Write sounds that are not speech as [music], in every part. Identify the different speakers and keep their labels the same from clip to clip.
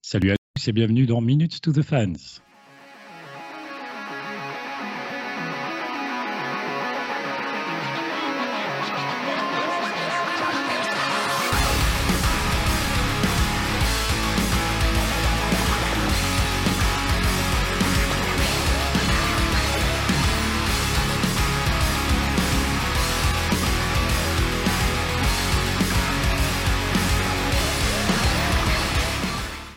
Speaker 1: Salut à tous et bienvenue dans Minutes to the Fans.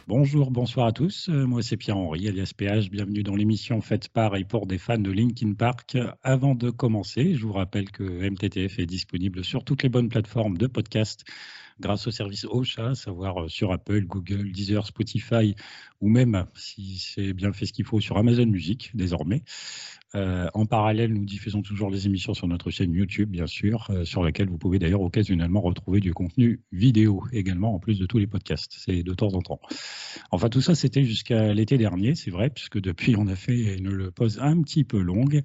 Speaker 1: Bonjour, bonsoir à tous. Euh, Moi, c'est Pierre-Henri, alias PH. Bienvenue dans l'émission faite par et pour des fans de Linkin Park. Avant de commencer, je vous rappelle que MTTF est disponible sur toutes les bonnes plateformes de podcast grâce au service OSHA, à savoir euh, sur Apple, Google, Deezer, Spotify ou même, si c'est bien fait ce qu'il faut, sur Amazon Music désormais. Euh, en parallèle, nous diffusons toujours les émissions sur notre chaîne YouTube, bien sûr, euh, sur laquelle vous pouvez d'ailleurs occasionnellement retrouver du contenu vidéo également, en plus de tous les podcasts. C'est de temps en temps. Enfin, tout ça, c'était jusqu'à l'été dernier, c'est vrai, puisque depuis, on a fait une le- pause un petit peu longue.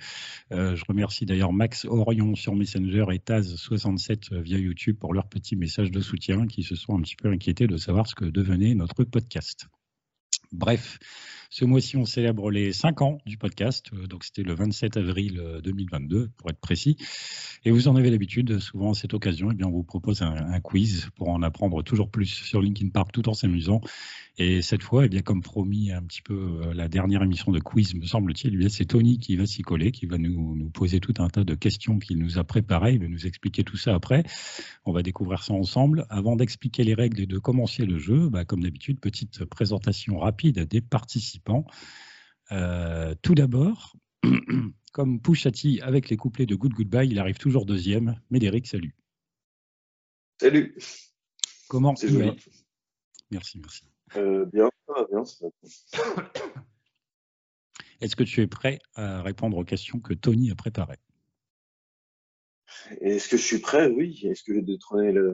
Speaker 1: Euh, je remercie d'ailleurs Max Orion sur Messenger et Taz67 via YouTube pour leur petit message de soutien qui se sont un petit peu inquiétés de savoir ce que devenait notre podcast. Bref, ce mois-ci, on célèbre les 5 ans du podcast. Euh, Donc, c'était le 27 avril euh, 2022, pour être précis. Et vous en avez l'habitude, souvent à cette occasion, eh bien, on vous propose un, un quiz pour en apprendre toujours plus sur Linkin Park tout en s'amusant. Et cette fois, eh bien, comme promis un petit peu euh, la dernière émission de quiz, me semble-t-il, eh bien, c'est Tony qui va s'y coller, qui va nous, nous poser tout un tas de questions qu'il nous a préparées. Il va nous expliquer tout ça après. On va découvrir ça ensemble. Avant d'expliquer les règles et de commencer le jeu, bah, comme d'habitude, petite présentation rapide des participants. Euh, tout d'abord, [clears throat] comme Pouchati avec les couplets de Good Goodbye, il arrive toujours deuxième. Médéric, salut.
Speaker 2: Salut,
Speaker 1: Comment
Speaker 2: c'est
Speaker 1: tu
Speaker 2: joli.
Speaker 1: vas Merci, merci.
Speaker 2: Euh, bien, ça va bien, ça va.
Speaker 1: Est-ce que tu es prêt à répondre aux questions que Tony a préparées
Speaker 2: Et Est-ce que je suis prêt? Oui. Est-ce que j'ai détrôné la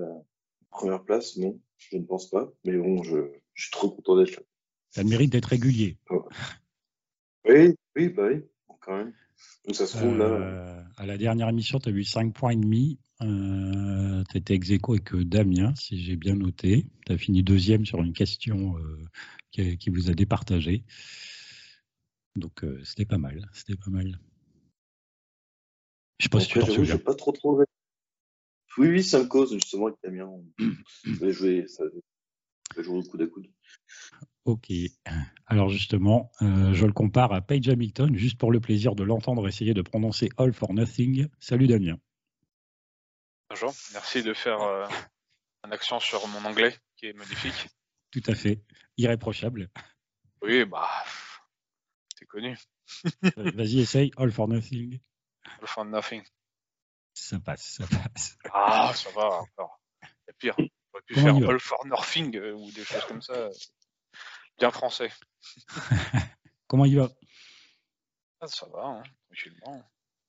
Speaker 2: première place? Non, je ne pense pas. Mais bon, je, je suis trop content d'être là.
Speaker 1: Ça le mérite d'être régulier.
Speaker 2: Oui, oui, bah oui, quand même. Donc ça se trouve là.
Speaker 1: Euh, à la dernière émission, tu as eu 5 points et demi. Euh, tu étais ex aequo avec euh, Damien, si j'ai bien noté. Tu as fini deuxième sur une question euh, qui, qui vous a départagé. Donc, euh, c'était pas mal. C'était pas mal. Je sais pas si tu
Speaker 2: Après,
Speaker 1: t'en
Speaker 2: j'avoue, j'ai
Speaker 1: souviens.
Speaker 2: pas trop trouvé. Oui, oui, ça me cause justement avec Damien. Ça
Speaker 1: [clears throat]
Speaker 2: va jouer, ça va jouer au coude à coude.
Speaker 1: Ok. Alors justement, euh, je le compare à Paige Hamilton, juste pour le plaisir de l'entendre essayer de prononcer All for Nothing. Salut Damien.
Speaker 3: Bonjour, merci de faire euh, un accent sur mon anglais qui est magnifique.
Speaker 1: Tout à fait. Irréprochable.
Speaker 3: Oui, bah, pff, c'est connu.
Speaker 1: Euh, Vas-y, essaye All for Nothing.
Speaker 3: All for nothing.
Speaker 1: Ça passe, ça passe.
Speaker 3: Ah, ça va, encore. C'est pire. J'aurais pu
Speaker 1: Comment il
Speaker 3: faire
Speaker 1: va
Speaker 3: all for nothing euh, ou des choses comme ça. euh, Bien français.
Speaker 1: Comment il va
Speaker 3: Ah, ça va, hein, tranquillement.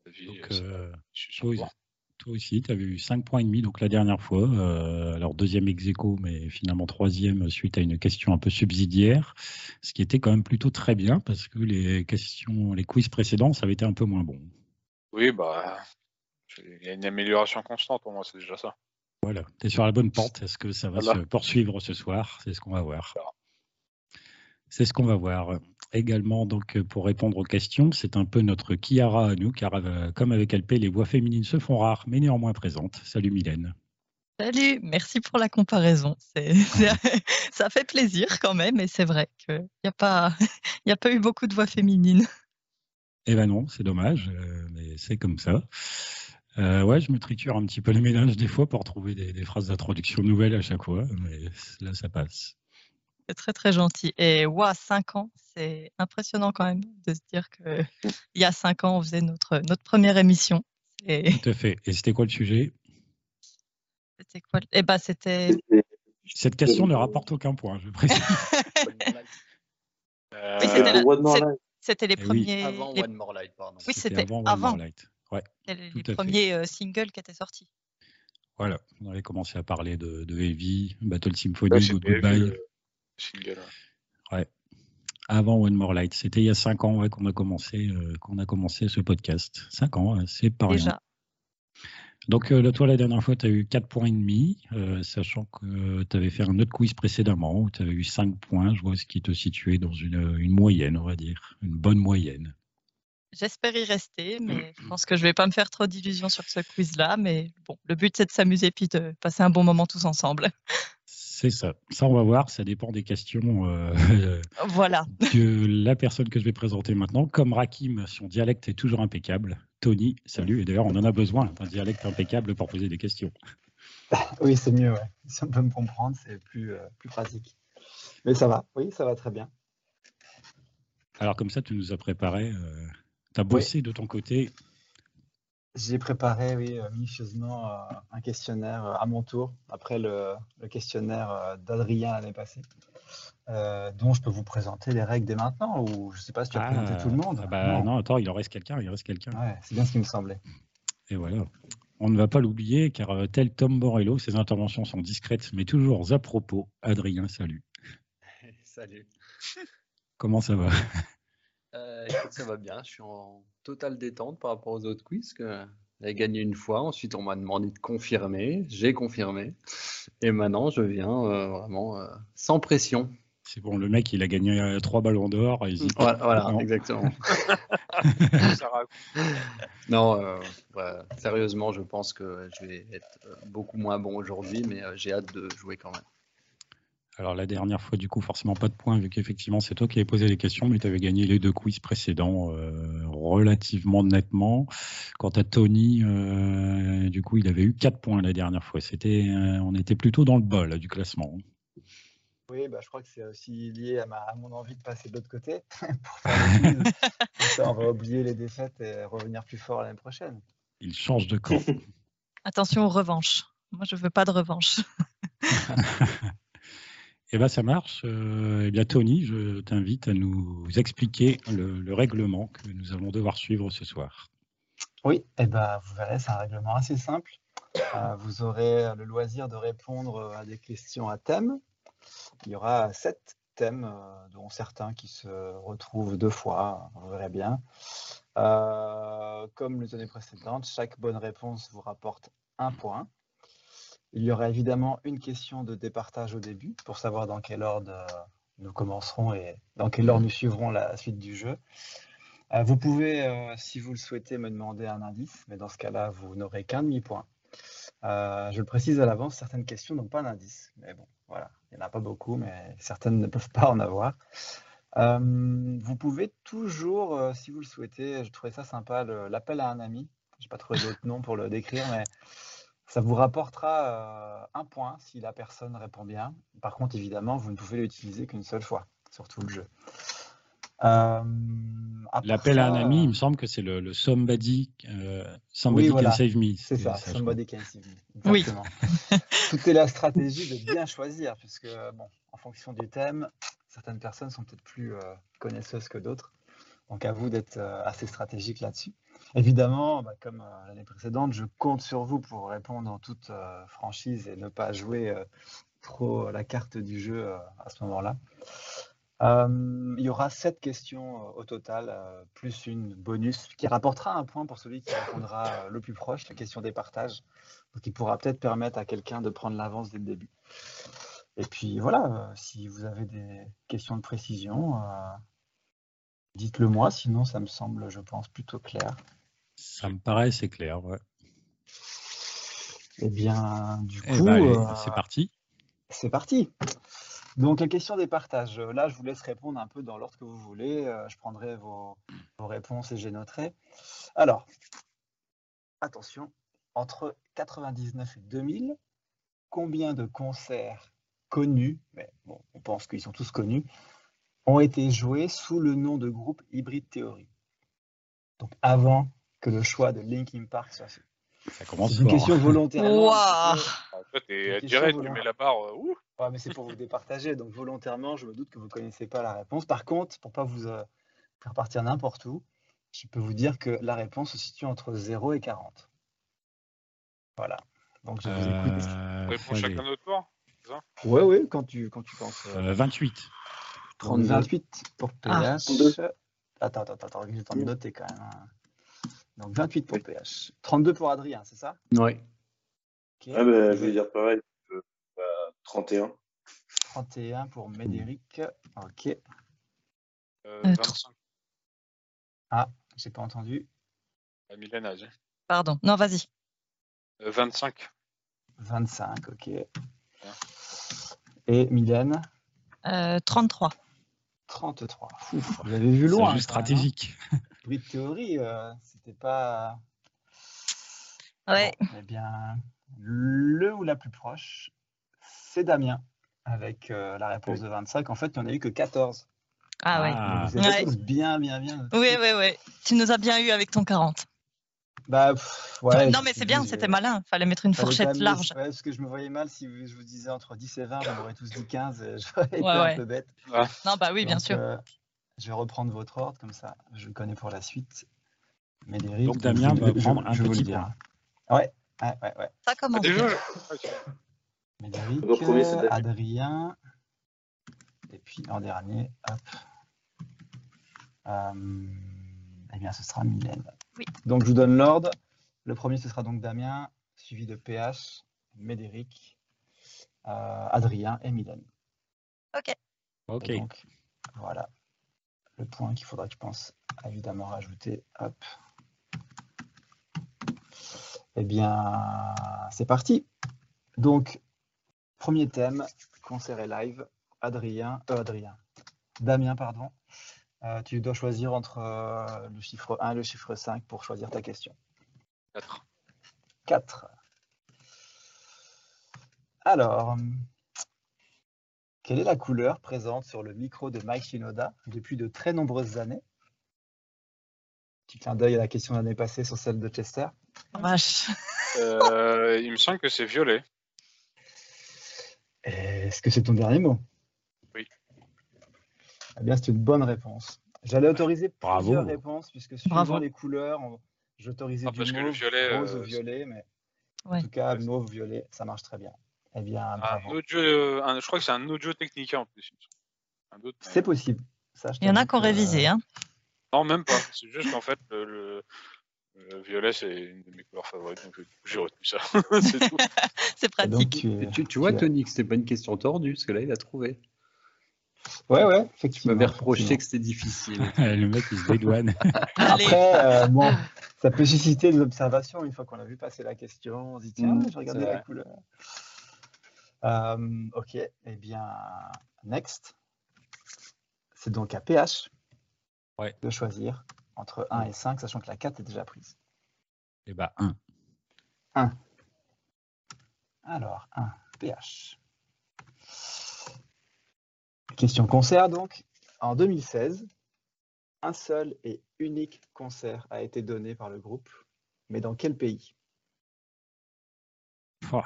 Speaker 3: La vie,
Speaker 1: Donc,
Speaker 3: euh, ça-
Speaker 1: euh,
Speaker 3: je suis sur
Speaker 1: toi,
Speaker 3: le
Speaker 1: aussi-
Speaker 3: bord.
Speaker 1: toi aussi, tu avais eu 5 points et demi donc la dernière fois. Euh, alors deuxième ex aequo, mais finalement troisième suite à une question un peu subsidiaire, ce qui était quand même plutôt très bien parce que les questions, les quiz précédents, ça avait été un peu moins bon.
Speaker 3: Oui, bah, je- il y a une amélioration constante pour moi, c'est déjà ça.
Speaker 1: Voilà, tu es sur la bonne pente. Est-ce que ça va
Speaker 3: Voilà.
Speaker 1: se poursuivre ce soir C'est ce qu'on va voir.
Speaker 3: Voilà.
Speaker 1: C'est ce qu'on va voir. Également, donc, pour répondre aux questions, c'est un peu notre Kiara à nous, car euh, comme avec Alpé, les voix féminines se font rares, mais néanmoins présentes. Salut Mylène.
Speaker 4: Salut, merci pour la comparaison. C'est, [laughs] c'est- ça fait plaisir quand même, et c'est vrai qu'il n'y a, pas- [laughs] y a pas eu beaucoup de voix féminines.
Speaker 1: Eh ben non, c'est dommage, euh, mais c'est comme ça. Euh, ouais, je me triture un petit peu les mélanges des fois pour trouver des, des phrases d'introduction nouvelles à chaque fois, mais là, ça passe.
Speaker 4: C'est très très gentil. Et ouah, 5 ans, c'est impressionnant quand même de se dire que il y a 5 ans, on faisait notre, notre première émission. Et
Speaker 1: Tout à fait. Et c'était quoi le sujet
Speaker 4: c'était quoi Eh ben, c'était
Speaker 2: C'était-
Speaker 1: Cette question ne rapporte aucun point, je précise.
Speaker 3: Euh,
Speaker 4: Oui,
Speaker 2: c'était
Speaker 4: c'était
Speaker 2: le
Speaker 4: la-
Speaker 2: roi de
Speaker 4: c'est-
Speaker 2: Norlin.
Speaker 4: c'était les
Speaker 1: Eh oui.
Speaker 4: premiers,
Speaker 5: Avant
Speaker 4: les,
Speaker 5: One More Light, pardon.
Speaker 4: Oui, c'était
Speaker 1: One
Speaker 4: avant.
Speaker 1: More Light. Ouais,
Speaker 4: les-
Speaker 1: tout
Speaker 4: les
Speaker 1: à fait.
Speaker 4: premiers euh, singles qui étaient sortis.
Speaker 1: voilà. On avait commencé à parler de, de Heavy, Battle Symphony,
Speaker 3: là,
Speaker 1: Good
Speaker 3: c'était
Speaker 1: Goodbye.
Speaker 3: le single.
Speaker 1: avant One More Light. C'était il y a cinq ans ouais, qu'on a commencé euh, qu'on a commencé ce podcast. Cinq ans, hein, c'est pas rien.
Speaker 4: Déjà.
Speaker 1: Donc, euh, toi, la dernière fois, tu as eu 4 points et demi, euh, sachant que tu avais fait un autre quiz précédemment où tu avais eu 5 points. Je vois ce qui te situait dans une, une moyenne, on va dire, une bonne moyenne.
Speaker 4: J'espère y rester,
Speaker 1: Mm.
Speaker 4: mais je pense que je vais pas me faire trop d'illusions sur ce quiz-là. Mais bon, le but, c'est de s'amuser puis de passer un bon moment tous ensemble.
Speaker 1: C'est ça. Ça, on va voir. Ça dépend des questions euh,
Speaker 4: Voilà.
Speaker 1: que la personne que je vais présenter maintenant. Comme Rakim, son dialecte est toujours impeccable. Tony, salut. Et d'ailleurs, on en a besoin d'un dialecte impeccable pour poser des questions.
Speaker 5: Oui, c'est mieux, ouais. Si on peut me comprendre, c'est plus, euh, plus pratique. Mais ça va, oui, ça va très bien.
Speaker 1: Alors, comme ça, tu nous as préparé. euh, tu as bossé de ton côté.
Speaker 5: J'ai préparé, oui, euh, minutieusement euh, un questionnaire euh, à mon tour, après le, le questionnaire euh, d'Adrien l'année passée, euh, dont je peux vous présenter les règles dès maintenant, ou je ne sais pas si tu as présenté tout le monde.
Speaker 1: ah bah,
Speaker 5: Non.
Speaker 1: non, attends, il en reste quelqu'un. Il en reste quelqu'un.
Speaker 5: Ouais, c'est bien ce qui me semblait.
Speaker 1: Et voilà. On ne va pas l'oublier, car euh, tel Tom Borello, ses interventions sont discrètes, mais toujours à propos. Adrien, salut.
Speaker 6: Salut.
Speaker 1: Comment ça va
Speaker 6: Euh, écoute, ça va bien. Je suis en totale détente par rapport aux autres quiz. Que... J'avais gagné une fois. Ensuite, on m'a demandé de confirmer. J'ai confirmé. Et maintenant, je viens euh, vraiment euh, sans pression.
Speaker 1: C'est bon, le mec, il a gagné euh, trois ballons d'or. et il dit,
Speaker 5: Ah,
Speaker 6: Voilà, voilà,
Speaker 1: Non.
Speaker 5: [laughs]
Speaker 6: exactement.
Speaker 4: Ah.
Speaker 3: Ça raconte.
Speaker 6: Non, euh, ouais, sérieusement, je pense que je vais être euh, beaucoup moins bon aujourd'hui, mais euh, j'ai hâte de jouer quand même.
Speaker 1: Alors la dernière fois, du coup, forcément pas de points, vu qu'effectivement c'est toi qui avais posé les questions, mais tu avais gagné les deux quiz précédents euh, relativement nettement. Quant à Tony, euh, du coup, il avait eu quatre points la dernière fois. C'était, euh, on était plutôt dans le bol là, du classement.
Speaker 5: Oui, bah, je crois que c'est aussi lié à, ma, à mon envie de passer de l'autre côté [laughs]
Speaker 1: [laughs]
Speaker 5: pour faire le quiz. Comme ça, on va oublier les défaites et revenir plus fort l'année prochaine.
Speaker 1: Il change de
Speaker 5: [laughs]
Speaker 1: camp.
Speaker 4: Attention aux revanches. Moi, je veux pas de revanche.
Speaker 1: Eh bien, ça marche. Euh, eh bien, Tony, je t'invite à nous expliquer le, le règlement que nous allons devoir suivre ce soir.
Speaker 5: Oui, eh ben, vous verrez, c'est un règlement assez simple. Euh, vous aurez euh, le loisir de répondre à des questions à thème. Il y aura sept thèmes, euh, dont certains qui se retrouvent deux fois, vous verrez bien. Euh, comme les années précédentes, chaque bonne réponse vous rapporte un point. Il y aura évidemment une question de départage au début pour savoir dans quel ordre euh, nous commencerons et dans quel ordre nous suivrons la suite du jeu. Euh, vous pouvez, euh, si vous le souhaitez, me demander un indice, mais dans ce cas-là, vous n'aurez qu'un demi-point. Euh, je le précise à l'avance, certaines questions n'ont pas d'indice, mais bon, voilà, il n'y en a pas beaucoup, mais certaines ne peuvent pas en avoir. Euh, vous pouvez toujours, euh, si vous le souhaitez, je trouvais ça sympa, le- l'appel à un ami. Je n'ai pas trouvé d'autre nom pour le décrire, mais ça vous rapportera euh, un point si la personne répond bien. Par contre, évidemment, vous ne pouvez l'utiliser qu'une seule fois sur tout le jeu. Euh, à part
Speaker 1: L'appel à un
Speaker 5: ça,
Speaker 1: ami,
Speaker 5: euh,
Speaker 1: il me semble que c'est le, le somebody, euh, somebody
Speaker 5: Oui, voilà.
Speaker 1: can save me.
Speaker 5: C'est ça,
Speaker 1: je crois.
Speaker 5: somebody can save me.
Speaker 4: Oui.
Speaker 5: Exactement. Tout est la stratégie de bien choisir, puisque, bon, en fonction du thème, certaines personnes sont peut-être plus euh, connaisseuses que d'autres. Donc, à vous d'être euh, assez stratégique là-dessus. Évidemment, bah, comme euh, l'année précédente, je compte sur vous pour répondre en toute euh, franchise et ne pas jouer euh, trop la carte du jeu euh, à ce moment-là. Euh, il y aura sept questions euh, au total, euh, plus une bonus qui rapportera un point pour celui qui répondra euh, le plus proche, la question des partages, donc qui pourra peut-être permettre à quelqu'un de prendre l'avance dès le début. Et puis voilà, euh, si vous avez des questions de précision, euh, dites-le moi, sinon ça me semble, je pense, plutôt clair.
Speaker 1: Ça me paraît, c'est clair. ouais.
Speaker 5: Eh bien, du
Speaker 1: Eh
Speaker 5: coup,
Speaker 1: ben, allez,
Speaker 5: euh,
Speaker 1: c'est parti.
Speaker 5: C'est parti. Donc la question des partages. Euh, Là, je vous laisse répondre un peu dans l'ordre que vous voulez. Euh, Je prendrai vos, vos réponses et je les noterai. Alors, attention, entre 99 et 2000, combien de concerts connus, mais bon, on pense qu'ils sont tous connus, ont été joués sous le nom de groupe Hybrid Theory Donc avant que le choix de Linkin Park soit fait.
Speaker 1: Ça
Speaker 5: C'est
Speaker 1: commence
Speaker 5: une
Speaker 1: fort.
Speaker 5: question volontairement.
Speaker 4: Ouah.
Speaker 5: parce que-
Speaker 3: Ah, Toi, t'es
Speaker 5: Une question
Speaker 3: direct, tu
Speaker 5: volontaire.
Speaker 3: mets la barre. euh, ouh.
Speaker 5: Ouais, mais c'est pour vous départager. Donc volontairement, je me doute que vous ne connaissez pas la réponse. Par contre, pour pas vous euh, faire partir n'importe où, je peux vous dire que la réponse se situe entre 0 et 40. Voilà. Donc je vous écoute.
Speaker 1: Euh,
Speaker 3: Réponds chacun
Speaker 1: allez,
Speaker 3: notre tour.
Speaker 2: Euh.
Speaker 5: Ouais, ouais, quand tu, quand tu penses. euh,
Speaker 1: euh, 28.
Speaker 6: 32.
Speaker 5: 28 pour PH.
Speaker 2: Ah. Mm. 32.
Speaker 5: Attends, attends, attends, attends, j'ai le temps de noter quand même. hein. Donc 28 pour PH. 32 pour Adrien, c'est ça
Speaker 6: Oui.
Speaker 5: Ok.
Speaker 2: Ah ben, je vais dire pareil. euh, bah, 31.
Speaker 5: 31 pour Médéric. Ok,
Speaker 3: Euh,
Speaker 4: Euh,
Speaker 3: 25.
Speaker 5: j'ai pas entendu.
Speaker 3: La Mylène a dit.
Speaker 4: Pardon. Non, vas-y.
Speaker 3: hein. Euh, 25.
Speaker 5: 25, ok. Et Mylène,
Speaker 4: Euh, 33.
Speaker 5: 33. Fou, vous avez vu
Speaker 1: C'est un
Speaker 5: loin.
Speaker 1: jeu
Speaker 5: quand même, hein.
Speaker 1: stratégique.
Speaker 5: Bris de théorie, euh, c'était pas.
Speaker 4: Ouais.
Speaker 5: Bon, eh bien, le ou la plus proche, c'est Damien, avec euh, la réponse de 25. En fait, il n'y en a eu que 14.
Speaker 4: Ah ouais.
Speaker 1: Ah,
Speaker 5: Vous êtes
Speaker 4: Ouais.
Speaker 5: tous bien, bien, bien.
Speaker 4: Oui, oui, oui. Tu nous as bien eu avec ton 40.
Speaker 5: Bah, pff, ouais,
Speaker 4: non,
Speaker 5: je
Speaker 4: mais
Speaker 5: me suis
Speaker 4: c'est bien,
Speaker 5: dit,
Speaker 4: c'était
Speaker 5: j'ai-
Speaker 4: malin. Fallait mettre une
Speaker 5: J'avais pas
Speaker 4: fourchette
Speaker 5: mis-
Speaker 4: large.
Speaker 5: ouais, parce que je me voyais mal si vous- je vous disais entre 10 et 20, vous m'aurez tous dit 15, euh, [laughs] j'aurais été
Speaker 4: Ouais,
Speaker 5: un
Speaker 4: ouais.
Speaker 5: peu bête.
Speaker 4: Non, bah oui, bien
Speaker 5: Donc,
Speaker 4: sûr.
Speaker 5: euh, je vais reprendre votre ordre, comme ça, je le connais pour la suite. Mais les
Speaker 1: Donc, Damien va prendre un petit point.
Speaker 5: hein. Ouais, ouais, ouais. ouais.
Speaker 4: Ça commence.
Speaker 3: Déjà
Speaker 4: bien.
Speaker 3: Ok.
Speaker 5: Médéric,
Speaker 2: Le premier, c'est Damien.
Speaker 5: Adrien, et puis en dernier, hop. Euh, eh bien, ce sera Mylène.
Speaker 4: Oui.
Speaker 5: Donc, je vous donne l'ordre. Le premier, ce sera donc Damien, suivi de PH, Médéric, euh, Adrien et Mylène.
Speaker 1: ok. [laughs]
Speaker 5: Et donc, voilà le point qu'il faudra, je pense, évidemment rajouter. Hop. Eh bien, c'est parti. Donc, premier thème, concert et live. Adrien, euh, Adrien, Damien, pardon. Euh, tu dois choisir entre euh, le chiffre 1 et le chiffre 5 pour choisir ta question.
Speaker 3: 4.
Speaker 5: 4. Alors, quelle est la couleur présente sur le micro de Mike Shinoda depuis de très nombreuses années Petit clin d'œil à la question de l'année passée sur celle de Chester.
Speaker 4: Vache.
Speaker 3: Euh, il me semble que c'est violet.
Speaker 5: Est-ce que c'est ton dernier mot
Speaker 3: Oui.
Speaker 5: Eh bien, c'est une bonne réponse. J'allais autoriser
Speaker 1: Bravo.
Speaker 5: plusieurs réponses puisque suivant
Speaker 4: Bravo.
Speaker 5: les couleurs, on- j'autorisais
Speaker 3: Ah,
Speaker 5: du
Speaker 3: parce que le
Speaker 5: mauve,
Speaker 3: violet,
Speaker 5: rose au
Speaker 3: euh,
Speaker 5: violet, mais en
Speaker 4: Ouais.
Speaker 5: tout cas,
Speaker 3: Ouais, Ah. c'est-
Speaker 5: mauve, violet, ça marche très bien. Eh bien,
Speaker 3: Un
Speaker 5: bravo.
Speaker 3: audio, euh, un- je crois que c'est un audio technique en plus. Un autre, mais-
Speaker 5: C'est possible. Ça, je
Speaker 4: Il y en a
Speaker 5: t'avoue
Speaker 4: qui ont
Speaker 5: que-
Speaker 4: révisé. Hein.
Speaker 3: Non, même pas. C'est juste qu'en fait, le, le- le violet, c'est une de mes couleurs favorites. Donc, du coup, j'ai retenu ça. [laughs] c'est tout.
Speaker 5: [laughs]
Speaker 4: C'est
Speaker 5: Et euh, donc,
Speaker 4: pratique.
Speaker 5: tu es-
Speaker 6: Et Tu, tu vois,
Speaker 5: tu as-
Speaker 6: Tony, que c'était pas une question tordue, parce que là, il a trouvé.
Speaker 5: Ouais, ouais,
Speaker 6: Tu
Speaker 5: effectivement.
Speaker 6: m'avais reproché
Speaker 5: effectivement.
Speaker 6: que c'était difficile.
Speaker 1: le mec, il se dédouane.
Speaker 4: Allez.
Speaker 5: Après,
Speaker 6: [laughs]
Speaker 5: euh, bon, ça peut susciter des observations une fois qu'on a vu passer la question. On se dit, tiens,
Speaker 6: Mhm,
Speaker 5: je regardais
Speaker 6: c'est
Speaker 5: la
Speaker 6: vrai.
Speaker 5: couleur. Euh, ok, eh bien, next. C'est donc à PH
Speaker 1: Ouais.
Speaker 5: de choisir entre 1 et 5, sachant que la 4 est déjà prise.
Speaker 1: Et bah, un.
Speaker 5: Alors, 1, PH. Question concert donc. En 2016, un seul et unique concert a été donné par le groupe, mais dans quel pays
Speaker 1: Pouah.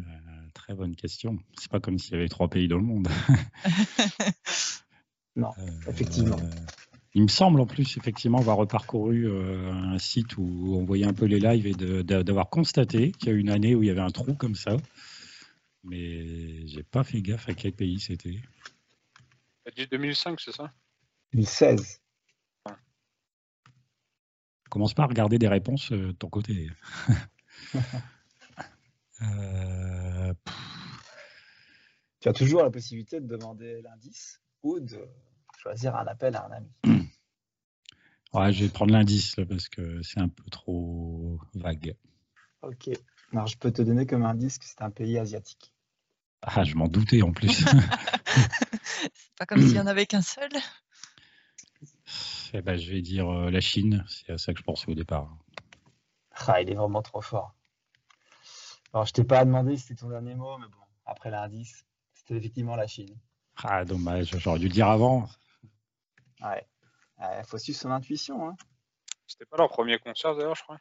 Speaker 1: Euh, Très bonne question. C'est pas comme s'il y avait trois pays dans le monde.
Speaker 5: [laughs] Non,
Speaker 1: Euh,
Speaker 5: effectivement.
Speaker 1: il me semble en plus, effectivement, avoir reparcouru euh, un site où on voyait un peu les lives et de- de- d'avoir constaté qu'il y a eu une année où il y avait un trou comme ça. Mais j'ai pas fait gaffe à quel pays c'était.
Speaker 3: T'as dit 2005, c'est ça
Speaker 5: 2016.
Speaker 1: Commence pas à regarder des réponses euh, de ton
Speaker 5: [laughs]
Speaker 1: côté. Euh,
Speaker 5: Tu as toujours la possibilité de demander l'indice ou de choisir un appel à un ami.
Speaker 1: ouais, je vais prendre l'indice là, parce que c'est un peu trop vague.
Speaker 5: Ok. Alors, je peux te donner comme indice que c'est un pays asiatique.
Speaker 1: Ah, je m'en doutais en plus.
Speaker 4: C'est pas comme s'il y en avait qu'un seul.
Speaker 1: Eh ben, je vais dire euh, la Chine, c'est à ça que je pensais au départ.
Speaker 5: Ah, il est vraiment trop fort. Alors, je t'ai pas demandé si c'était ton dernier mot, mais bon, après l'indice, c'était effectivement la Chine.
Speaker 1: Ah, dommage, j'aurais dû le dire avant.
Speaker 5: Ouais. Il faut suivre son intuition. Hein.
Speaker 3: C'était pas leur premier concert d'ailleurs, je crois.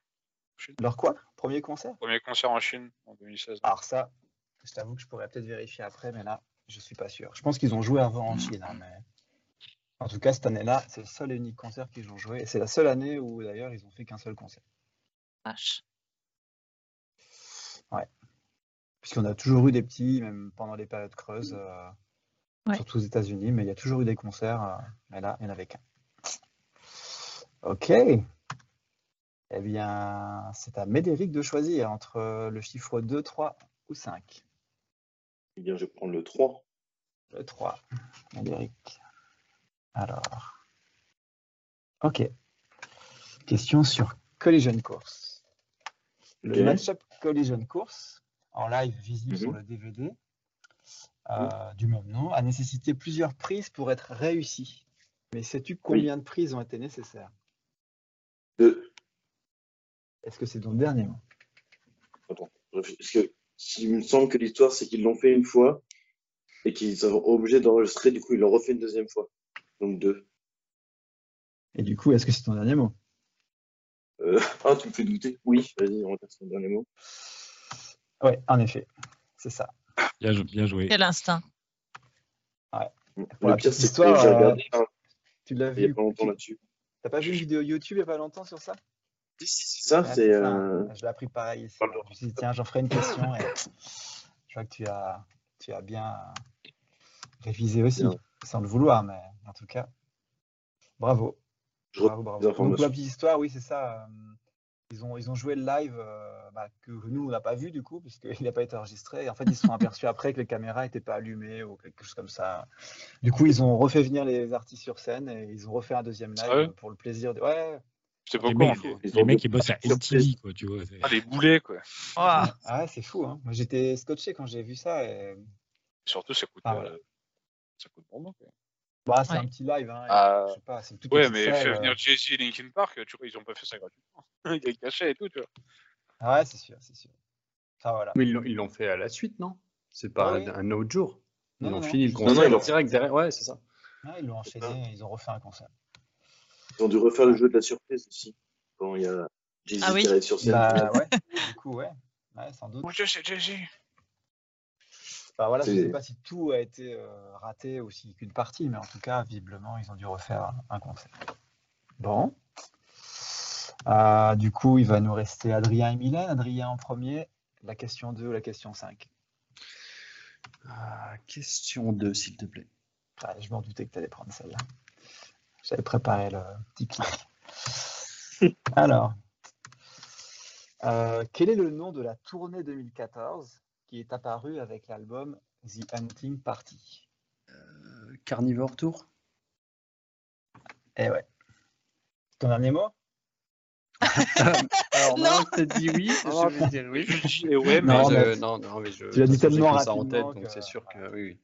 Speaker 5: Leur quoi Premier concert
Speaker 3: Premier concert en Chine en 2016.
Speaker 5: Alors ça, je t'avoue que je pourrais peut-être vérifier après, mais là, je suis pas sûr. Je pense qu'ils ont joué avant en Chine, hein, mais en tout cas cette année-là, c'est le seul et unique concert qu'ils ont joué, et c'est la seule année où d'ailleurs ils ont fait qu'un seul concert,
Speaker 4: Vache.
Speaker 5: puisqu'on a toujours eu des petits, même pendant les périodes creuses, euh,
Speaker 4: Ouais.
Speaker 5: surtout aux États-Unis, mais il y a toujours eu des concerts, euh, mais là, il n'y en avait qu'un. Ok. Eh bien, c'est à Médéric de choisir entre le chiffre 2, 3 ou 5.
Speaker 2: Eh bien, je vais prendre le 3.
Speaker 5: Le 3, Médéric. Alors. Ok. Question sur Collision Course. Le
Speaker 2: Ok.
Speaker 5: match-up Collision Course, en live visible sur
Speaker 2: Mhm.
Speaker 5: le DVD, euh, du même nom, a nécessité plusieurs prises pour être réussi. Mais sais-tu combien de prises ont été nécessaires
Speaker 2: Deux.
Speaker 5: Est-ce que c'est ton dernier mot
Speaker 2: Parce que il me semble que l'histoire, c'est qu'ils l'ont fait une fois et qu'ils sont obligés d'enregistrer, du coup, ils l'ont refait une deuxième fois. Donc deux.
Speaker 5: Et du coup, est-ce que c'est ton dernier mot
Speaker 2: Euh, ah, tu me fais douter Oui, vas-y, on va faire son dernier mot.
Speaker 5: Ouais, en effet, c'est ça.
Speaker 1: Bien, jou- bien joué.
Speaker 4: Quel instinct.
Speaker 5: la
Speaker 2: le pire,
Speaker 5: petite
Speaker 2: c'est que j'ai
Speaker 5: histoire, euh,
Speaker 2: regardé hein,
Speaker 5: Tu l'as
Speaker 2: il n'y a
Speaker 5: vu
Speaker 2: pas longtemps
Speaker 5: tu-
Speaker 2: là-dessus.
Speaker 5: T'as pas vu une vidéo YouTube il y a pas longtemps sur ça
Speaker 2: Ça,
Speaker 5: Ouais,
Speaker 2: c'est.
Speaker 5: ça.
Speaker 2: euh,
Speaker 5: Ah, Je l'ai appris pareil ici. hein.
Speaker 2: Pardon.
Speaker 5: Je me suis dit, tiens, j'en ferai une question et je vois que tu as, tu as bien révisé aussi,
Speaker 2: Bien.
Speaker 5: sans le vouloir, mais en tout cas, bravo.
Speaker 2: Je
Speaker 5: Bravo, bravo.
Speaker 2: des
Speaker 5: Donc, pour la
Speaker 2: informations.
Speaker 5: petite histoire, oui, c'est ça. euh, Ils ont, ils ont joué le live euh, bah, que nous, on n'a pas vu du coup, puisqu'il n'a pas été enregistré. Et en fait, ils se sont aperçus après que les caméras n'étaient pas allumées ou quelque chose comme ça. Du coup, ils ont refait venir les artistes sur scène et ils ont refait un deuxième live
Speaker 3: Sérieux
Speaker 5: euh, pour le plaisir. De... Ouais,
Speaker 3: C'est pas
Speaker 1: Les
Speaker 3: con.
Speaker 1: mecs,
Speaker 3: mais-
Speaker 2: Ils
Speaker 1: les
Speaker 2: ont
Speaker 1: mecs,
Speaker 2: deux-
Speaker 1: ils bossent à
Speaker 2: surprise.
Speaker 1: MTV, quoi, tu vois. c'est-
Speaker 3: Ah, les boulets, quoi.
Speaker 4: Ouah.
Speaker 5: ah ouais, c'est fou. Hein. Moi, j'étais scotché quand j'ai vu ça. et-
Speaker 3: Surtout, ça coûte.
Speaker 5: Ah, voilà.
Speaker 3: euh, Ça coûte vraiment. Quoi.
Speaker 5: Bah, c'est
Speaker 4: Ouais.
Speaker 5: un petit live. Hein, et
Speaker 3: Ah.
Speaker 5: Je sais pas, c'est une toute
Speaker 3: Ouais,
Speaker 5: petite
Speaker 3: mais
Speaker 5: salle,
Speaker 3: fait
Speaker 5: euh.
Speaker 3: venir Jay-Z et Linkin Park, tu vois, ils ont pas fait ça gratuitement. [laughs] Il y a le cachet et tout, tu vois.
Speaker 5: Ah ouais, c'est sûr, c'est sûr. Enfin, voilà.
Speaker 6: Ah, Mais ils l'ont- ils l'ont fait à la suite, non C'est pas
Speaker 5: Ah oui.
Speaker 6: un autre jour. Ils
Speaker 5: Non,
Speaker 6: ont
Speaker 5: non,
Speaker 6: fini le
Speaker 5: non.
Speaker 2: Non, non,
Speaker 6: concert
Speaker 2: ils l'ont-
Speaker 6: direct derrière. Ouais, c'est ça.
Speaker 5: Ah, ils l'ont enchaîné, ils ont refait un concert.
Speaker 2: Ils ont dû refaire le jeu de la surprise aussi. Quand il y a Jay-Z
Speaker 4: Ah oui.
Speaker 2: qui arrive sur scène.
Speaker 5: Bah ouais, du coup, ouais. Ouais, sans doute.
Speaker 3: Mon Dieu, c'est Jay-Z.
Speaker 5: Enfin, voilà, je ne
Speaker 2: C'est-
Speaker 5: sais pas si tout a été euh, raté ou si qu'une partie, mais en tout cas, visiblement, ils ont dû refaire un, un concert. Bon. Euh, du coup, il va nous rester Adrien et Mylène. Adrien en premier, la question 2, la question 5.
Speaker 6: Ah, question 2, s'il te plaît.
Speaker 5: Ouais, je m'en doutais que tu allais prendre celle-là. J'avais préparé le petit clic.
Speaker 6: [laughs]
Speaker 5: Alors, euh, quel est le nom de la tournée 2014 qui est apparue avec l'album The Hunting Party
Speaker 6: Euh, Carnivore Tour
Speaker 5: Eh ouais. Ton dernier mot
Speaker 6: Alors,
Speaker 4: Non.
Speaker 6: non, je t'ai dit [laughs] oui.
Speaker 5: Oh,
Speaker 6: Je vais dire oui.
Speaker 3: Jay-Z et ouais, mais.
Speaker 6: Non,
Speaker 5: Non,
Speaker 6: mais,
Speaker 5: mais
Speaker 6: euh,
Speaker 5: tu-
Speaker 6: non, non, mais je.
Speaker 5: tu l'as
Speaker 6: de
Speaker 5: dit
Speaker 6: toute façon, j'ai
Speaker 5: tellement
Speaker 6: que ça en tête,
Speaker 5: rapidement
Speaker 6: donc
Speaker 5: que-
Speaker 6: c'est sûr que oui, oui.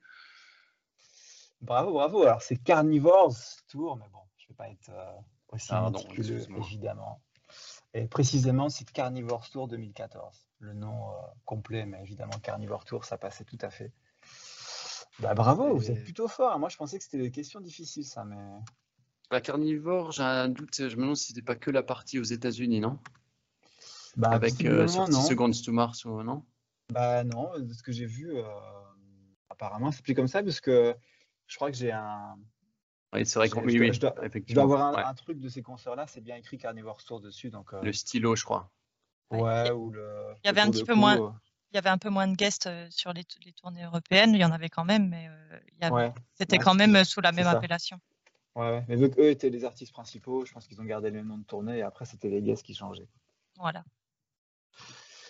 Speaker 5: Bravo, bravo. Alors, c'est Carnivores Tour, mais bon, je ne vais pas être euh, aussi
Speaker 6: Pardon,
Speaker 5: méticuleux,
Speaker 6: excuse-moi.
Speaker 5: évidemment. Et précisément, c'est Carnivores Tour 2014. Le nom euh, complet, mais évidemment, Carnivore Tour, ça passait tout à fait. Bah, bravo, vous
Speaker 6: Et-
Speaker 5: êtes plutôt fort. Moi, je pensais que c'était des questions difficiles, ça, mais...
Speaker 6: La Bah, carnivore, j'ai un doute. Je me demande si c'était pas que la partie aux États-Unis, non
Speaker 5: Bah,
Speaker 6: Avec euh,
Speaker 5: visiblement,
Speaker 6: sortie
Speaker 5: non.
Speaker 6: Seconds to Mars ou non
Speaker 5: Bah non, de ce que j'ai vu, euh, apparemment, c'est plus comme ça, parce que je crois que j'ai un...
Speaker 6: Oui, c'est vrai
Speaker 5: Je-
Speaker 6: qu'on.
Speaker 5: je
Speaker 6: Oui,
Speaker 5: dois-
Speaker 6: oui,
Speaker 5: je dois- Je dois
Speaker 6: effectivement.
Speaker 5: avoir un,
Speaker 6: Ouais.
Speaker 5: un truc de ces concerts-là, c'est bien écrit Carnivore Tour dessus, donc... euh,
Speaker 6: Le stylo, je crois.
Speaker 5: Ouais, ou le.
Speaker 4: Il y
Speaker 5: le
Speaker 4: avait un
Speaker 5: tour
Speaker 4: petit
Speaker 5: de
Speaker 4: peu
Speaker 5: cou,
Speaker 4: moins-
Speaker 5: euh,
Speaker 4: Il y avait un peu moins de guests euh, sur les, les tournées européennes. Il y en avait quand même, mais euh, il y avait-
Speaker 5: Ouais,
Speaker 4: c'était
Speaker 5: ouais,
Speaker 4: quand
Speaker 5: c'était-
Speaker 4: même euh, sous la
Speaker 5: c'est
Speaker 4: même
Speaker 5: ça.
Speaker 4: appellation.
Speaker 5: ouais, ouais. Mais vu qu'eux étaient les artistes principaux, je pense qu'ils ont gardé le nom de tournée et après c'était les guests qui changeaient.
Speaker 4: Voilà.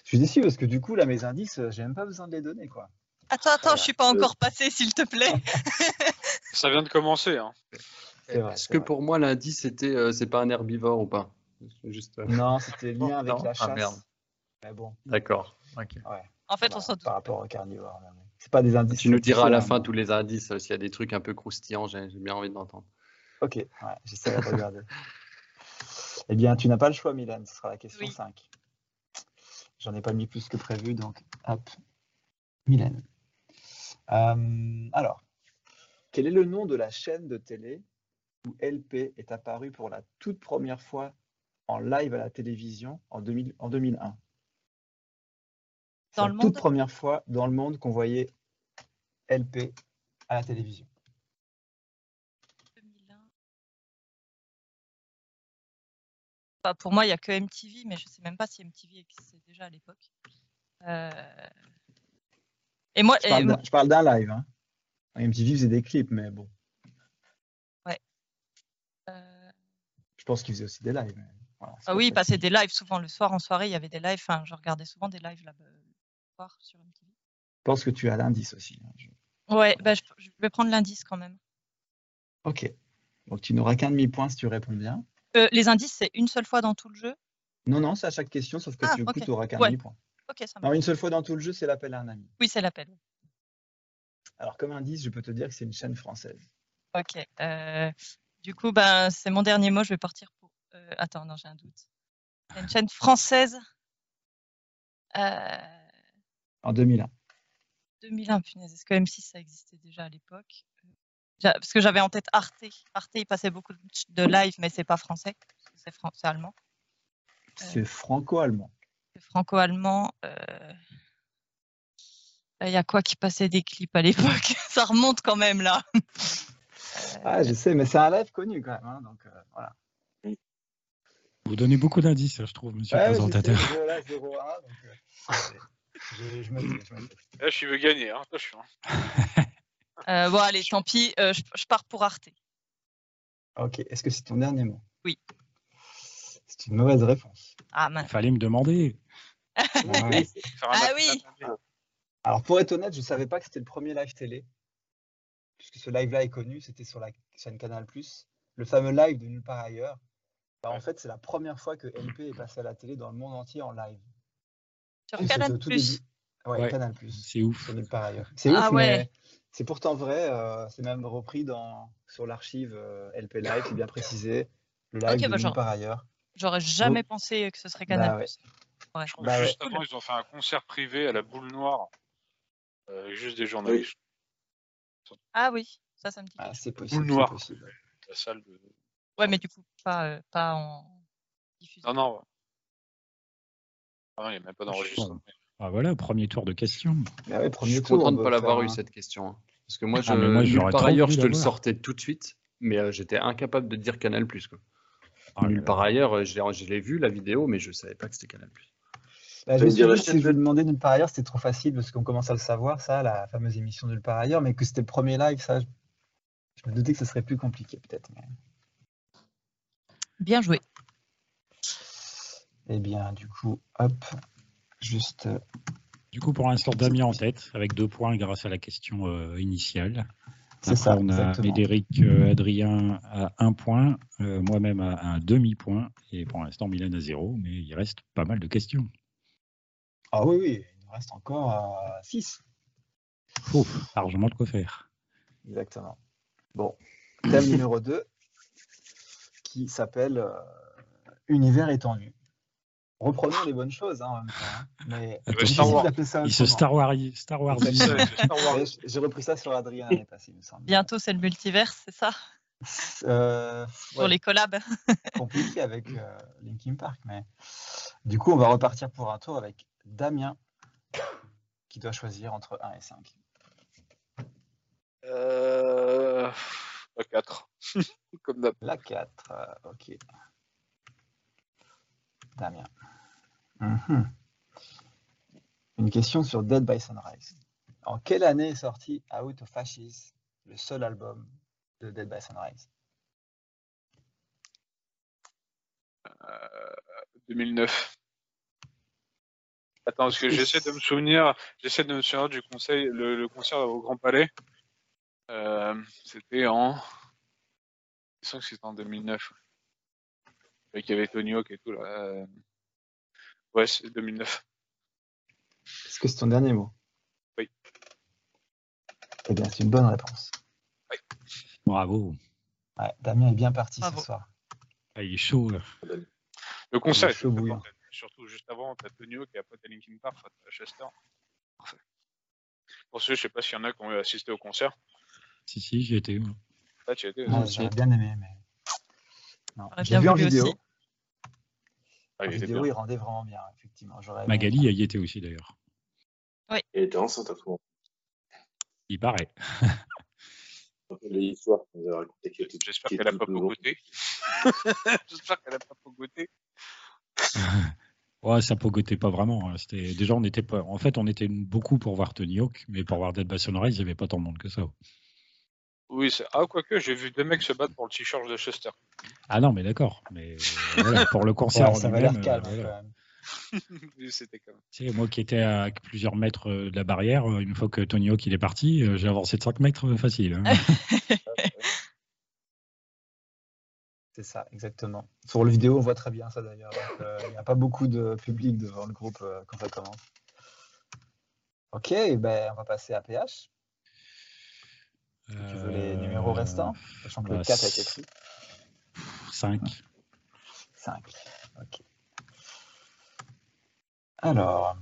Speaker 5: Je suis déçu parce que du coup, là, mes indices, euh, j'ai même pas besoin de les donner, quoi.
Speaker 6: Eh
Speaker 4: Attends, attends,
Speaker 2: Voilà.
Speaker 4: je suis pas
Speaker 2: Euh.
Speaker 4: encore passé, s'il te plaît.
Speaker 3: Ça vient de commencer, hein.
Speaker 5: C'est vrai,
Speaker 6: ben, Est-ce
Speaker 5: c'est
Speaker 6: que
Speaker 5: vrai.
Speaker 6: pour moi, lundi, c'était, euh, c'est pas un herbivore ou pas Juste. euh,
Speaker 5: Non,
Speaker 6: [laughs]
Speaker 5: c'était lien avec
Speaker 6: Non
Speaker 5: la
Speaker 6: Ah,
Speaker 5: chasse.
Speaker 6: merde.
Speaker 5: Mais bon,
Speaker 6: D'accord. Ok.
Speaker 4: En fait, on
Speaker 5: bah,
Speaker 4: s'en doute.
Speaker 5: par rapport au carnivore. mais hein. bon. C'est pas des indices.
Speaker 6: Tu nous diras à la fin
Speaker 5: spécifiques,
Speaker 6: tous les indices euh, s'il y a des trucs un peu croustillants. J'ai j'ai bien envie de l'entendre.
Speaker 5: hein. Ok, ouais, j'essaie de regarder. eh bien, tu n'as pas le choix, Milan. Ce sera la question
Speaker 4: Oui.
Speaker 5: 5. J'en ai pas mis plus que prévu, donc hop. Milan. Euh, alors, quel est le nom de la chaîne de télé où LP est apparu pour la toute première fois en live à la télévision en, 2000 en 2001 C'est
Speaker 4: Dans
Speaker 5: la
Speaker 4: le monde
Speaker 5: toute première fois dans le monde qu'on voyait LP à la télévision.
Speaker 4: 2001. Bah, pour moi, il y a que MTV, mais je sais même pas si MTV existait déjà à l'époque. Euh, Et moi,
Speaker 5: Je
Speaker 4: et
Speaker 5: parle
Speaker 4: moi-
Speaker 5: d'un- je parle d'un live. Hein. MTV faisait des clips, mais bon.
Speaker 4: euh,
Speaker 5: Je pense qu'ils faisaient aussi des lives. mais voilà, c'est
Speaker 4: Ah
Speaker 5: pas
Speaker 4: oui,
Speaker 5: facile.
Speaker 4: bah, c'est des lives souvent le soir en soirée, il y avait des lives. Enfin, je regardais souvent des lives là-bas euh, le soir sur MTV.
Speaker 5: Je pense que tu as l'indice aussi. hein, je-
Speaker 4: Ouais, bah, je, je vais prendre l'indice quand même.
Speaker 5: Ok. Donc tu n'auras qu'un demi-point si tu réponds bien.
Speaker 4: Euh, les indices, c'est une seule fois dans tout le jeu.
Speaker 5: Non, non, c'est à chaque question, sauf que
Speaker 4: Ah,
Speaker 5: du coup,
Speaker 4: ok.
Speaker 5: tu auras qu'un
Speaker 4: Ouais.
Speaker 5: demi-point.
Speaker 4: Ok, ça
Speaker 5: Non,
Speaker 4: marche.
Speaker 5: une seule fois dans tout le jeu, c'est l'appel à un ami.
Speaker 4: Oui, c'est l'appel.
Speaker 5: Alors, comme indice, je peux te dire que c'est une chaîne française.
Speaker 4: Ok. euh, du coup, ben, c'est mon dernier mot. Je vais partir pour. euh, attends, non, j'ai un doute. Il y a une chaîne française. Euh,
Speaker 5: En 2001.
Speaker 4: 2001, punaise. Est-ce que M6 ça existait déjà à l'époque J'a- Parce que j'avais en tête Arte. Arte, il passait beaucoup de ch- de live, mais c'est pas français. C'est fran- c'est allemand.
Speaker 5: C'est franco-allemand.
Speaker 4: C'est franco-allemand. euh, Il y a quoi qui passait des clips à l'époque [laughs] Ça remonte quand même là.
Speaker 5: Ah, je sais, mais c'est un live connu quand même. hein, donc, euh, voilà.
Speaker 1: Vous donnez beaucoup d'indices, hein, je trouve, monsieur
Speaker 5: Ouais,
Speaker 1: le
Speaker 5: je sais,
Speaker 1: présentateur.
Speaker 5: voilà, 0-1, donc, euh, je, je me dis, je me dis.
Speaker 3: Là, je veux gagner, hein, attention.
Speaker 4: Euh, bon, allez, tant pis. euh, je, je pars pour Arte.
Speaker 5: Ok, est-ce que c'est ton dernier mot
Speaker 4: Oui.
Speaker 5: C'est une
Speaker 4: [laughs]
Speaker 5: mauvaise réponse.
Speaker 4: Ah mince.
Speaker 1: Il fallait me demander.
Speaker 5: Ouais.
Speaker 3: Faire un
Speaker 4: Ah
Speaker 3: appel
Speaker 4: oui.
Speaker 3: à un ami.
Speaker 5: Alors, pour être honnête, je ne savais pas que c'était le premier live télé. Puisque ce live-là est connu, c'était sur la chaîne Canal+, le fameux live de Nulle part ailleurs. Bah, en fait, c'est la première fois que MP est passé à la télé dans le monde entier en live.
Speaker 4: Sur
Speaker 5: Et c'était
Speaker 4: Canal+.
Speaker 5: au tout début. Ouais,
Speaker 1: Ouais.
Speaker 5: Canal+.
Speaker 1: C'est ouf.
Speaker 5: sur Nulle part ailleurs. C'est
Speaker 4: Ah
Speaker 5: ouf,
Speaker 4: ouais.
Speaker 5: mais c'est pourtant vrai. euh, c'est même repris dans, sur l'archive euh, LP Live, c'est bien précisé. Le live
Speaker 4: Ok,
Speaker 5: de
Speaker 4: bah,
Speaker 5: Nulle
Speaker 4: genre-
Speaker 5: part ailleurs.
Speaker 4: J'aurais jamais pensé que ce serait Canal+.
Speaker 5: Bah ouais.
Speaker 4: Ouais.
Speaker 3: Je crois
Speaker 5: Bah
Speaker 3: que
Speaker 5: ouais.
Speaker 3: juste avant, ils ont fait un concert privé à la boule noire. euh, avec juste des journalistes.
Speaker 4: Ah oui, ça, ça me dit. quelque
Speaker 5: Ah,
Speaker 4: chose.
Speaker 5: c'est possible.
Speaker 3: noir.
Speaker 5: c'est possible.
Speaker 3: La salle de.
Speaker 4: Ouais, mais du coup, pas, euh, pas en diffusé.
Speaker 3: Non, non. ouais. Ah, non, il n'y a même pas d'enregistrement.
Speaker 1: Ah, voilà, premier tour de questions.
Speaker 5: Ah ouais,
Speaker 6: Je
Speaker 5: premier
Speaker 6: suis
Speaker 5: tour,
Speaker 6: content
Speaker 5: on
Speaker 6: de ne
Speaker 5: doit
Speaker 6: pas
Speaker 5: faire
Speaker 6: l'avoir eu
Speaker 5: un-
Speaker 6: cette question. hein. Parce que moi, je,
Speaker 1: Ah, mais moi,
Speaker 6: nulle
Speaker 1: j'aurais
Speaker 6: par
Speaker 1: trop
Speaker 6: ailleurs,
Speaker 1: voulu
Speaker 6: je te le
Speaker 1: l'avoir.
Speaker 6: sortais tout de suite, mais euh, j'étais incapable de dire Canal. Quoi.
Speaker 1: Ah là
Speaker 6: nulle
Speaker 1: là.
Speaker 6: part ailleurs, euh, je l'ai- je l'ai vu la vidéo, mais je ne savais pas que c'était Canal.
Speaker 5: Bah, je
Speaker 2: Ça
Speaker 5: me
Speaker 2: veut dire
Speaker 5: suis
Speaker 2: la
Speaker 5: dit, si
Speaker 2: chaîne
Speaker 5: je le demandais nulle part ailleurs, c'était trop facile parce qu'on commence à le savoir, ça, la fameuse émission nulle part ailleurs, mais que c'était le premier live, ça, je, je me doutais que ce serait plus compliqué peut-être. mais-
Speaker 4: Bien joué.
Speaker 5: Eh bien, du coup, hop, juste. euh,
Speaker 1: Du coup, pour l'instant, Damien en tête, avec deux points grâce à la question euh, initiale.
Speaker 5: C'est
Speaker 1: Après,
Speaker 5: ça,
Speaker 1: on a
Speaker 5: exactement.
Speaker 1: Médéric, euh, Adrien à un point, euh, moi-même à un demi-point, et pour l'instant, Mylène à zéro, mais il reste pas mal de questions.
Speaker 5: Ah oui, oui, il nous reste encore euh, 6.
Speaker 1: Ouf, largement de quoi faire.
Speaker 5: Exactement. Bon, thème numéro 2, qui s'appelle euh, Univers étendu. Reprenons les bonnes choses hein, en même temps. hein, Mais
Speaker 1: Attends,
Speaker 3: Le
Speaker 5: [laughs] difficile
Speaker 3: Star Wars.
Speaker 5: d'appeler ça
Speaker 1: Il se
Speaker 5: autrement.
Speaker 1: Star Wars. Star Wars.
Speaker 3: C'est ça, c'est Star Wars.
Speaker 5: Ouais, j- J'ai repris ça sur Adrien l'année passée, il me semble.
Speaker 4: Bientôt, c'est le multiverse, c'est ça
Speaker 5: Euh,
Speaker 4: Pour
Speaker 5: ouais.
Speaker 4: les collabs.
Speaker 5: compliqué avec euh, Linkin Park. Mais du coup, on va repartir pour un tour avec Damien, qui doit choisir entre 1 et 5.
Speaker 3: Euh... 4. [laughs] Comme d'hab.
Speaker 5: La 4, euh, ok. Damien. Mhm. Une question sur Dead by Sunrise. En quelle année est sorti Out of Fascist, le seul album de Dead by Sunrise
Speaker 3: 2009. Attends, parce que j'essaie de me souvenir, j'essaie de me souvenir du conseil, le, le concert au Grand Palais. Euh, c'était en, je sens que c'était en 2009. Avec il y avait Tony Hawk et tout là. Euh, Ouais, c'est 2009.
Speaker 5: Est-ce que c'est ton dernier mot
Speaker 3: Oui.
Speaker 5: Eh bien, c'est une bonne réponse.
Speaker 1: Bravo.
Speaker 5: Ouais, Damien est bien parti
Speaker 4: Bravo.
Speaker 5: ce soir.
Speaker 1: Ah, il est chaud. là.
Speaker 3: Le concert.
Speaker 5: Le
Speaker 3: était très
Speaker 5: chaud
Speaker 3: fort,
Speaker 5: bouillant.
Speaker 3: t'as- Surtout juste avant, t'as Tony Hawk et après t'as Linkin Park, enfin, t'as Chester. Parfait. Pour ceux, je sais pas s'il y en a qui ont assisté au concert.
Speaker 1: Si, si, j'y étais. moi.
Speaker 3: Là, tu y étais.
Speaker 5: Ouais,
Speaker 6: Moi
Speaker 5: J'aurais
Speaker 6: aussi.
Speaker 5: bien aimé, mais. Non,
Speaker 4: J'aurais
Speaker 5: j'ai
Speaker 4: bien
Speaker 5: vu en
Speaker 4: voulu
Speaker 5: vidéo.
Speaker 4: aussi.
Speaker 3: Ah,
Speaker 5: En
Speaker 3: il était
Speaker 5: vidéo,
Speaker 3: bien.
Speaker 5: il rendait vraiment bien, effectivement. J'aurais aimé.
Speaker 1: Magali elle y était aussi, d'ailleurs.
Speaker 2: Elle était enceinte à ce moment.
Speaker 1: Il paraît.
Speaker 2: Après, L'histoire qu'on nous a racontée, qui était-
Speaker 3: J'espère
Speaker 2: qui
Speaker 3: qu'elle a
Speaker 2: était
Speaker 3: pas
Speaker 2: tout le long. [laughs]
Speaker 3: pogoté. J'espère qu'elle a pas pogoté.
Speaker 1: Ouais, ça pogotait pas vraiment. hein. C'était déjà on était pas. En fait, on était beaucoup pour voir Tony Hawk, mais pour voir Dead by Sunrise, il n'y avait pas tant de monde que ça.
Speaker 3: Oui, c'est. Ah, quoique, j'ai vu deux mecs se battre pour le t-shirt de Chester. [laughs]
Speaker 1: Ah non, mais d'accord. Mais euh, voilà, pour le concert,
Speaker 5: Ouais, ça
Speaker 1: en
Speaker 5: va l'air
Speaker 1: lui-même,
Speaker 5: calme hein,
Speaker 1: euh,
Speaker 5: quand
Speaker 1: voilà.
Speaker 5: même.
Speaker 3: Oui, C'était quand même.
Speaker 1: Tu sais, moi qui étais à plusieurs mètres euh, de la barrière, euh, une fois que Tony Hawk il est parti, euh, j'ai avancé de 5 mètres euh, facile. [laughs] hein.
Speaker 5: C'est ça, exactement. Sur le vidéo, on voit très bien ça d'ailleurs. Donc, euh, Il n'y a pas beaucoup de public devant le groupe euh, quand ça commence. Ok, ben, on va passer à PH. Tu veux les
Speaker 1: Euh,
Speaker 5: numéros restants Sachant que
Speaker 1: bah,
Speaker 5: le 4 a été
Speaker 1: c'est-
Speaker 5: pris.
Speaker 1: 5.
Speaker 5: 5. Ok. Alors,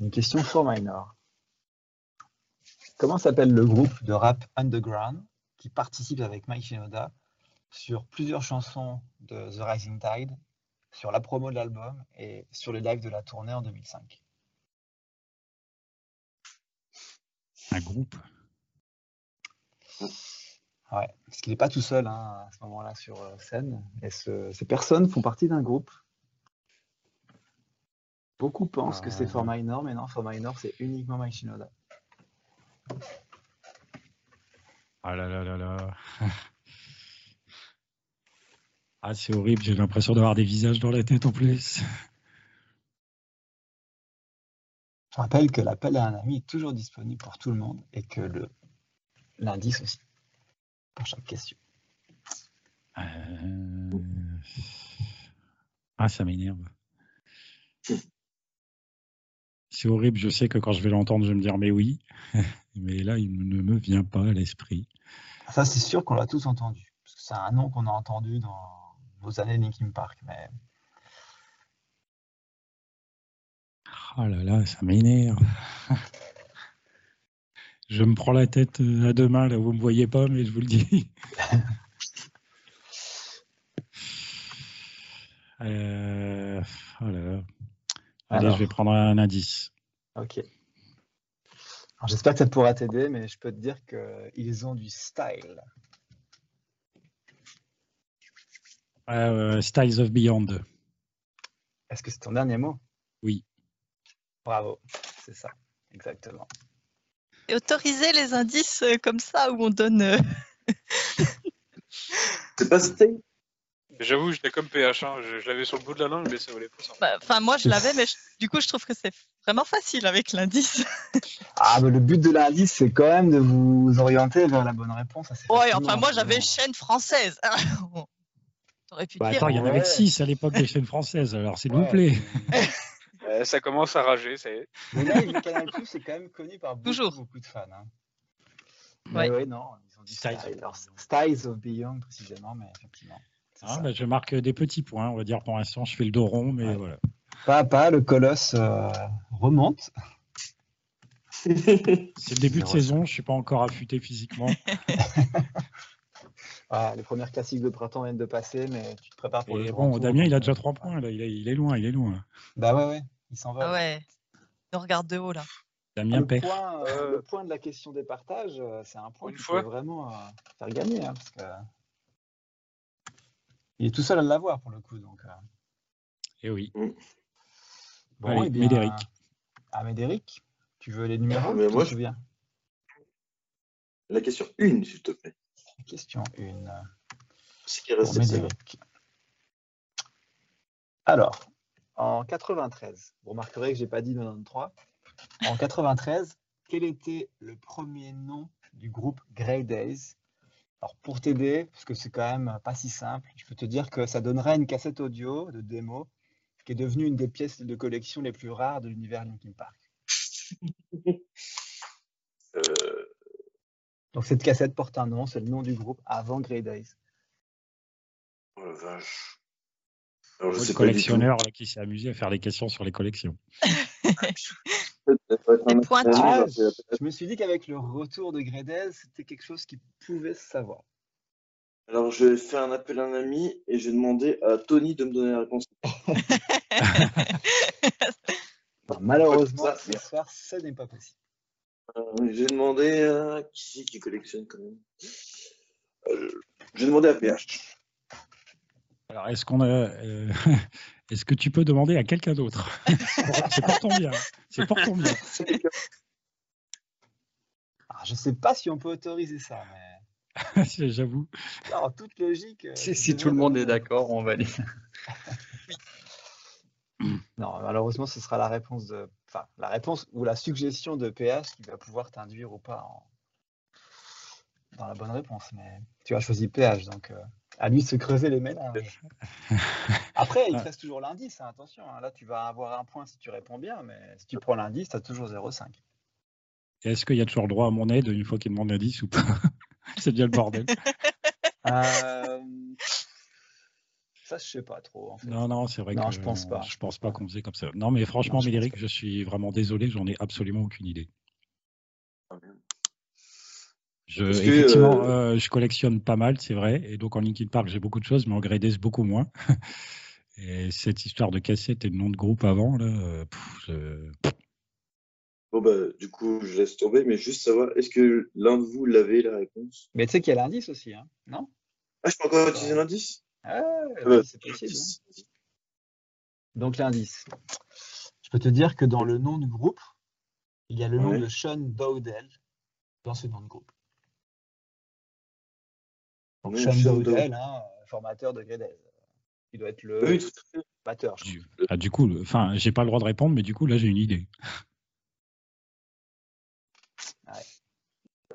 Speaker 5: une question for minor. Comment s'appelle le groupe de rap underground qui participe avec Mike Shinoda sur plusieurs chansons de The Rising Tide, sur la promo de l'album et sur les lives de la tournée en 2005
Speaker 1: Un groupe.
Speaker 5: Ouais, parce qu'il n'est pas tout seul hein, à ce moment-là sur euh, scène. Et ce- ces personnes font partie d'un groupe. Beaucoup pensent que c'est For Minor, mais non, For Minor, c'est uniquement Mike Shinoda.
Speaker 1: Ah là là là là. [laughs] Ah, c'est horrible, j'ai l'impression d'avoir des visages dans la tête en plus.
Speaker 5: Je rappelle que l'appel à un ami est toujours disponible pour tout le monde et que le l'indice aussi pour chaque question.
Speaker 1: Euh, Ah, ça m'énerve. C'est horrible, je sais que quand je vais l'entendre, je vais me dire mais oui. [laughs] Mais là, il ne me vient pas à l'esprit.
Speaker 5: Ça, c'est sûr qu'on l'a tous entendu, parce que c'est un nom qu'on a entendu dans nos années Linkin Park, mais
Speaker 1: Oh là là, ça [laughs] m'énerve. Je me prends la tête euh, à deux mains, là, vous me voyez pas, mais je vous le [laughs] dis. Euh, oh là là. Allez,
Speaker 5: Alors.
Speaker 1: je vais prendre un indice.
Speaker 5: ok. Alors, J'espère que ça pourra t'aider, mais je peux te dire qu'ils ont du style.
Speaker 1: Euh, Styles of Beyond.
Speaker 5: Est-ce que c'est ton dernier mot
Speaker 1: Oui.
Speaker 5: Bravo, c'est ça, exactement.
Speaker 4: Et autoriser les indices euh, comme ça où on donne. euh, [laughs]
Speaker 2: C'est pas Stay
Speaker 3: J'avoue, j'étais comme PH, hein, je, je l'avais sur le bout de la langue, mais ça voulait pas sortir.
Speaker 4: bah, Enfin, moi, je l'avais, mais je- du coup, je trouve que c'est vraiment facile avec
Speaker 5: [laughs]
Speaker 4: l'indice.
Speaker 5: Ah, mais le but de l'indice, c'est quand même de vous orienter vers la bonne réponse. assez
Speaker 4: Ouais,
Speaker 5: facilement,
Speaker 4: enfin, moi, j'avais
Speaker 5: évidemment.
Speaker 4: chaîne française. [laughs] T'aurais pu
Speaker 1: Bah,
Speaker 4: dire.
Speaker 1: attends, il y en avait
Speaker 5: Ouais.
Speaker 1: que six à l'époque des chaînes françaises, alors s'il vous
Speaker 5: Ouais.
Speaker 1: plaît.
Speaker 3: Euh, ça commence à rager, ça y est.
Speaker 5: [laughs] Mais là, le Canal Plus est quand même connu par beaucoup,
Speaker 4: Toujours.
Speaker 5: beaucoup de fans. Hein.
Speaker 4: Ouais.
Speaker 5: Mais ouais, non, ils ont dit
Speaker 1: Styles
Speaker 5: Styles,
Speaker 1: of
Speaker 5: alors, Styles of Beyond précisément, mais effectivement. c'est
Speaker 1: Hein,
Speaker 5: ça.
Speaker 1: bah, je marque des petits points, on va dire pour l'instant, je fais le dos rond, mais
Speaker 5: Ouais.
Speaker 1: voilà.
Speaker 5: Pas à pas, le colosse euh, remonte.
Speaker 1: C'est le début de
Speaker 5: Ouais.
Speaker 1: saison, je suis pas encore affûté physiquement.
Speaker 5: Ouais, Ah, les premières classiques de printemps viennent de passer, mais tu te prépares pour
Speaker 1: Et
Speaker 5: le grand
Speaker 1: bon,
Speaker 5: tour,
Speaker 1: Damien, il a
Speaker 5: donc,
Speaker 1: déjà
Speaker 5: euh,
Speaker 1: trois points, là, il est- il est loin, il est loin.
Speaker 5: Bah ouais, ouais, il s'en va.
Speaker 4: Ah ouais. On regarde de haut, là.
Speaker 1: Damien
Speaker 5: Le
Speaker 1: Père.
Speaker 5: point, euh,
Speaker 3: [laughs] Euh,
Speaker 5: le point de la question des partages, euh, c'est un point
Speaker 3: une
Speaker 5: qui
Speaker 3: fois.
Speaker 5: peut vraiment euh, faire gagner. hein, parce que... Il est tout seul à l'avoir pour le coup. Donc, euh,
Speaker 1: Eh oui.
Speaker 5: Bon,
Speaker 1: Allez,
Speaker 5: eh bien,
Speaker 1: Médéric.
Speaker 5: Ah, Médéric, tu veux les numéros
Speaker 2: Ah, Mais
Speaker 5: tu
Speaker 2: moi,
Speaker 5: te
Speaker 2: je-
Speaker 5: souviens
Speaker 2: La question 1, s'il te plaît.
Speaker 5: Question 1
Speaker 2: C'est qui
Speaker 5: pour
Speaker 2: reste cette saison
Speaker 5: Médéric. Alors, en 93, vous remarquerez que j'ai pas dit 93. En 93, quel était le premier nom du groupe Grey Days Alors, pour t'aider, parce que c'est quand même pas si simple, je peux te dire que ça donnerait une cassette audio de démo qui est devenue une des pièces de collection les plus rares de l'univers Linkin Park.
Speaker 2: Euh,
Speaker 5: Donc, cette cassette porte un nom, c'est le nom du groupe avant Grey Days.
Speaker 2: Oh la vache. Alors, je
Speaker 1: Le
Speaker 2: sais pas du tout.
Speaker 1: collectionneur là, qui s'est amusé à faire les questions sur les collections.
Speaker 2: Ça doit être un
Speaker 4: C'est pointu.
Speaker 2: autre
Speaker 5: Ah,
Speaker 2: ami, ça
Speaker 5: je
Speaker 2: fait-
Speaker 5: je me suis dit qu'avec le retour de Gredez, c'était quelque chose qui pouvait se savoir.
Speaker 2: Alors, je vais faire un appel à un ami et je vais demander à Tony de me donner la réponse.
Speaker 5: Bon, Bah, malheureusement,
Speaker 2: Ça,
Speaker 5: ce soir, ce n'est pas possible.
Speaker 2: Euh, J'ai demandé à qui c'est qui collectionne quand même. Euh, J'ai demandé à PH.
Speaker 1: Alors, est-ce qu'on a. euh, [laughs] est-ce que tu peux demander à quelqu'un d'autre [laughs] C'est pour ton bien. C'est pour ton bien.
Speaker 5: Alors, Ah, je sais pas si on peut autoriser ça, mais
Speaker 1: [laughs] J'avoue.
Speaker 5: non, en toute logique. euh,
Speaker 6: Si,
Speaker 5: je
Speaker 6: si
Speaker 5: demande
Speaker 6: tout le monde
Speaker 5: à-
Speaker 6: est d'accord, on va aller.
Speaker 5: Non, malheureusement, ce sera la réponse de, enfin, la réponse ou la suggestion de PH qui va pouvoir t'induire ou pas en- dans la bonne réponse. Mais tu as choisi PH, donc euh, à lui de se creuser les méninges. [laughs] Après, il te reste toujours l'indice, hein, attention. hein. Là, tu vas avoir un point si tu réponds bien, mais si tu prends l'indice, tu as toujours 0,5.
Speaker 1: Est-ce qu'il y a toujours le droit à mon aide une fois qu'il demande l'indice ou pas [laughs] C'est déjà le bordel.
Speaker 5: [laughs] Euh, Ça, je sais pas trop. En fait.
Speaker 1: Non, non, c'est vrai
Speaker 5: Non,
Speaker 1: que
Speaker 5: je pense pas,
Speaker 1: Je
Speaker 5: je
Speaker 1: pense pas qu'on faisait comme ça. Non, mais franchement,
Speaker 5: Non, je pense
Speaker 1: Médéric,
Speaker 5: pas.
Speaker 1: je suis vraiment désolé, j'en ai absolument aucune idée. Je,
Speaker 2: Parce que,
Speaker 1: effectivement, euh, je collectionne pas mal, c'est vrai. Et donc, en Linkin Park, j'ai beaucoup de choses, mais en Grey Days, beaucoup moins. [laughs] Et cette histoire de cassette et de nom de groupe avant, là, euh, pff, je-
Speaker 2: Bon, bah, du coup, je laisse tomber, mais juste savoir, est-ce que l'un de vous l'avez la réponse
Speaker 5: Mais tu sais qu'il y a l'indice aussi, hein, non
Speaker 2: Ah, je peux encore utiliser l'indice Euh,
Speaker 5: Ouais,
Speaker 2: Ouais.
Speaker 5: c'est possible. hein. Donc l'indice. Je peux te dire que dans le nom du groupe, il y a le nom
Speaker 2: Ouais.
Speaker 5: de Sean Dowdell dans ce nom de groupe. Donc
Speaker 2: Oui,
Speaker 5: Sean
Speaker 2: Sean
Speaker 5: Dowdell, hein, formateur de Gredez. Il doit être le
Speaker 2: Oui, tout à fait.
Speaker 5: batteur. je crois.
Speaker 1: du- ah, du coup, le- enfin, j'ai pas le droit de répondre, mais du coup, là, j'ai une idée.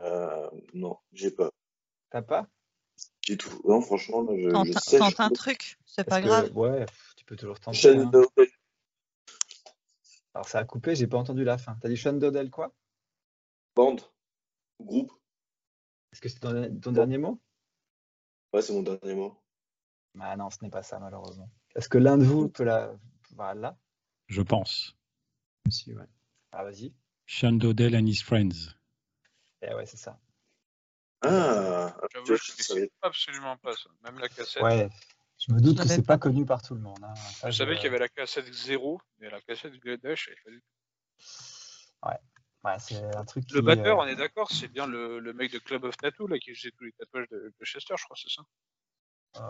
Speaker 2: Euh, non, j'ai pas.
Speaker 5: T'as pas
Speaker 2: J'ai tout. Non, franchement, là, je, je
Speaker 4: Tente,
Speaker 2: sais.
Speaker 4: tente un truc, c'est pas
Speaker 5: Parce que,
Speaker 4: grave.
Speaker 5: Ouais, pff, tu peux toujours tenter.
Speaker 2: Chaîne
Speaker 5: hein.
Speaker 2: de-
Speaker 5: Alors ça a coupé, j'ai pas entendu la fin. T'as dit Sean Dowdell quoi
Speaker 2: bande, groupe.
Speaker 5: Est-ce que c'est ton, ton dernier mot
Speaker 2: Ouais, c'est mon dernier mot.
Speaker 5: Ah non, ce n'est pas ça malheureusement. Est-ce que l'un de vous peut la... Voilà.
Speaker 1: Je pense.
Speaker 6: Aussi, ouais.
Speaker 5: Ah vas-y.
Speaker 1: Sean Dodell and his friends.
Speaker 5: Eh ouais, c'est ça.
Speaker 2: Ah,
Speaker 3: J'avoue,
Speaker 2: tu vois,
Speaker 3: je
Speaker 2: je savais
Speaker 3: connaissais absolument pas ça. Même la cassette.
Speaker 5: Ouais, je me doute
Speaker 4: Je
Speaker 5: que
Speaker 4: savais
Speaker 5: c'est pas connu par tout le monde. hein. Ça,
Speaker 3: Je savais
Speaker 5: je-
Speaker 3: qu'il y avait la cassette 0, mais la cassette Gredesh.
Speaker 5: Ouais, c'est un truc
Speaker 3: Le
Speaker 5: qui,
Speaker 3: batteur,
Speaker 5: euh,
Speaker 3: on est d'accord, c'est bien le, le mec de Club of Tattoo là, qui faisait tous les tatouages de, de Chester, je crois, c'est ça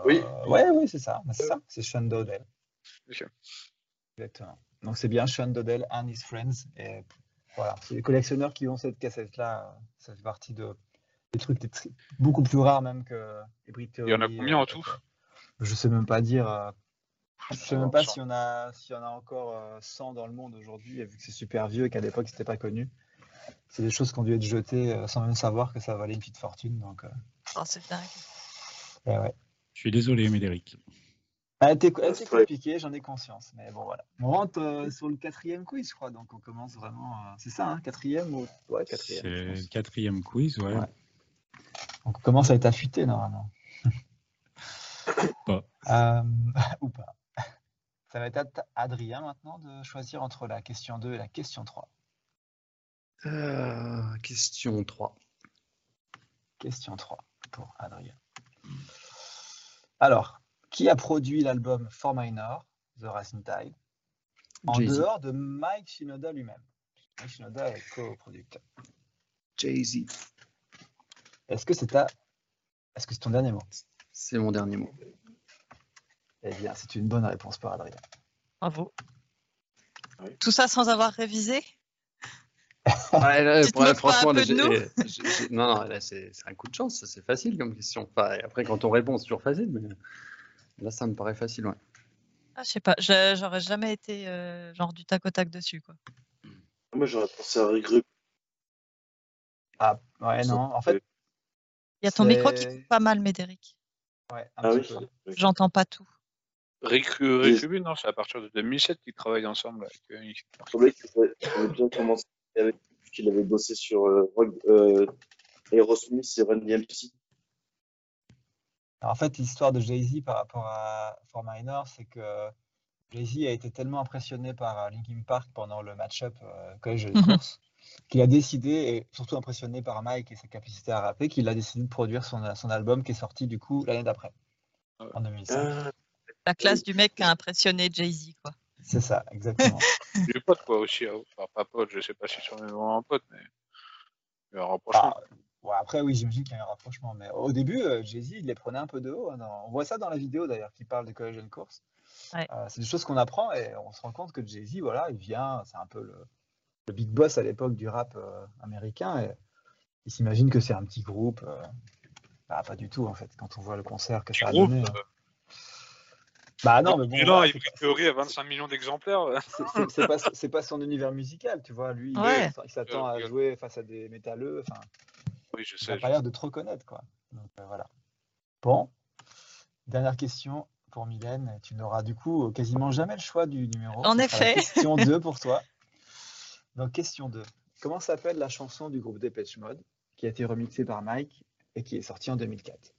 Speaker 2: Oui.
Speaker 5: euh, ouais, ouais, c'est ça. C'est ça. C'est Sean Dodell.
Speaker 3: Ok.
Speaker 5: Exactement. Donc c'est bien Sean Dodell and his friends. Et voilà, c'est les collectionneurs qui ont cette cassette-là. euh, Ça fait partie de des trucs des tri- beaucoup plus rares même que les Brit
Speaker 3: Il y en a
Speaker 5: Theory,
Speaker 3: combien en
Speaker 5: euh,
Speaker 3: tout
Speaker 5: que- Je sais même pas dire. euh,
Speaker 3: Bah,
Speaker 5: Je sais même pas
Speaker 3: Cent.
Speaker 5: si on a s'il y en a encore euh, 100 dans le monde aujourd'hui, et vu que c'est super vieux et qu'à l'époque c'était pas connu. C'est des choses qui ont dû être jetées euh, sans même savoir que ça valait une petite fortune. Donc, euh,
Speaker 4: Oh, c'est dingue.
Speaker 5: eh ouais.
Speaker 1: Je suis désolé, Médéric.
Speaker 5: Bah, Elle était,
Speaker 2: Ah, c'est vrai.
Speaker 5: compliquée, j'en ai conscience, mais bon voilà. On rentre euh, sur le quatrième quiz, je crois, donc on commence vraiment. euh, c'est ça, hein, quatrième ou ouais,
Speaker 1: C'est
Speaker 5: quatrième. je
Speaker 1: le
Speaker 5: pense.
Speaker 1: quatrième quiz, ouais.
Speaker 5: Ouais. Donc on commence à être affûté normalement.
Speaker 1: Pas.
Speaker 5: [laughs] Euh, ou pas. Ça va être à ta- Adrien maintenant de choisir entre la question 2 et la question 3.
Speaker 6: Euh, question 3.
Speaker 5: Question 3 pour Adrien. Alors, qui a produit l'album For Minor, The Rising Tide, en
Speaker 6: Jay-Z.
Speaker 5: dehors de Mike Shinoda lui-même Mike Shinoda est co-producteur.
Speaker 6: Jay-Z.
Speaker 5: Est-ce que c'est ta... Est-ce que c'est ton dernier mot
Speaker 6: C'est mon dernier mot.
Speaker 5: Eh bien, c'est une bonne réponse par Adrien.
Speaker 4: Bravo.
Speaker 2: Ouais.
Speaker 4: Tout ça sans avoir révisé
Speaker 6: Ouais,
Speaker 4: [laughs]
Speaker 6: là,
Speaker 4: Tu te
Speaker 6: pour- là,
Speaker 4: moques pas un
Speaker 6: franchement,
Speaker 4: peu
Speaker 6: là,
Speaker 4: de
Speaker 6: j'ai-
Speaker 4: nous
Speaker 6: euh, j'ai- j'ai- non, non, là, c'est c'est un coup de chance, ça, c'est facile comme question. Enfin, après, quand on répond, c'est toujours facile, mais là, ça me paraît facile, ouais.
Speaker 4: ah, Je sais pas, je- j'aurais jamais été euh, genre du tac au tac dessus. Quoi.
Speaker 2: Ah, Moi, j'aurais pensé à regrouper.
Speaker 5: Ah, ouais, non. En fait,
Speaker 4: Il y a ton micro
Speaker 5: C'est-
Speaker 4: qui coupe pas mal, Médéric.
Speaker 5: ouais, un
Speaker 2: Ah oui.
Speaker 5: petit peu.
Speaker 2: oui.
Speaker 4: J'entends pas tout.
Speaker 3: Rick, euh, Rick Rubin, non, c'est à partir de 2007 qu'ils travaillent ensemble. Avec, euh, Nick.
Speaker 2: Il semblait qu'il avait- qu'il avait bien commencé avec qu'il avait bossé sur euh, Rock- euh, Aerosmith et Run DMC.
Speaker 5: Alors, en fait, l'histoire de Jay-Z par rapport à For Minor, c'est que Jay-Z a été tellement impressionné par euh, Linkin Park pendant le match-up euh, collège de
Speaker 4: Mhm.
Speaker 5: course qu'il a décidé, et surtout impressionné par Mike et sa capacité à rapper, qu'il a décidé de produire son, euh, son album qui est sorti du coup l'année d'après,
Speaker 3: Ah ouais.
Speaker 5: en 2005.
Speaker 2: Ah,
Speaker 4: La classe du mec qui a impressionné Jay-Z. quoi.
Speaker 5: C'est ça, exactement.
Speaker 3: Du pote, quoi, aussi. hein. Enfin, pas pote, je sais pas si c'est vraiment un pote, mais. mais un rapprochement.
Speaker 5: Ah, ouais, après, oui, j'imagine qu'il y a un rapprochement. Mais au début, euh, Jay-Z, il les prenait un peu de haut. hein, dans- On voit ça dans la vidéo d'ailleurs, qui parle de collège and course.
Speaker 4: Ouais.
Speaker 5: Euh, c'est des choses qu'on apprend et on se rend compte que Jay-Z, voilà, il vient, c'est un peu le, le big boss à l'époque du rap euh, américain. Et ils s'imaginent que c'est un petit groupe. euh, bah, pas du tout, en fait, quand on voit le concert que ça a
Speaker 3: groupe,
Speaker 5: donné.
Speaker 3: euh,
Speaker 5: hein. Bah non, mais bon,
Speaker 3: Et là,
Speaker 5: voilà,
Speaker 3: il
Speaker 5: c'est
Speaker 3: fait
Speaker 5: pas-
Speaker 3: une théorie à 25 millions d'exemplaires.
Speaker 5: c'est- c'est- c'est pas, c'est pas son univers musical, tu vois. Lui, il-
Speaker 4: Ouais.
Speaker 5: il s'attend à
Speaker 3: Euh,
Speaker 5: jouer face à des métalleux. Enfin,
Speaker 3: Oui, je
Speaker 5: il n'a
Speaker 3: sais.
Speaker 5: pas l'air de trop connaître, quoi. Donc euh, voilà. Bon, dernière question pour Mylène. Tu n'auras du coup quasiment jamais le choix du numéro.
Speaker 4: En
Speaker 5: Ce sera la
Speaker 4: effet. [laughs]
Speaker 5: Question 2 pour toi. Donc question 2. Comment s'appelle la chanson du groupe Dépêche Mode qui a été remixée par Mike et qui est sortie en 2004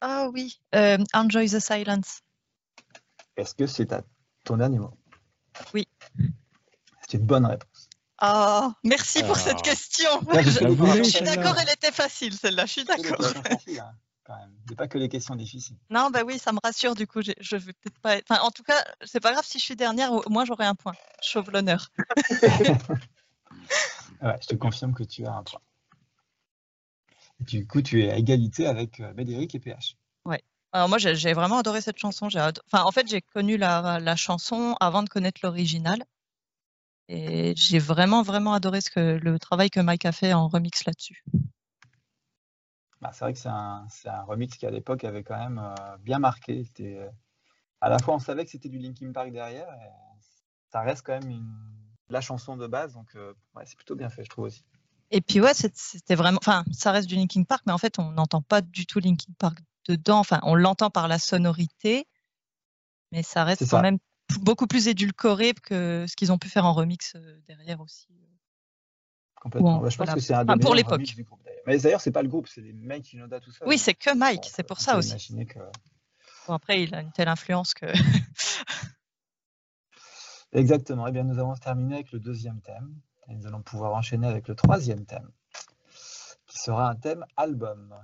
Speaker 4: Ah oui, euh, Enjoy the Silence.
Speaker 5: Est-ce que c'est à ton dernier mot
Speaker 4: Oui.
Speaker 5: C'est une bonne réponse.
Speaker 4: Ah, merci pour
Speaker 1: Ah.
Speaker 4: cette question.
Speaker 5: Ouais, je
Speaker 4: Je,
Speaker 5: la voulais,
Speaker 4: je suis
Speaker 5: celle-là.
Speaker 4: d'accord, elle était facile, celle-là. Je suis
Speaker 5: Que des
Speaker 4: d'accord.
Speaker 5: questions faciles, hein, quand même. Mais pas que les questions difficiles.
Speaker 4: Non, bah oui, ça me rassure du coup. j'ai- Je vais peut-être pas. être- Enfin, en tout cas, c'est pas grave si je suis dernière. Au moins, j'aurai un point. Chauve l'honneur.
Speaker 5: Ah Ouais, je te confirme que tu as un point. Et du coup, tu es à égalité avec euh, Médéric et PH.
Speaker 4: Alors moi, j'ai j'ai vraiment adoré cette chanson. j'ai ado- Enfin, en fait, j'ai connu la, la chanson avant de connaître l'original. Et j'ai vraiment, vraiment adoré ce que, le travail que Mike a fait en remix là-dessus.
Speaker 5: Bah, c'est vrai que c'est un, c'est un remix qui, à l'époque, avait quand même euh, bien marqué. C'était, euh, à la fois, on savait que c'était du Linkin Park derrière. et ça reste quand même une, la chanson de base. Donc, euh, ouais, c'est plutôt bien fait, je trouve aussi.
Speaker 4: Et puis ouais, c'est- c'était vraiment. Enfin, ça reste du Linkin Park, mais en fait, on n'entend pas du tout Linkin Park dedans. Enfin, on l'entend par la sonorité, mais ça reste
Speaker 5: C'est
Speaker 4: quand
Speaker 5: ça.
Speaker 4: même p- beaucoup plus édulcoré que ce qu'ils ont pu faire en remix euh, derrière aussi.
Speaker 5: Complètement.
Speaker 4: Ouais,
Speaker 5: Bah, je pense
Speaker 4: voilà.
Speaker 5: que c'est un des
Speaker 4: Enfin, pour
Speaker 5: meilleurs
Speaker 4: l'époque.
Speaker 5: remix du groupe, d'ailleurs. Mais d'ailleurs, c'est pas le groupe, c'est les mecs Shinoda tout seul.
Speaker 4: Oui, c'est que Mike,
Speaker 5: Donc,
Speaker 4: c'est
Speaker 5: euh,
Speaker 4: pour
Speaker 5: on
Speaker 4: ça
Speaker 5: peut
Speaker 4: aussi.
Speaker 5: imaginer que...
Speaker 4: Bon, après, il a une telle influence que.
Speaker 5: Exactement. Eh bien, nous avons terminé avec le deuxième thème et nous allons pouvoir enchaîner avec le troisième thème, qui sera un thème album.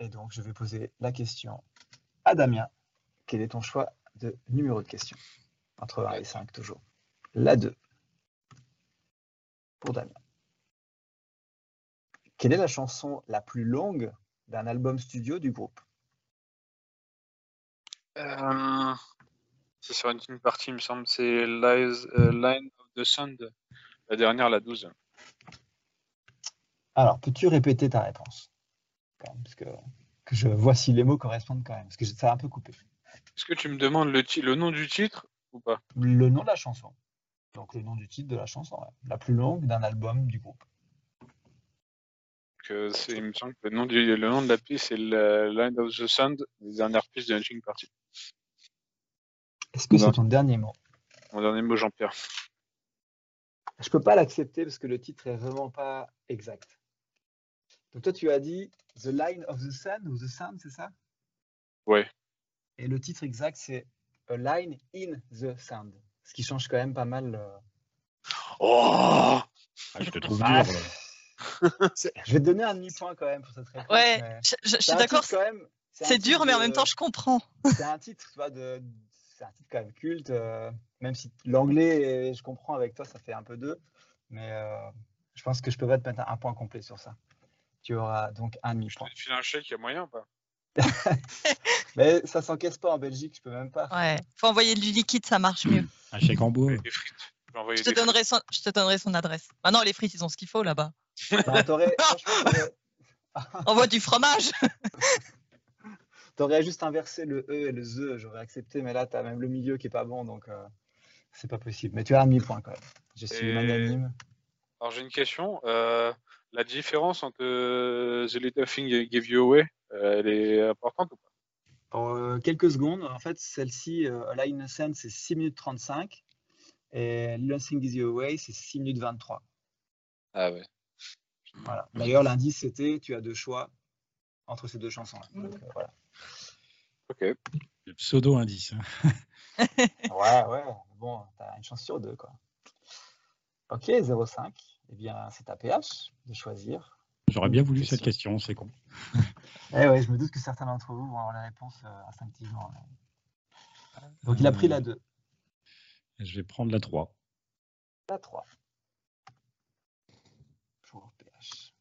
Speaker 5: Et donc, je vais poser la question à Damien. Quel est ton choix de numéro de question Entre 1 et 5, toujours. La 2. Pour Damien. Quelle est la chanson la plus longue d'un album studio du groupe
Speaker 3: Euh, C'est sur une, une partie, il me semble. C'est Lies- euh, Line of the Sand, la dernière, la 12.
Speaker 5: Alors, peux-tu répéter ta réponse quand même, parce que, que je vois si les mots correspondent quand même, parce que je- ça a un peu coupé.
Speaker 3: Est-ce que tu me demandes le, ti- le nom du titre ou pas
Speaker 5: Le nom de la chanson. Donc le nom du titre de la chanson, ouais. la plus longue d'un album du groupe.
Speaker 3: que c'est, il me semble que le nom, du, le nom de la piste c'est la- Line of the Sand, les dernières pistes de Hunting Party.
Speaker 5: Est-ce que
Speaker 3: Non.
Speaker 5: c'est ton dernier mot
Speaker 3: Mon dernier mot, Jean-Pierre.
Speaker 5: Je peux pas l'accepter parce que le titre est vraiment pas exact. Donc toi tu as dit The Line of the Sun ou The Sun, c'est ça
Speaker 3: Ouais.
Speaker 5: Et le titre exact c'est A Line in the Sand, ce qui change quand même pas mal. euh,
Speaker 3: Oh
Speaker 1: Ah, je te trouve dur.
Speaker 5: Ah.
Speaker 1: là.
Speaker 5: Je vais te donner un demi-point quand même pour cette réponse.
Speaker 4: Ouais,
Speaker 5: mais
Speaker 4: [laughs] je, je- je
Speaker 5: Bah, c'est
Speaker 4: suis
Speaker 5: un
Speaker 4: d'accord.
Speaker 5: titre quand même- un
Speaker 4: C'est
Speaker 5: titre
Speaker 4: dur, mais en même
Speaker 5: de-
Speaker 4: temps, je comprends.
Speaker 5: c'est un titre, tu vois, de, c'est un titre quand même culte, euh, même si l'anglais, euh, je comprends avec toi, ça fait un peu deux, mais euh, je pense que je peux pas te mettre un point complet sur ça. Tu auras donc un
Speaker 3: Je
Speaker 5: demi-point.
Speaker 3: te file un chèque, il y a moyen ou pas
Speaker 5: Mais ça s'encaisse pas en Belgique, je peux même pas.
Speaker 4: Ouais, faut envoyer du liquide, ça marche mieux.
Speaker 1: Un Ah, chèque en bois.
Speaker 3: Des frites. Je vais envoyer
Speaker 4: Je te
Speaker 3: des frites.
Speaker 4: donnerai son, je te donnerai son adresse. Maintenant, les frites, ils ont ce qu'il faut là-bas.
Speaker 5: Bah,
Speaker 4: [laughs]
Speaker 5: t'aurais, franchement, t'aurais-
Speaker 4: Envoie du fromage. [laughs]
Speaker 5: t'aurais juste inversé le E et le The, j'aurais accepté, mais là, t'as même le milieu qui est pas bon, donc euh, c'est pas possible. Mais tu as un demi-point quand même. Je suis
Speaker 3: Et-
Speaker 5: magnanime.
Speaker 3: Alors j'ai une question. Euh, la différence entre euh, The Little Thing et Give You Away, euh, elle est importante ou pas
Speaker 5: Pour euh, quelques secondes, en fait, celle-ci, euh, là, Innocent, c'est 6 minutes 35 et Nothing Is Your Way, c'est 6 minutes 23.
Speaker 3: Ah ouais.
Speaker 5: Voilà. D'ailleurs, l'indice, c'était tu as deux choix entre ces deux chansons-là. Donc, euh, voilà.
Speaker 3: Ok.
Speaker 1: Le pseudo-indice. hein.
Speaker 5: [laughs] Ouais, ouais, bon, t'as une chance sur deux, quoi. Ok, 0,5. Eh bien, c'est à PH de choisir.
Speaker 1: J'aurais bien voulu
Speaker 5: Question.
Speaker 1: cette question, c'est con.
Speaker 5: Eh ouais, je me doute que certains d'entre vous vont avoir la réponse euh, instinctivement. Donc, il a pris la 2,
Speaker 1: Je vais prendre la 3.
Speaker 5: la 3. Pour PH.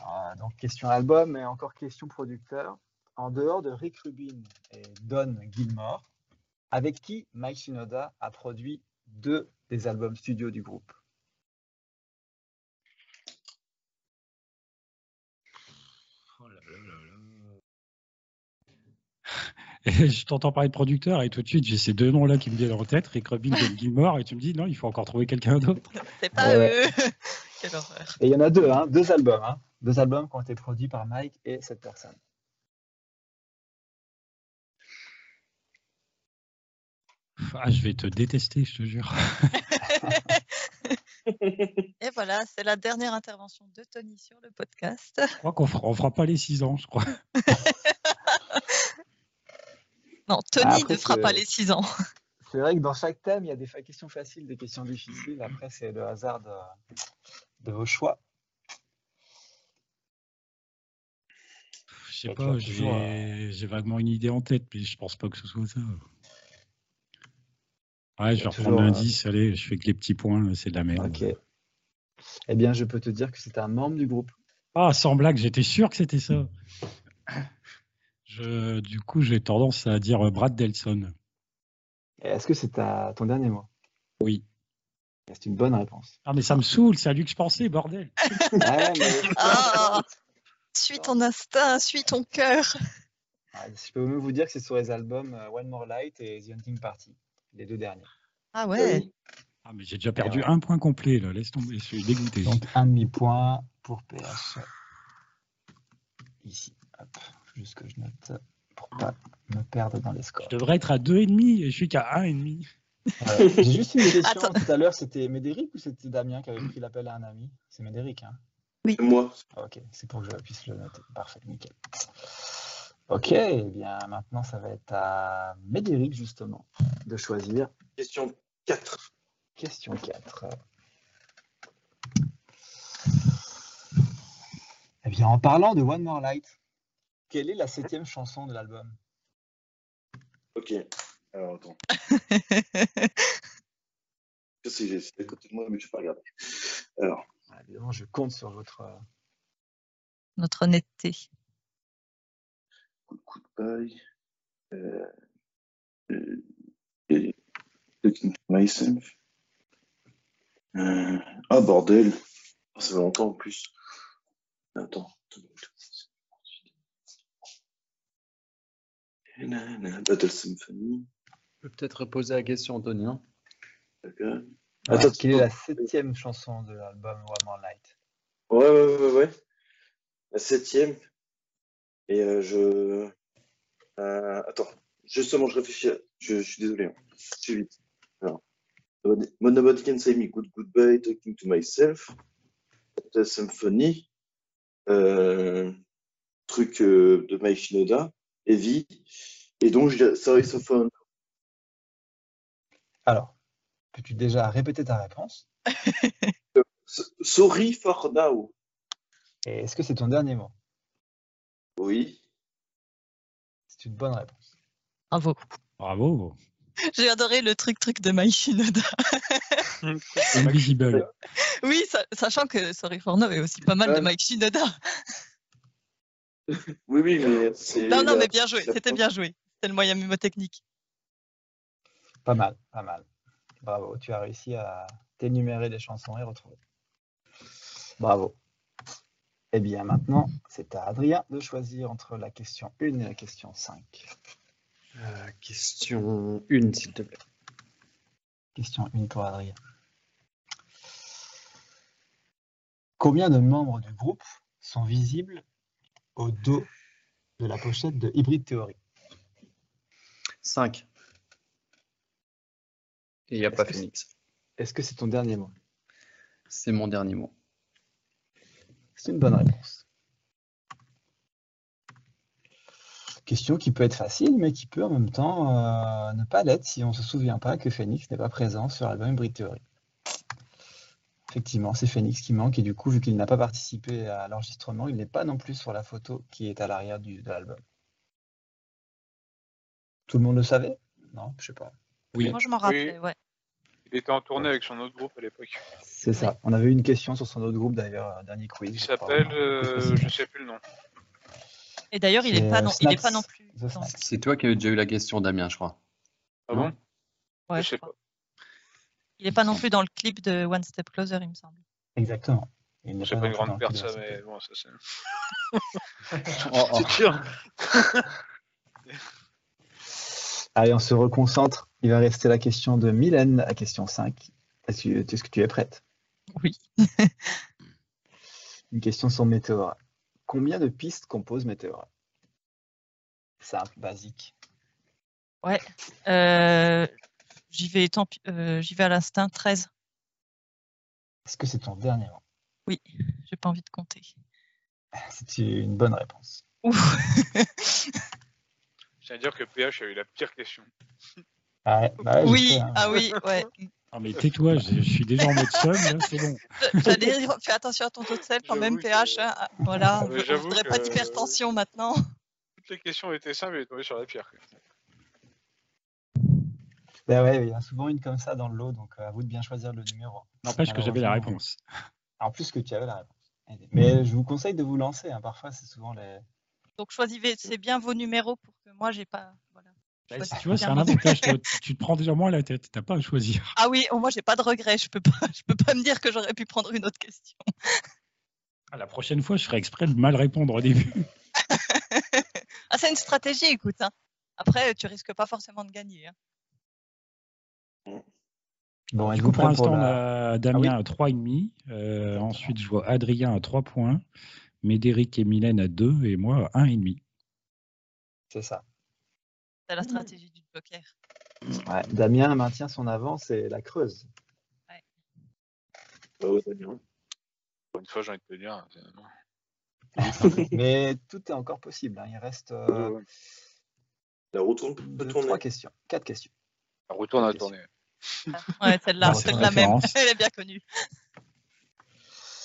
Speaker 5: Ah, donc, question album et encore question producteur. En dehors de Rick Rubin et Don Gilmore, avec qui Mike Shinoda a produit deux des albums studio du groupe
Speaker 1: Et [laughs] je t'entends parler de producteur et tout de suite, j'ai ces deux noms-là qui me viennent en tête, Rick Rubin et Gilmore, et tu me dis non, il faut encore trouver quelqu'un d'autre.
Speaker 4: C'est pas
Speaker 5: Ah Ouais.
Speaker 4: eux. [laughs] Quelle horreur.
Speaker 5: Et il y en a deux, hein, deux albums. hein. Deux albums qui ont été produits par Mike et cette personne.
Speaker 1: Ah, je vais te détester, je te jure.
Speaker 4: Et voilà, c'est la dernière intervention de Tony sur le podcast.
Speaker 1: Je crois qu'on fera, on fera pas les six ans, je crois.
Speaker 4: Non, Tony
Speaker 5: Ah, après,
Speaker 4: ne fera
Speaker 5: c'est-
Speaker 4: pas les 6
Speaker 5: [laughs]
Speaker 4: ans.
Speaker 5: C'est vrai que dans chaque thème, il y a des fa- questions faciles, des questions difficiles. Après, c'est le hasard de, de vos choix.
Speaker 1: Je sais
Speaker 5: Et
Speaker 1: pas,
Speaker 5: puis, Bah, toujours, euh,
Speaker 1: j'ai j'ai vaguement une idée en tête, mais je pense pas que ce soit ça. Ouais, je vais
Speaker 5: toujours,
Speaker 1: reprendre
Speaker 5: euh,
Speaker 1: l'indice, allez, je fais que les petits points, là, c'est de la merde.
Speaker 5: Ok. Eh bien, je peux te dire que c'est un membre du groupe.
Speaker 1: Ah, sans blague, j'étais sûr que c'était ça. Je, du coup, j'ai tendance à dire euh, Brad Delson.
Speaker 5: Et Est-ce que c'est ta- ton dernier mot Eh,
Speaker 1: Oui.
Speaker 5: C'est une bonne réponse.
Speaker 1: Ah, mais ça me saoule, c'est à lui que je pensais, bordel.
Speaker 5: Ouais, mais-
Speaker 4: Ah, suis ton instinct, suis ton cœur.
Speaker 5: Ouais, je peux même vous dire que c'est sur les albums euh, One More Light et The Hunting Party, les deux derniers.
Speaker 4: Ah ouais.
Speaker 1: Ah, mais j'ai déjà perdu
Speaker 5: ouais.
Speaker 1: un point complet, là. Laisse tomber, je suis dégoûté.
Speaker 5: Donc un demi-point pour PH. Ici, hop, juste que je note pour pas me perdre dans les scores.
Speaker 1: Je devrais être à deux et demi, et je suis qu'à un et demi.
Speaker 5: Euh, J'ai juste une question.
Speaker 4: Attends.
Speaker 5: Tout à l'heure, c'était Médéric ou c'était Damien qui avait pris l'appel à un ami C'est Médéric, hein
Speaker 2: Moi,
Speaker 5: Ah, Ok, c'est pour que je puisse le noter. Parfait, nickel. Ok, eh bien maintenant, ça va être à Médéric justement de choisir
Speaker 2: question 4.
Speaker 5: Question 4. Eh bien, en parlant de One More Light, quelle est la septième chanson de l'album
Speaker 2: Ok. Alors,
Speaker 3: [laughs]
Speaker 2: attends. Je sais, j'ai- c'est à côté de moi, mais je vais pas regarder. Alors,
Speaker 5: Voilà, Ah, Évidemment, je compte sur votre. euh,
Speaker 4: Notre honnêteté.
Speaker 2: coup de, coup de paille. Euh, euh, euh, Looking to myself. Euh, ah, bordel. Oh, Ça fait longtemps en plus. Attends. Nanana, Battle Symphony.
Speaker 6: Je peux peut-être reposer la question, hein. Antonien.
Speaker 2: d'accord.
Speaker 5: voilà,
Speaker 2: Attends,
Speaker 5: Ah, quelle est la septième chanson de l'album One More Light
Speaker 2: Ouais, ouais, ouais, ouais. La septième. Et euh, je. Euh, attends, justement, je réfléchis. à- Je, je suis désolé. hein. Je suis vite. Alors. Monobody can say me good goodbye, talking to myself. The Symphony. Euh, truc euh, de Mike Shinoda. Heavy. Et donc, je dirais Sorry So Far.
Speaker 5: Alors, peux-tu déjà répéter ta réponse
Speaker 2: S- Sorry for Now.
Speaker 5: Et est-ce que c'est ton dernier mot
Speaker 2: Oui.
Speaker 5: C'est une bonne réponse.
Speaker 4: Bravo.
Speaker 1: Bravo.
Speaker 4: J'ai adoré le truc-truc de Mike Shinoda. [laughs]
Speaker 1: Invisible.
Speaker 4: Oui, sa- sachant que Sorry for Now est aussi pas mal de
Speaker 2: Ouais.
Speaker 4: Mike Shinoda.
Speaker 2: Oui, oui, mais c'est.
Speaker 5: euh,
Speaker 4: Non, non,
Speaker 2: la-
Speaker 4: mais bien joué.
Speaker 2: la-
Speaker 4: C'était bien joué. C'était le moyen mnémotechnique.
Speaker 5: Pas mal, pas mal. Bravo, tu as réussi à t'énumérer les chansons et retrouver. Bravo. Eh bien, maintenant, c'est à Adrien de choisir entre la question 1 et la question 5.
Speaker 6: Euh, question 1, s'il te plaît.
Speaker 5: Question 1 pour Adrien. Combien de membres du groupe sont visibles au dos de la pochette de Hybrid Theory
Speaker 6: 5. Et il n'y a
Speaker 5: Est-ce
Speaker 6: pas
Speaker 5: que
Speaker 6: Phoenix.
Speaker 5: Est-ce que c'est ton dernier mot
Speaker 6: C'est mon dernier mot.
Speaker 5: C'est une bonne réponse. Question qui peut être facile, mais qui peut en même temps euh, ne pas l'être si on ne se souvient pas que Phoenix n'est pas présent sur l'album Hybrid Theory. Effectivement, c'est Phoenix qui manque, et du coup, vu qu'il n'a pas participé à l'enregistrement, il n'est pas non plus sur la photo qui est à l'arrière du- de l'album. Tout le monde le savait Non, je sais pas.
Speaker 1: Oui.
Speaker 4: Moi, je m'en rappelais, ouais.
Speaker 3: Il était en tournée avec son autre groupe à l'époque.
Speaker 5: C'est ça. On avait une question sur son autre groupe d'ailleurs, euh, dernier quiz.
Speaker 3: Il
Speaker 5: je crois,
Speaker 3: s'appelle,
Speaker 5: vraiment.
Speaker 3: euh, je sais plus le nom.
Speaker 4: Et d'ailleurs, il
Speaker 5: Et,
Speaker 4: n'est pas,
Speaker 5: euh,
Speaker 4: non- il est
Speaker 5: Snaps.
Speaker 4: pas non plus.
Speaker 5: The
Speaker 4: dans-
Speaker 5: Snaps.
Speaker 6: C'est toi qui avais déjà eu la question, Damien, je crois.
Speaker 3: Ah
Speaker 6: Non.
Speaker 3: bon
Speaker 4: ouais,
Speaker 3: je sais pas.
Speaker 4: Il n'est pas non plus dans le clip de One Step Closer, il me semble.
Speaker 5: Exactement. Il n'est
Speaker 3: C'est
Speaker 5: pas
Speaker 3: pas
Speaker 5: non
Speaker 3: une
Speaker 5: plus dans
Speaker 3: grande
Speaker 5: le clip
Speaker 3: perte,
Speaker 5: de
Speaker 3: ça,
Speaker 5: Hybrid
Speaker 3: mais
Speaker 5: Theory.
Speaker 3: bon, ça c'est.
Speaker 6: Oh, oh.
Speaker 3: C'est dur.
Speaker 5: Allez, on se reconcentre. Il va rester la question de Mylène, la question 5. Est-ce que- est-ce que tu es prête
Speaker 4: Oui.
Speaker 5: [laughs] Une question sur Météora. Combien de pistes compose Météora Simple, basique.
Speaker 4: Euh, j'y vais, tant pis, euh, j'y vais à l'instinct 13.
Speaker 5: Est-ce que c'est ton dernier mot [laughs]
Speaker 4: Oui, j'ai pas envie de compter.
Speaker 5: C'est une bonne réponse.
Speaker 4: Ouh.
Speaker 3: Je tiens à dire que PH a eu la pire question.
Speaker 5: Ah ouais, bah ouais, je
Speaker 4: oui,
Speaker 5: sais, hein.
Speaker 4: ah oui,
Speaker 3: [laughs]
Speaker 4: ouais.
Speaker 1: Non, mais tais-toi, je, je suis déjà en mode somme, là, c'est bon.
Speaker 4: J'allais dire, fais attention à ton taux de sel quand même,
Speaker 3: J'avoue
Speaker 4: PH.
Speaker 3: que-
Speaker 4: hein, ah, Voilà, on
Speaker 3: Mais
Speaker 4: ne
Speaker 3: j'avoue
Speaker 4: voudrait pas
Speaker 3: que-
Speaker 4: d'hypertension maintenant.
Speaker 3: Toutes les questions étaient simples et est tombé sur la pire. quoi.
Speaker 5: Bah ouais, il y en a souvent une comme ça dans le lot, donc euh, à vous de bien choisir le numéro.
Speaker 1: N'empêche que j'avais la réponse. Mm.
Speaker 5: En plus que tu avais la réponse. Mais je vous conseille de vous lancer. hein. Parfois, c'est souvent les.
Speaker 4: Donc choisissez c'est bien vos numéros pour que moi j'ai pas. Voilà.
Speaker 6: Ouais,
Speaker 5: Bah,
Speaker 4: Choisissez
Speaker 1: Tu vois, c'est
Speaker 4: bien
Speaker 1: un
Speaker 4: vos
Speaker 1: avantage. toi. Tu- Tu te prends déjà moins la tête. T'as pas à choisir.
Speaker 4: Ah oui, au moins j'ai pas de regrets. Je peux pas, je peux pas me dire que j'aurais pu prendre une autre question.
Speaker 1: Ah, La prochaine fois, je ferai exprès de mal répondre au début.
Speaker 4: Ah, c'est une stratégie, écoute. hein. Après, tu risques pas forcément de gagner. hein.
Speaker 5: Bon,
Speaker 1: Du
Speaker 5: êtes-vous
Speaker 1: coup, pour
Speaker 5: prêts
Speaker 1: l'instant, on
Speaker 5: la-
Speaker 1: a
Speaker 5: oui.
Speaker 1: Damien à 3,5. Euh,
Speaker 5: Exactement.
Speaker 1: ensuite, je vois Adrien à 3 points, Médéric et Mylène à 2 et moi à 1,5.
Speaker 5: C'est ça.
Speaker 4: C'est la stratégie du poker.
Speaker 5: Ouais, Damien maintient son avance et la creuse.
Speaker 2: [laughs] Bravo, Damien.
Speaker 3: Pour une fois, j'ai envie de te dire. hein, finalement.
Speaker 5: Mais tout est encore possible. hein. Il reste euh,
Speaker 2: Ouais, ouais. La roue tourne
Speaker 5: deux,
Speaker 2: peut tourner.
Speaker 5: trois questions, quatre questions.
Speaker 3: On retourne à
Speaker 5: Question.
Speaker 3: tourner.
Speaker 4: Ouais, celle-là,
Speaker 5: Ah, c'est
Speaker 4: c'est
Speaker 5: une
Speaker 4: la même.
Speaker 1: référence.
Speaker 4: [laughs] Elle est bien connue.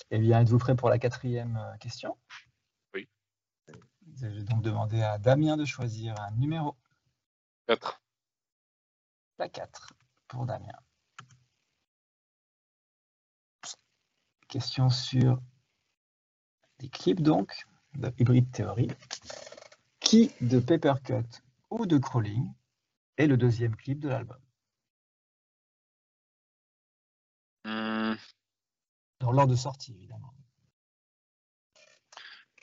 Speaker 5: Eh bien, êtes-vous prêt pour la quatrième euh, question
Speaker 3: Oui.
Speaker 5: Je vais donc demander à Damien de choisir un numéro,
Speaker 3: 4.
Speaker 5: la 4, pour Damien. Question sur des clips, donc, de Hybrid Theory. Qui de Papercut ou de Crawling est le deuxième clip de l'album
Speaker 3: Hmm.
Speaker 5: Dans l'ordre de sortie, évidemment.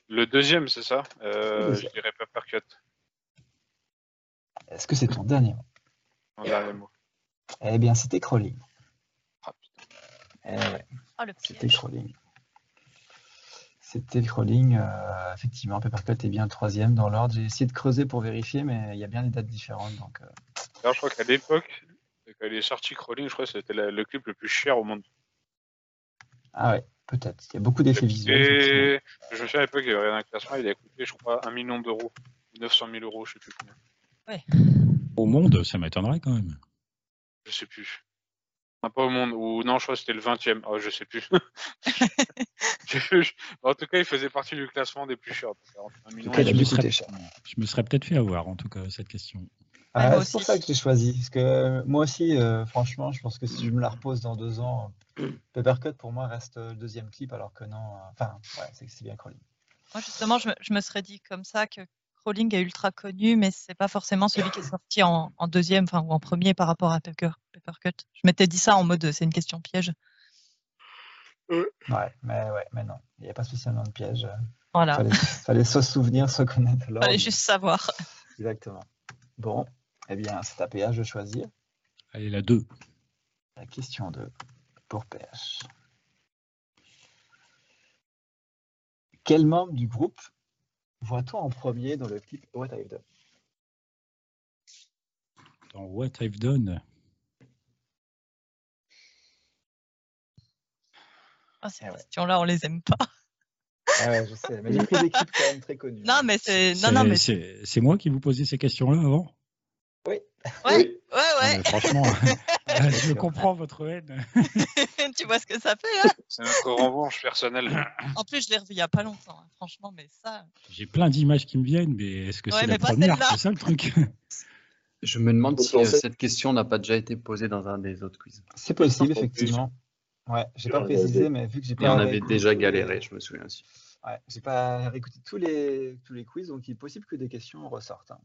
Speaker 3: Le deuxième, c'est ça Euh,
Speaker 5: Le deuxième.
Speaker 3: Je dirais pas percut.
Speaker 5: Est-ce que c'est ton dernier mot
Speaker 3: En dernier mot.
Speaker 5: Eh bien, c'était Crawling.
Speaker 3: Ah,
Speaker 5: Eh ouais.
Speaker 4: Oh, le piège.
Speaker 5: C'était le crawling. C'était le crawling. euh, effectivement, Peppercut est bien le troisième dans l'ordre. J'ai essayé de creuser pour vérifier, mais il y a bien des dates différentes. Donc, euh,
Speaker 3: D'ailleurs, je crois qu'à l'époque, quand il est sorti Crawling, je crois que c'était la- le clip le plus cher au monde.
Speaker 5: Ah ouais, peut-être. Il y a beaucoup d'effets visuels. effectivement.
Speaker 3: Et je me souviens à l'époque, il y avait un classement, il a coûté, je crois, 1 million d'euros. 900 000 euros, je sais plus combien.
Speaker 1: Au monde, ça m'étonnerait quand même.
Speaker 3: Je sais plus. Ah, pas au monde. Ou non, je crois que c'était le 20 e Oh, je sais plus. [laughs] Je- en tout cas, il faisait partie du classement des plus chers. Donc, un million
Speaker 5: En tout cas,
Speaker 3: et
Speaker 5: il a
Speaker 1: je
Speaker 5: dû
Speaker 1: me
Speaker 3: demi.
Speaker 1: serais-
Speaker 5: coûter cher.
Speaker 1: Je me serais peut-être fait avoir, en tout cas, cette question.
Speaker 4: Ouais,
Speaker 5: Ah,
Speaker 4: moi
Speaker 5: c'est pour
Speaker 4: aussi.
Speaker 5: ça que je l'ai choisi. Parce que euh, moi aussi, euh, franchement, je pense que si je me la repose dans deux ans, euh, Peppercut pour moi reste euh, le deuxième clip, alors que non. euh, Enfin, ouais, c'est c'est bien crawling.
Speaker 4: Moi, justement, je me, je me serais dit comme ça que Crawling est ultra connu, mais c'est pas forcément celui qui est sorti en, en deuxième enfin, ou en premier par rapport à Pepper, Peppercut. Je m'étais dit ça en mode euh, c'est une question piège.
Speaker 5: Ouais, mais ouais, mais non. Il n'y a pas spécialement de euh, piège.
Speaker 4: Voilà,
Speaker 5: Fallait, fallait soit se souvenir, soit connaître l'ordre.
Speaker 4: fallait juste savoir.
Speaker 5: Exactement. Bon, eh bien, c'est à PH de choisir.
Speaker 1: Allez, la 2.
Speaker 5: La question 2 pour PH. Quel membre du groupe voit-on en premier dans le clip What I've Done
Speaker 1: Dans What I've Done,
Speaker 4: Ah, ces
Speaker 5: Ah ouais.
Speaker 4: questions-là, on les aime pas.
Speaker 5: Ah ouais, je sais, mais j'ai pris des clips quand même très connus.
Speaker 4: Non, mais c'est. Non,
Speaker 1: c'est
Speaker 4: non, mais.
Speaker 1: c'est- c'est moi qui vous posais ces questions-là avant
Speaker 4: Ouais,
Speaker 2: Oui.
Speaker 4: ouais,
Speaker 1: Ah,
Speaker 4: ouais.
Speaker 1: mais
Speaker 4: [laughs]
Speaker 1: Franchement, euh, je comprends votre haine.
Speaker 4: [laughs] tu vois ce que ça fait. hein.
Speaker 3: C'est notre revanche personnelle.
Speaker 4: en plus, je l'ai revu il y a pas longtemps, hein, franchement, mais ça.
Speaker 1: J'ai plein d'images qui me viennent, mais est-ce que
Speaker 4: Ouais,
Speaker 1: c'est la
Speaker 4: mais pas
Speaker 1: première
Speaker 4: celle-là.
Speaker 1: C'est ça le truc
Speaker 6: Je me demande
Speaker 2: Faut
Speaker 6: si
Speaker 2: se lancer.
Speaker 6: euh, cette question n'a pas déjà été posée dans un des autres quiz.
Speaker 5: C'est possible,
Speaker 2: Je pense
Speaker 5: effectivement. Ouais, j'ai
Speaker 2: Et
Speaker 5: pas
Speaker 2: on
Speaker 5: précisé,
Speaker 2: avait-
Speaker 5: mais vu que j'ai
Speaker 6: Et
Speaker 5: pas.
Speaker 6: on avait
Speaker 5: réécouté
Speaker 6: déjà
Speaker 5: tous les-
Speaker 6: galéré, je me souviens aussi.
Speaker 5: Ouais, j'ai pas réécouté tous les, tous les quiz, donc il est possible que des questions ressortent. hein.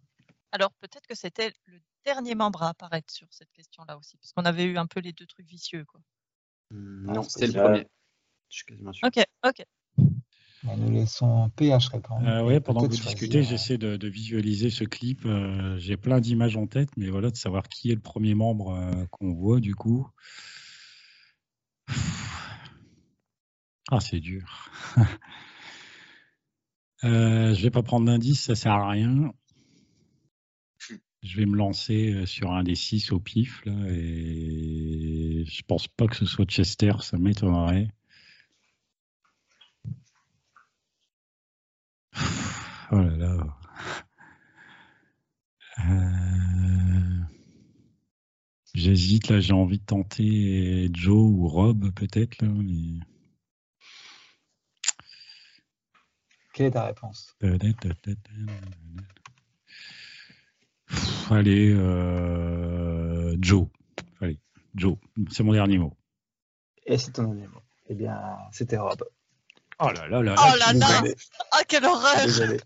Speaker 4: Alors peut-être que c'était le dernier membre à apparaître sur cette question-là aussi, parce qu'on avait eu un peu les deux trucs vicieux. Quoi.
Speaker 6: Hmm, Non, c'était
Speaker 5: c'est
Speaker 6: le
Speaker 2: possible.
Speaker 6: premier. Je suis quasiment sûr.
Speaker 4: Ok, ok.
Speaker 5: Mais nous laissons en PH répondre.
Speaker 1: Euh, ouais, pendant que vous
Speaker 5: Peut-être
Speaker 1: discutez,
Speaker 5: choisir,
Speaker 1: j'essaie de, de visualiser ce clip. Euh, J'ai plein d'images en tête, mais voilà, de savoir qui est le premier membre euh, qu'on voit du coup. Ah, c'est dur. [laughs] euh, je vais pas prendre d'indice, ça sert à rien. Je vais me lancer euh, sur un des six au pif là, et je pense pas que ce soit Chester, ça m'étonnerait. Oh là là. Euh, J'hésite là, j'ai envie de tenter Joe ou Rob peut-être là, mais-
Speaker 5: Quelle est ta réponse
Speaker 1: Pff, Allez, euh, Joe. Allez, Joe. C'est mon dernier mot.
Speaker 5: Et c'est ton dernier mot. Eh bien, c'était Rob.
Speaker 1: Oh là là là.
Speaker 4: Oh là là
Speaker 5: Désolé,
Speaker 4: Ah, quelle horreur [laughs]
Speaker 5: désolé.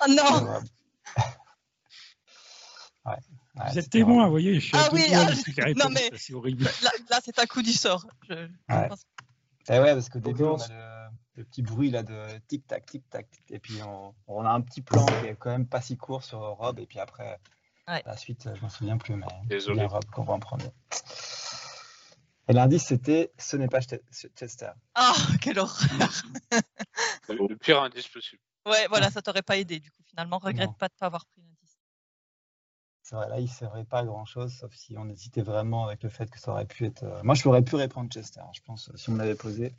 Speaker 4: Ah non
Speaker 5: Rob. [laughs] Ouais, ouais,
Speaker 1: Vous êtes
Speaker 5: c'était
Speaker 1: témoin,
Speaker 5: Rob.
Speaker 1: vous voyez, je suis
Speaker 4: Ah
Speaker 1: à deux
Speaker 4: oui,
Speaker 1: doigts
Speaker 4: ah
Speaker 1: de
Speaker 4: oui.
Speaker 1: cette réponse,
Speaker 4: mais-
Speaker 1: C'est horrible.
Speaker 4: Là, là, c'est un coup du sort. Je- je
Speaker 5: Ouais.
Speaker 4: pense-
Speaker 5: Eh ouais, parce qu'au début, on
Speaker 2: Ambiance.
Speaker 5: a le, le petit bruit là de tic-tac, tic-tac, tic- et puis on, on a un petit plan qui est quand même pas si court sur Rob, et puis après,
Speaker 4: Ouais.
Speaker 5: la suite, je m'en souviens plus, mais c'est
Speaker 3: Désolé.
Speaker 5: bien Rob qu'on voit en premier. Et l'indice, c'était ce n'est pas Ch- Ch- Chester.
Speaker 4: Ah, quelle horreur
Speaker 3: Le, le pire indice possible.
Speaker 4: Ouais, voilà, ça t'aurait pas aidé. Du coup, finalement, regrette
Speaker 5: Non.
Speaker 4: pas de pas avoir pris l'indice.
Speaker 5: C'est vrai, là, il ne servait pas à grand-chose, sauf si on hésitait vraiment avec le fait que ça aurait pu être. euh, Moi, je pourrais pu répondre Chester, je pense, si on me l'avait posé.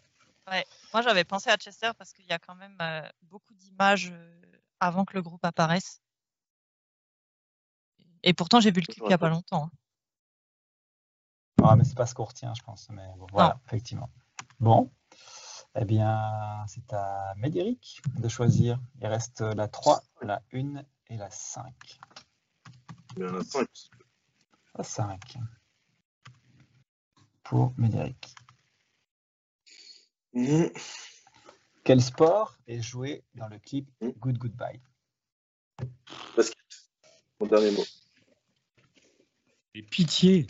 Speaker 4: Moi, j'avais pensé à Chester parce qu'il y a quand même euh, beaucoup d'images euh, avant que le groupe apparaisse. Et pourtant, j'ai vu le clip il y a pas longtemps. hein.
Speaker 5: Ouais, mais c'est pas ce qu'on retient, je pense. Mais bon, voilà, effectivement. Bon, eh bien, c'est à Médéric de choisir. Il reste la 3, la 1 et la 5.
Speaker 2: Il y en a cinq.
Speaker 5: La 5 pour Médéric.
Speaker 2: Mhm.
Speaker 5: Quel sport est joué dans le clip Good Goodbye
Speaker 2: Mon dernier mot.
Speaker 1: Mais pitié.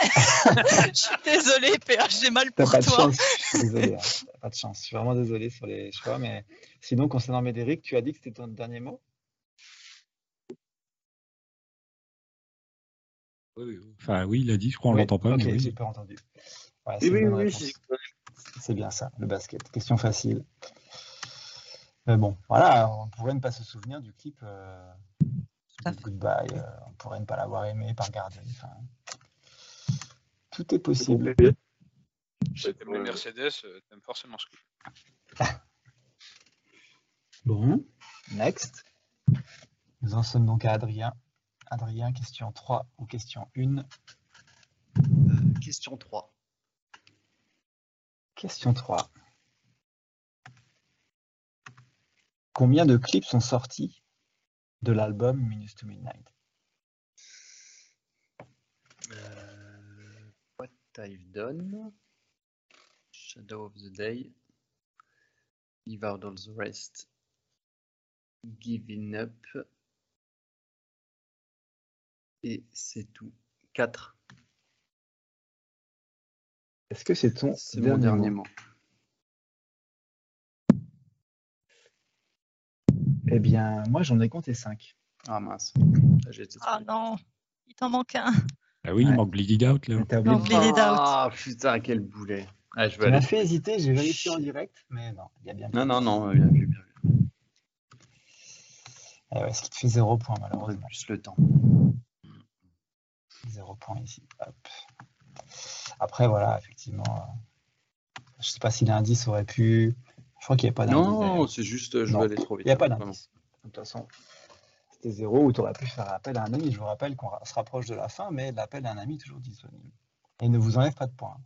Speaker 4: hein. [laughs] je suis désolée, PH, j'ai mal
Speaker 5: T'as
Speaker 4: pour
Speaker 5: pas de
Speaker 4: toi.
Speaker 5: chance, je suis désolé. hein. T'as pas de chance, je suis vraiment désolé sur les choix. Mais sinon, concernant Médéric, tu as dit que c'était ton dernier mot
Speaker 1: Enfin, oui, il a dit, je crois, on
Speaker 5: Oui,
Speaker 1: l'entend pas,
Speaker 5: Ok,
Speaker 1: mais
Speaker 5: j'ai
Speaker 1: oui.
Speaker 5: pas entendu. Voilà, c'est
Speaker 2: Oui,
Speaker 5: une
Speaker 2: oui,
Speaker 5: bonne
Speaker 2: oui,
Speaker 5: réponse.
Speaker 2: j'ai-
Speaker 5: C'est bien ça, le basket. Question facile. Mais bon, voilà, on pourrait ne pas se souvenir du clip euh,
Speaker 4: à
Speaker 5: de Goodbye. euh, on pourrait ne pas l'avoir aimé, pas regarder. enfin, tout est possible.
Speaker 3: Si t'aimes les Mercedes, euh, t'aimes forcément ce clip.
Speaker 5: Bon, next. Nous en sommes donc à Adrien. Adrien, question 3 ou question 1
Speaker 6: Question 3.
Speaker 5: Question 3. Combien de clips sont sortis de l'album Minus to Midnight
Speaker 6: Euh, what I've Done, Shadow of the Day, Leave Out All the Rest, Giving Up, et c'est tout. 4,
Speaker 5: Est-ce que c'est ton
Speaker 6: c'est mon dernier mot.
Speaker 5: Eh bien, moi j'en ai compté 5.
Speaker 6: Ah mince. Là, j'ai été
Speaker 4: Ah
Speaker 6: trop-
Speaker 4: non, il t'en manque un.
Speaker 1: Ah oui, il
Speaker 5: Ouais.
Speaker 1: manque Bleeding Out, là.
Speaker 5: T'as
Speaker 4: Non,
Speaker 5: oublié de
Speaker 4: Bleed It Out.
Speaker 6: Ah putain, quel boulet. Ah, je vais
Speaker 5: Tu m'as
Speaker 6: aller.
Speaker 5: fait hésiter, j'ai vérifié en direct, mais non, il y a bien.
Speaker 6: Non,
Speaker 5: plus.
Speaker 6: non, non, bien vu, bien vu.
Speaker 5: Eh ouais, ce qui te fait 0 point,
Speaker 6: On aurait
Speaker 5: malheureusement.
Speaker 6: plus le temps.
Speaker 5: 0 point ici. Hop. Après, voilà, effectivement. euh, Je sais pas si l'indice aurait pu. Je crois qu'il n'y a pas d'indice.
Speaker 6: Non,
Speaker 5: d'ailleurs.
Speaker 6: c'est juste, je
Speaker 5: Non,
Speaker 6: vais aller trop
Speaker 5: Il
Speaker 6: vite.
Speaker 5: n'y a pas
Speaker 6: vraiment.
Speaker 5: d'indice. De toute façon, c'était 0 ou tu aurais pu faire appel à un ami. Je vous rappelle qu'on ra- se rapproche de la fin, mais l'appel à un ami est toujours disponible. Et ne vous enlève pas de points.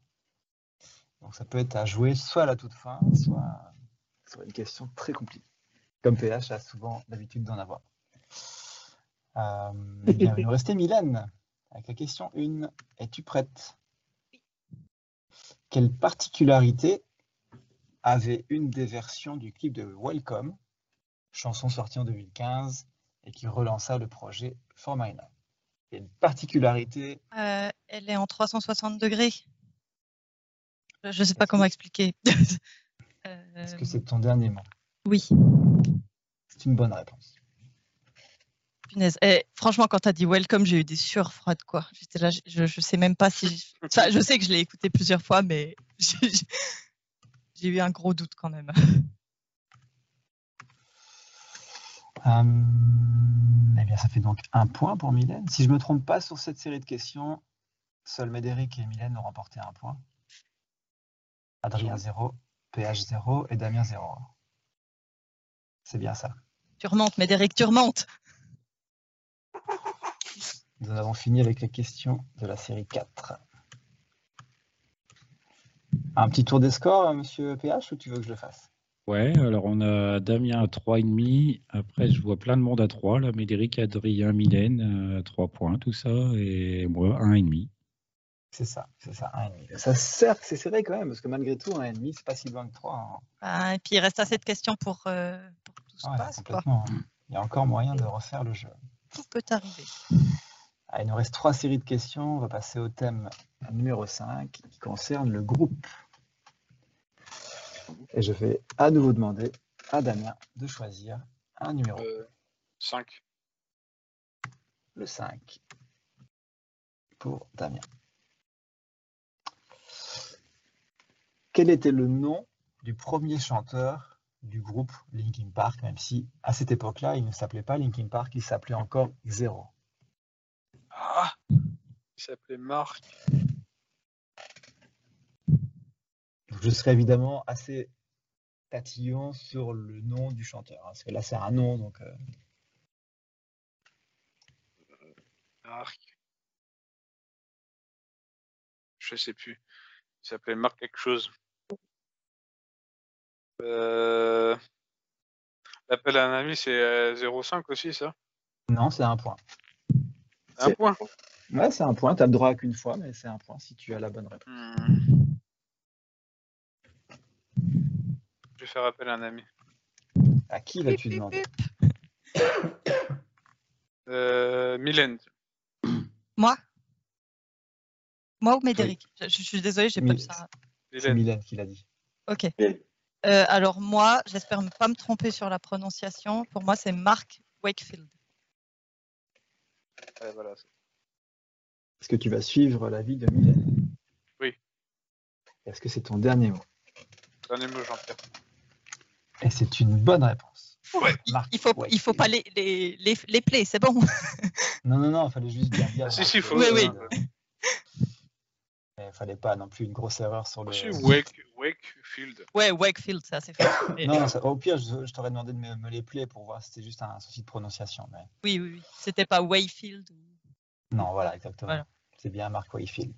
Speaker 5: Donc ça peut être à jouer soit à la toute fin, soit sur une question très compliquée. Comme PH a souvent l'habitude d'en avoir. Euh, eh bien, il nous restait Mylène avec la question 1. Es-tu prête Quelle particularité avait une des versions du clip de Welcome, chanson sortie en 2015 et qui relança le projet For My Love Quelle particularité
Speaker 4: Euh, elle est en 360 degrés. Je ne sais pas comment expliquer. [laughs] Euh,
Speaker 5: Est-ce que c'est ton dernier mot
Speaker 4: Oui.
Speaker 5: C'est une bonne réponse.
Speaker 4: Punaise. Eh, franchement, quand t'as dit welcome, j'ai eu des sueurs froides, quoi. J'étais là, je- je, je sais même pas si. Enfin, je sais que je l'ai écouté plusieurs fois, mais [laughs] j'ai j'ai eu un gros doute quand même. [laughs]
Speaker 5: Hum, eh bien, ça fait donc un point pour Mylène. Si je me trompe pas sur cette série de questions, seuls Médéric et Mylène ont remporté un point. Adrien 0, PH 0 et Damien 0. C'est bien ça.
Speaker 4: Tu remontes, Médéric, tu remontes.
Speaker 5: Nous en avons fini avec les questions de la série 4. Un petit tour des scores, euh, monsieur PH, ou tu veux que je le fasse
Speaker 1: Ouais, alors on a Damien à 3,5. Après, je vois plein de monde à 3. Là, Médéric, Adrien, Mylène, 3 points, tout ça. Et moi, 1,5.
Speaker 5: C'est ça, c'est ça, 1,5. Ça certes, c'est serré quand même, parce que malgré tout, 1,5, c'est pas si loin que hein. 3.
Speaker 4: Ah, et puis il reste assez de questions pour, euh, pour que tout se passe, quoi.
Speaker 5: complètement. hein. Il y a encore moyen de refaire le jeu.
Speaker 4: Tout peut arriver.
Speaker 5: Ah, il nous reste trois séries de questions. On va passer au thème numéro 5 qui concerne le groupe. Et je vais à nouveau demander à Damien de choisir un numéro,
Speaker 3: euh, 5.
Speaker 5: le 5, pour Damien. Quel était le nom du premier chanteur du groupe Linkin Park, même si à cette époque-là, il ne s'appelait pas Linkin Park, il s'appelait encore Zero.
Speaker 3: Ah Il s'appelait Marc.
Speaker 5: Donc, Je serai évidemment assez tatillon sur le nom du chanteur. hein, parce que là, c'est un nom, donc euh,
Speaker 3: Marc. Je sais plus. Il s'appelait Marc quelque chose. Euh... L'appel à un ami, c'est euh, 05 aussi, ça
Speaker 5: non, c'est un point.
Speaker 3: Un
Speaker 5: C'est-
Speaker 3: point
Speaker 5: Ouais, c'est un point. Tu as le droit à qu'une fois, mais c'est un point si tu as la bonne réponse.
Speaker 3: Hmm. Je vais faire appel à un ami.
Speaker 5: À qui vas-tu demander
Speaker 3: Euh, Mylène.
Speaker 4: Moi Moi ou Médéric je, je suis désolée, j'ai pas
Speaker 5: Mais-
Speaker 4: de ça.
Speaker 5: C'est
Speaker 3: Mylène.
Speaker 5: Mylène qui l'a dit.
Speaker 4: Ok.
Speaker 2: Bien.
Speaker 4: Euh, alors moi, j'espère ne pas me tromper sur la prononciation. Pour moi, c'est Mark Wakefield.
Speaker 3: Ouais, voilà, c'est-
Speaker 5: Est-ce que tu vas suivre l'avis de Mylène
Speaker 3: Oui.
Speaker 5: Est-ce que c'est ton dernier mot
Speaker 3: Dernier mot, Jean-Pierre.
Speaker 5: Et c'est une bonne réponse.
Speaker 3: Ouais.
Speaker 5: Marc
Speaker 4: Il faut, il faut
Speaker 5: Wakefield.
Speaker 4: pas les, les, les, les plaies, c'est bon. [laughs]
Speaker 5: Non, non, non, il fallait juste bien dire.
Speaker 3: Ah, si, si, faut.
Speaker 4: Oui, oui.
Speaker 5: Il fallait pas non plus une grosse erreur sur le.
Speaker 3: Aussi, Wake, Wakefield.
Speaker 4: Ouais, Wakefield, c'est assez fort. Mais-
Speaker 5: Non, non, ça- au pire, je, je t'aurais demandé de me, me les plaire pour voir si c'était juste un souci de prononciation. Mais...
Speaker 4: Oui, oui, oui. C'était pas Wayfield. ou-
Speaker 5: Non, voilà, exactement.
Speaker 4: Voilà.
Speaker 5: C'est bien Marc Wayfield.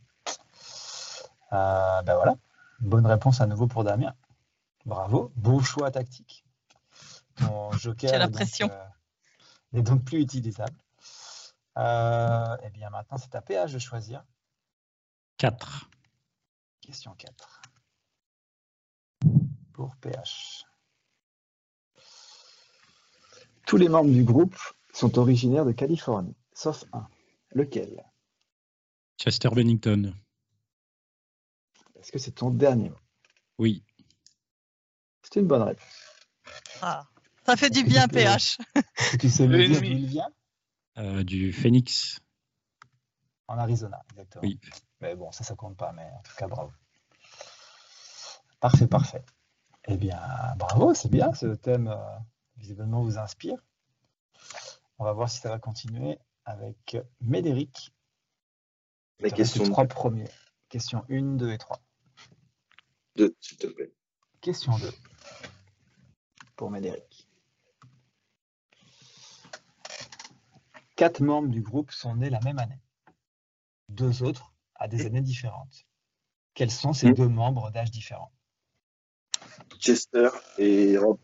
Speaker 5: Euh, ben voilà, bonne réponse à nouveau pour Damien. Bravo, bon choix tactique. Ton joker
Speaker 4: J'ai
Speaker 5: est
Speaker 4: la
Speaker 5: donc,
Speaker 4: pression.
Speaker 5: euh, n'est donc plus utilisable. Euh, et bien maintenant, c'est à PH de choisir.
Speaker 1: 4.
Speaker 5: Question 4. Pour PH. Tous les membres du groupe sont originaires de Californie, sauf un. Lequel
Speaker 1: Chester Bennington.
Speaker 5: Est-ce que c'est ton dernier mot
Speaker 1: Oui.
Speaker 5: C'est une bonne réponse.
Speaker 4: Ah, ça fait du bien, PH.
Speaker 5: Est-ce que tu sais me
Speaker 3: Le
Speaker 5: dire d'où
Speaker 3: ennemi.
Speaker 5: il vient
Speaker 1: Euh, du Phoenix.
Speaker 5: En Arizona, exactement.
Speaker 1: Oui.
Speaker 5: Mais bon, ça, ça compte pas, mais en tout cas, bravo. Parfait, parfait. Eh bien, bravo, c'est bien, ce thème euh, visiblement vous inspire. On va voir si ça va continuer avec Médéric.
Speaker 2: La
Speaker 5: Il te reste
Speaker 2: question
Speaker 5: les trois premiers. Question 1, 2 et 3.
Speaker 2: 2, s'il te plaît.
Speaker 5: Question 2. Pour Médéric. Quatre membres du groupe sont nés la même année. Deux autres à des années différentes. Quels sont ces
Speaker 2: Mm.
Speaker 5: deux membres d'âge différents
Speaker 2: Chester et Rob.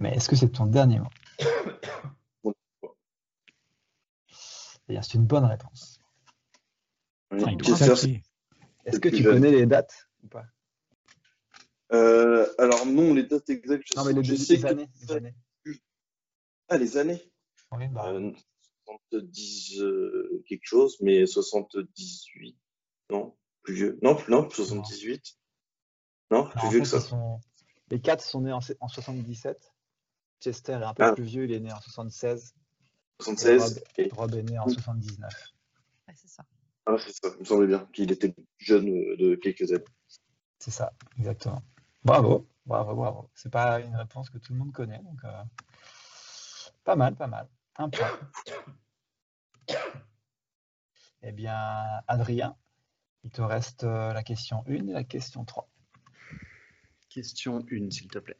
Speaker 5: Mais est-ce que c'est ton dernier mot
Speaker 2: Oui.
Speaker 5: Eh bien, C'est une bonne réponse.
Speaker 1: Ah, il doit
Speaker 2: Chester,
Speaker 1: taper.
Speaker 5: Est-ce
Speaker 2: le
Speaker 5: que
Speaker 2: plus
Speaker 5: tu
Speaker 2: jeune.
Speaker 5: connais les dates ou pas
Speaker 2: Euh, alors non, les dates exactes, je,
Speaker 5: Non, mais les,
Speaker 2: je
Speaker 5: les
Speaker 2: sais que-
Speaker 5: années. les années.
Speaker 2: Ah, les années
Speaker 5: Oui, bah,
Speaker 2: Euh, 70 euh, quelque chose, mais 78, non, plus vieux. Non, plus- non, 78. Non,
Speaker 5: non,
Speaker 2: plus
Speaker 5: en
Speaker 2: vieux
Speaker 5: fait,
Speaker 2: que ça.
Speaker 5: ils sont- Les quatre sont nés en, se- en 77. Chester est un peu
Speaker 2: Ah.
Speaker 5: plus vieux, il est né en 76.
Speaker 2: 76 et
Speaker 5: Rob est né en
Speaker 2: Mm.
Speaker 5: 79.
Speaker 4: Ouais, c'est ça.
Speaker 2: ah c'est ça, il me semblait bien qu'il était jeune euh, de quelques années.
Speaker 5: C'est ça, exactement. Bravo, bravo, bravo. C'est pas une réponse que tout le monde connaît, donc euh, pas mal, pas mal. Un point. Eh bien, Adrien, il te reste euh, la question 1 et la question 3.
Speaker 6: Question 1, s'il te plaît.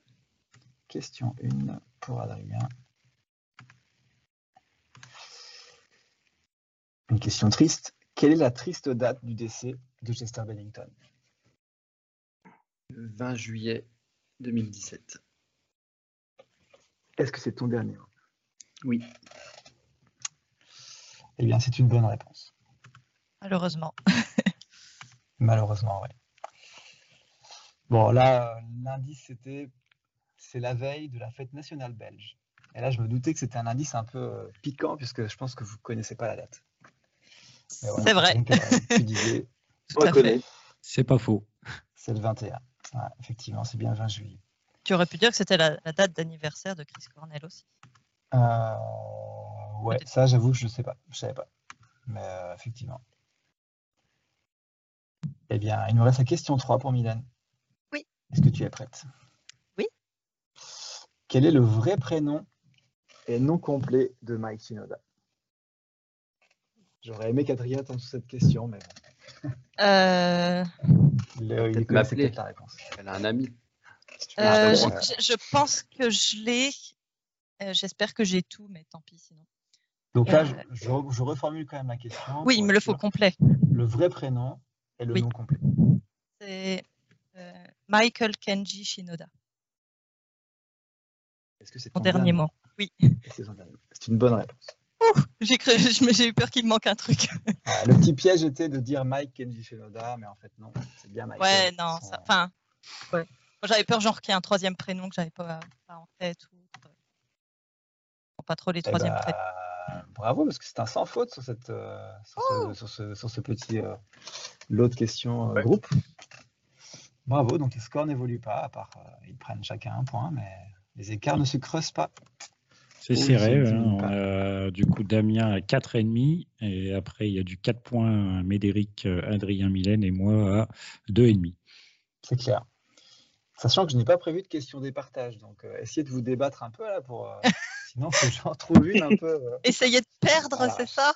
Speaker 5: Question 1 pour Adrien. Une question triste. Quelle est la triste date du décès de Chester Bennington
Speaker 6: 20 juillet 2017.
Speaker 5: Est-ce que c'est ton dernier mot
Speaker 6: Oui.
Speaker 5: Eh bien, c'est une bonne réponse.
Speaker 4: Malheureusement.
Speaker 5: Malheureusement, oui. Bon, là, euh, l'indice, c'était c'est la veille de la fête nationale belge. Et là, je me doutais que c'était un indice un peu euh, piquant, puisque je pense que vous ne connaissez pas la date. Mais voilà,
Speaker 4: C'est vrai.
Speaker 5: donc, euh, tu disais,
Speaker 4: Tout
Speaker 2: On
Speaker 4: à
Speaker 2: la
Speaker 4: fait.
Speaker 2: connaît.
Speaker 1: C'est pas faux.
Speaker 5: c'est le 21. Ouais, effectivement, c'est bien le 20 juillet.
Speaker 4: Tu aurais pu dire que c'était la, la date d'anniversaire de Chris Cornell aussi.
Speaker 5: Euh, ouais,
Speaker 4: Peut-être.
Speaker 5: ça, j'avoue que je ne sais pas. Je savais pas. Mais euh, effectivement. Eh bien, il nous reste la question 3 pour Milan.
Speaker 4: Oui.
Speaker 5: Est-ce que tu es prête
Speaker 4: Oui.
Speaker 5: Quel est le vrai prénom et nom complet de Mike Shinoda J'aurais aimé qu'Adrien tombe sur cette question, mais bon,
Speaker 4: Euh,
Speaker 5: il, il
Speaker 6: peut-être
Speaker 5: connaissait
Speaker 6: m'appeler.
Speaker 5: peut-être la réponse.
Speaker 6: Elle a un ami.
Speaker 5: Ah,
Speaker 4: euh,
Speaker 5: bon,
Speaker 4: je,
Speaker 5: ouais.
Speaker 4: je- je pense que je l'ai. Euh, J'espère que j'ai tout, mais tant pis sinon.
Speaker 5: Donc là,
Speaker 4: Euh,
Speaker 5: je, je re- je reformule quand même la
Speaker 4: Oui,
Speaker 5: question. pour
Speaker 4: il
Speaker 5: être
Speaker 4: me le faut
Speaker 5: sûr.
Speaker 4: complet.
Speaker 5: Le vrai prénom et le
Speaker 4: Oui.
Speaker 5: nom complet.
Speaker 4: C'est euh, Michael Kenji Shinoda,
Speaker 5: Est-ce que c'est
Speaker 4: mon
Speaker 5: ton
Speaker 4: dernier mot.
Speaker 5: C'est son dernier. C'est une bonne réponse.
Speaker 4: J'ai cru- [laughs] j'ai eu peur qu'il me manque un truc.
Speaker 5: Ah, Le petit piège était de dire Mike Kenji Shinoda, mais en fait non, c'est bien Mike.
Speaker 4: [laughs] Ouais, non, ça- enfin, ouais. Moi, j'avais peur genre qu'il y ait un troisième prénom que j'avais pas, pas en tête ou autre. Bon, pas trop
Speaker 5: Eh
Speaker 4: les troisièmes prénoms.
Speaker 5: bah, bravo, parce que c'est un sans faute sur, cette, euh, sur,
Speaker 4: Oh
Speaker 5: ce, sur ce- sur ce petit euh, lot de questions euh,
Speaker 3: Ouais.
Speaker 5: groupe. Bravo, donc les scores n'évoluent pas, à part euh, ils prennent chacun un point, mais les écarts ne se creusent pas.
Speaker 1: C'est
Speaker 5: Oui,
Speaker 1: serré.
Speaker 5: c'est- c'est
Speaker 1: hein.
Speaker 5: une
Speaker 1: On
Speaker 5: part.
Speaker 1: a du coup Damien à 4,5 et après il y a du 4 points à Médéric, euh, Adrien Mylène et moi à 2,5.
Speaker 5: C'est clair. Sachant que je n'ai pas prévu de questions départage, donc euh, essayez de vous débattre un peu là pour. euh, sinon, faut que j'en trouve une un peu. euh,
Speaker 4: Essayer de perdre,
Speaker 5: Voilà.
Speaker 4: c'est ça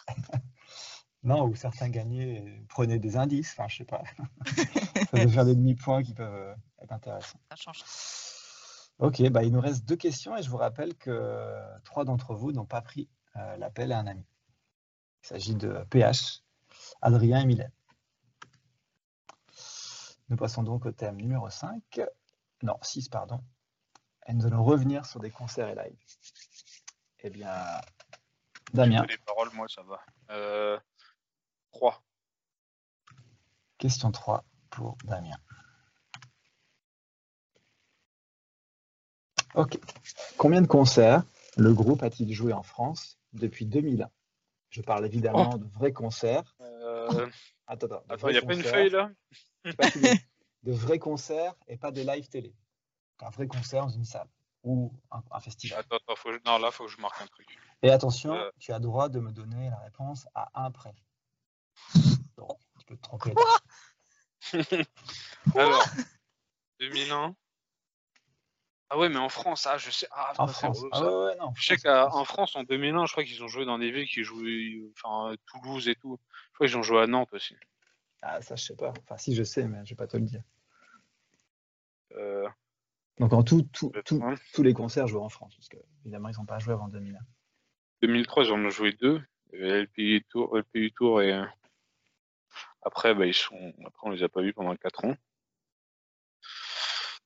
Speaker 5: Non, ou certains gagnaient, euh, prenaient des indices, enfin je sais pas. Ça peut faire des demi-points qui peuvent euh, être intéressants.
Speaker 4: Ça change.
Speaker 5: Ok, bah, il nous reste deux questions et je vous rappelle que euh, trois d'entre vous n'ont pas pris euh, l'appel à un ami. Il s'agit de PH, Adrien et Mylène. Nous passons donc au thème numéro 5, non 6 pardon, et nous allons revenir sur des concerts et live. Eh bien, Damien,
Speaker 3: Les paroles, moi, ça va. Euh, 3.
Speaker 5: question 3 pour Damien. Ok. Combien de concerts le groupe a-t-il joué en France depuis 2001 Je parle évidemment de vrais concerts.
Speaker 3: Euh,
Speaker 5: Attends, attends. de
Speaker 3: Oh. attends,
Speaker 5: vrais
Speaker 3: il n'y a pas une
Speaker 5: concerts.
Speaker 3: feuille là
Speaker 5: J'ai pas fini. De vrais concerts et pas des live télé. Un vrai concert dans une salle ou un, un festival.
Speaker 3: Attends, attends, faut... que je- non, là, faut que je marque un truc.
Speaker 5: Et attention,
Speaker 3: Ah. Euh.
Speaker 5: tu as droit de me donner la réponse à un près. Donc, tu peux te tromper.
Speaker 3: Ah, Alors, 2001. Ah ouais, mais en France, ah, je sais. Ah, putain,
Speaker 5: En
Speaker 3: c'est
Speaker 5: France.
Speaker 3: relou,
Speaker 5: Ah
Speaker 3: ça.
Speaker 5: ouais, ouais, non, en
Speaker 3: Je sais
Speaker 5: France, en
Speaker 3: qu'en
Speaker 5: France.
Speaker 3: France, en 2001, je crois qu'ils ont joué dans des villes qui jouaient, enfin, euh, Toulouse et tout. Je crois qu'ils ont joué à Nantes aussi.
Speaker 5: Ah, ça, je sais pas. Enfin, si, je sais, mais je vais pas te le dire.
Speaker 3: Euh,
Speaker 5: Donc en tout, tout- tout-
Speaker 3: hein.
Speaker 5: tous les concerts joués en France, parce que évidemment ils n'ont pas joué avant 2001.
Speaker 3: 2003, ils en ont joué deux. Il y avait LPU Tour, LPU Tour et euh, après, bah, ils sont... après, on les a pas vus pendant 4 ans.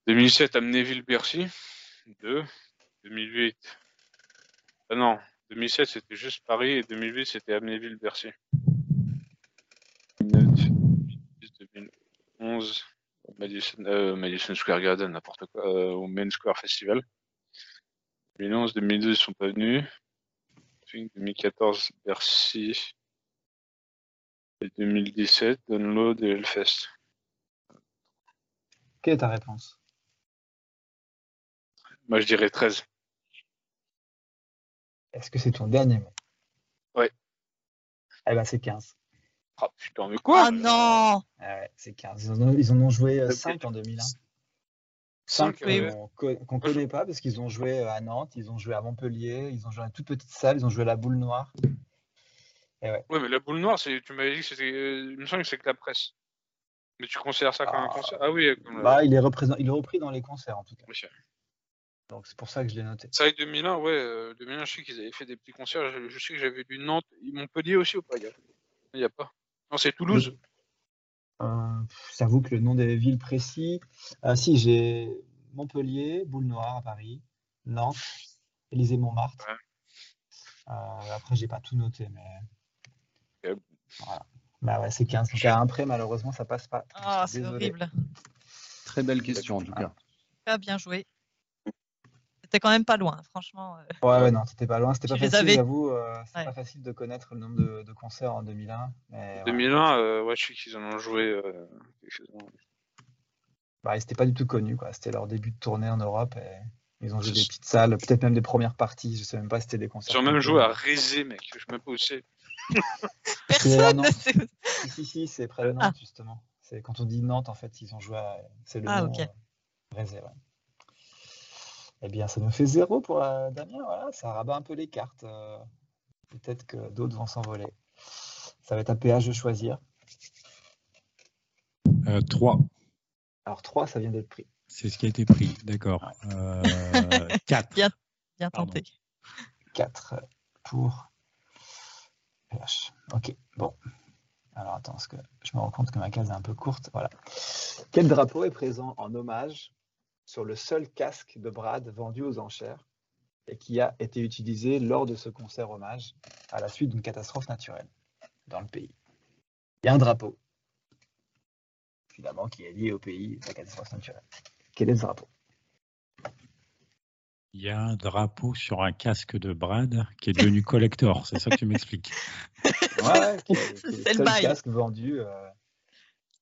Speaker 3: 2007, Amnéville-Bercy, 2. 2008, ah non, 2007, c'était juste Paris et 2008, c'était Amnéville-Bercy. 2011, au Madison, euh, Madison Square Garden, n'importe quoi, euh, au Main Square Festival. 2011, 2012, ils sont pas venus. Puis 2014, Bercy. Et 2017, Download et Hellfest.
Speaker 5: Quelle est ta réponse
Speaker 3: Moi, je dirais 13.
Speaker 5: Est-ce que c'est ton dernier mot
Speaker 3: Ouais.
Speaker 5: Eh ben, c'est 15.
Speaker 3: Ah putain, mais quoi
Speaker 4: oh non
Speaker 5: Ah ouais, c'est 15. Ils en ont, ils en ont joué
Speaker 3: Ok.
Speaker 5: 5 en 2001.
Speaker 3: Cinq,
Speaker 5: 5
Speaker 3: euh,
Speaker 5: qu'on ne connaît pas parce qu'ils ont joué euh, à Nantes, ils ont joué à Montpellier, ils ont joué à une toute petite salle, ils ont joué à la boule noire.
Speaker 3: Ouais, mais la boule noire, c'est... tu m'avais dit que c'était. euh, Il me semble que c'est que la presse. Mais tu considères ça comme un
Speaker 5: Ah.
Speaker 3: concert Ah oui, comme la-
Speaker 5: Bah, il, est représent- il est repris dans les concerts en tout cas.
Speaker 3: Ok.
Speaker 5: Donc c'est pour ça que je l'ai noté.
Speaker 3: Ça et 2001, ouais, euh, 2001, je sais qu'ils avaient fait des petits concerts. Je, je sais que j'avais vu Nantes, Montpellier aussi ou pas Il n'y a pas. Non, c'est Toulouse.
Speaker 5: Euh, pff, J'avoue que le nom des villes précis. Ah, si, j'ai Montpellier, Boule Noire à Paris, Nantes, Élysée-Montmartre.
Speaker 3: Ouais.
Speaker 5: Euh, après, j'ai pas tout noté, mais.
Speaker 3: Ok.
Speaker 5: Voilà. Bah ouais, c'est 15. Donc à un prêt, malheureusement, ça passe pas.
Speaker 4: Ah,
Speaker 5: Je suis
Speaker 4: c'est
Speaker 5: désolé.
Speaker 4: horrible.
Speaker 6: Très belle question en tout cas.
Speaker 4: Pas bien joué. C'était quand même pas loin, franchement. euh.
Speaker 5: Ouais, ouais, non, c'était pas loin. C'était
Speaker 4: Tu
Speaker 5: pas
Speaker 4: les
Speaker 5: facile,
Speaker 4: avais-
Speaker 5: j'avoue. euh, c'est
Speaker 4: Ouais.
Speaker 5: pas facile de connaître le nombre de, de concerts en 2001. Mais, ouais.
Speaker 3: 2001, euh, ouais, je sais qu'ils en ont joué. euh, quelque chose.
Speaker 5: bah, ils étaient pas du tout connus, quoi. C'était leur début de tournée en Europe. et ils ont joué
Speaker 3: C'est
Speaker 5: des
Speaker 3: ça.
Speaker 5: petites salles, peut-être même des premières parties. Je sais même pas si c'était des concerts.
Speaker 3: Ils ont même
Speaker 5: complets.
Speaker 3: joué à Rézé, mec. Je sais même pas où c'est.
Speaker 5: à
Speaker 4: Personne ne
Speaker 5: Nantes.
Speaker 4: sait où-
Speaker 5: Si, si, si, c'est près de
Speaker 4: Ah.
Speaker 5: Nantes, justement. C'est quand on dit Nantes, en fait, ils ont joué à. C'est le
Speaker 4: Ah,
Speaker 5: nom,
Speaker 4: ok.
Speaker 5: euh, Brésil, ouais. Eh bien, ça nous fait zéro pour euh, Damien, voilà, ça rabat un peu les cartes. euh, Peut-être que d'autres vont s'envoler. Ça va être à péage de choisir.
Speaker 1: Euh, 3.
Speaker 5: Alors, 3, ça vient d'être pris.
Speaker 1: C'est ce qui a été pris, d'accord. Euh, 4.
Speaker 4: Bien. Bien
Speaker 1: Pardon.
Speaker 4: tenté.
Speaker 5: 4 pour PH. Ok, bon. Alors attends, parce que je me rends compte que ma case est un peu courte. Voilà. Quel drapeau est présent en hommage sur le seul casque de Brad vendu aux enchères et qui a été utilisé lors de ce concert hommage à la suite d'une catastrophe naturelle dans le pays Il y a un drapeau, finalement, qui est lié au pays, la catastrophe naturelle. Quel est ce drapeau
Speaker 1: Il y a un drapeau sur un casque de Brad qui est devenu collector, c'est ça que tu
Speaker 5: [laughs]
Speaker 1: m'expliques.
Speaker 4: [laughs]
Speaker 5: Ouais, qui est, qui est
Speaker 4: C'est le
Speaker 5: seul
Speaker 4: bail.
Speaker 5: casque vendu euh,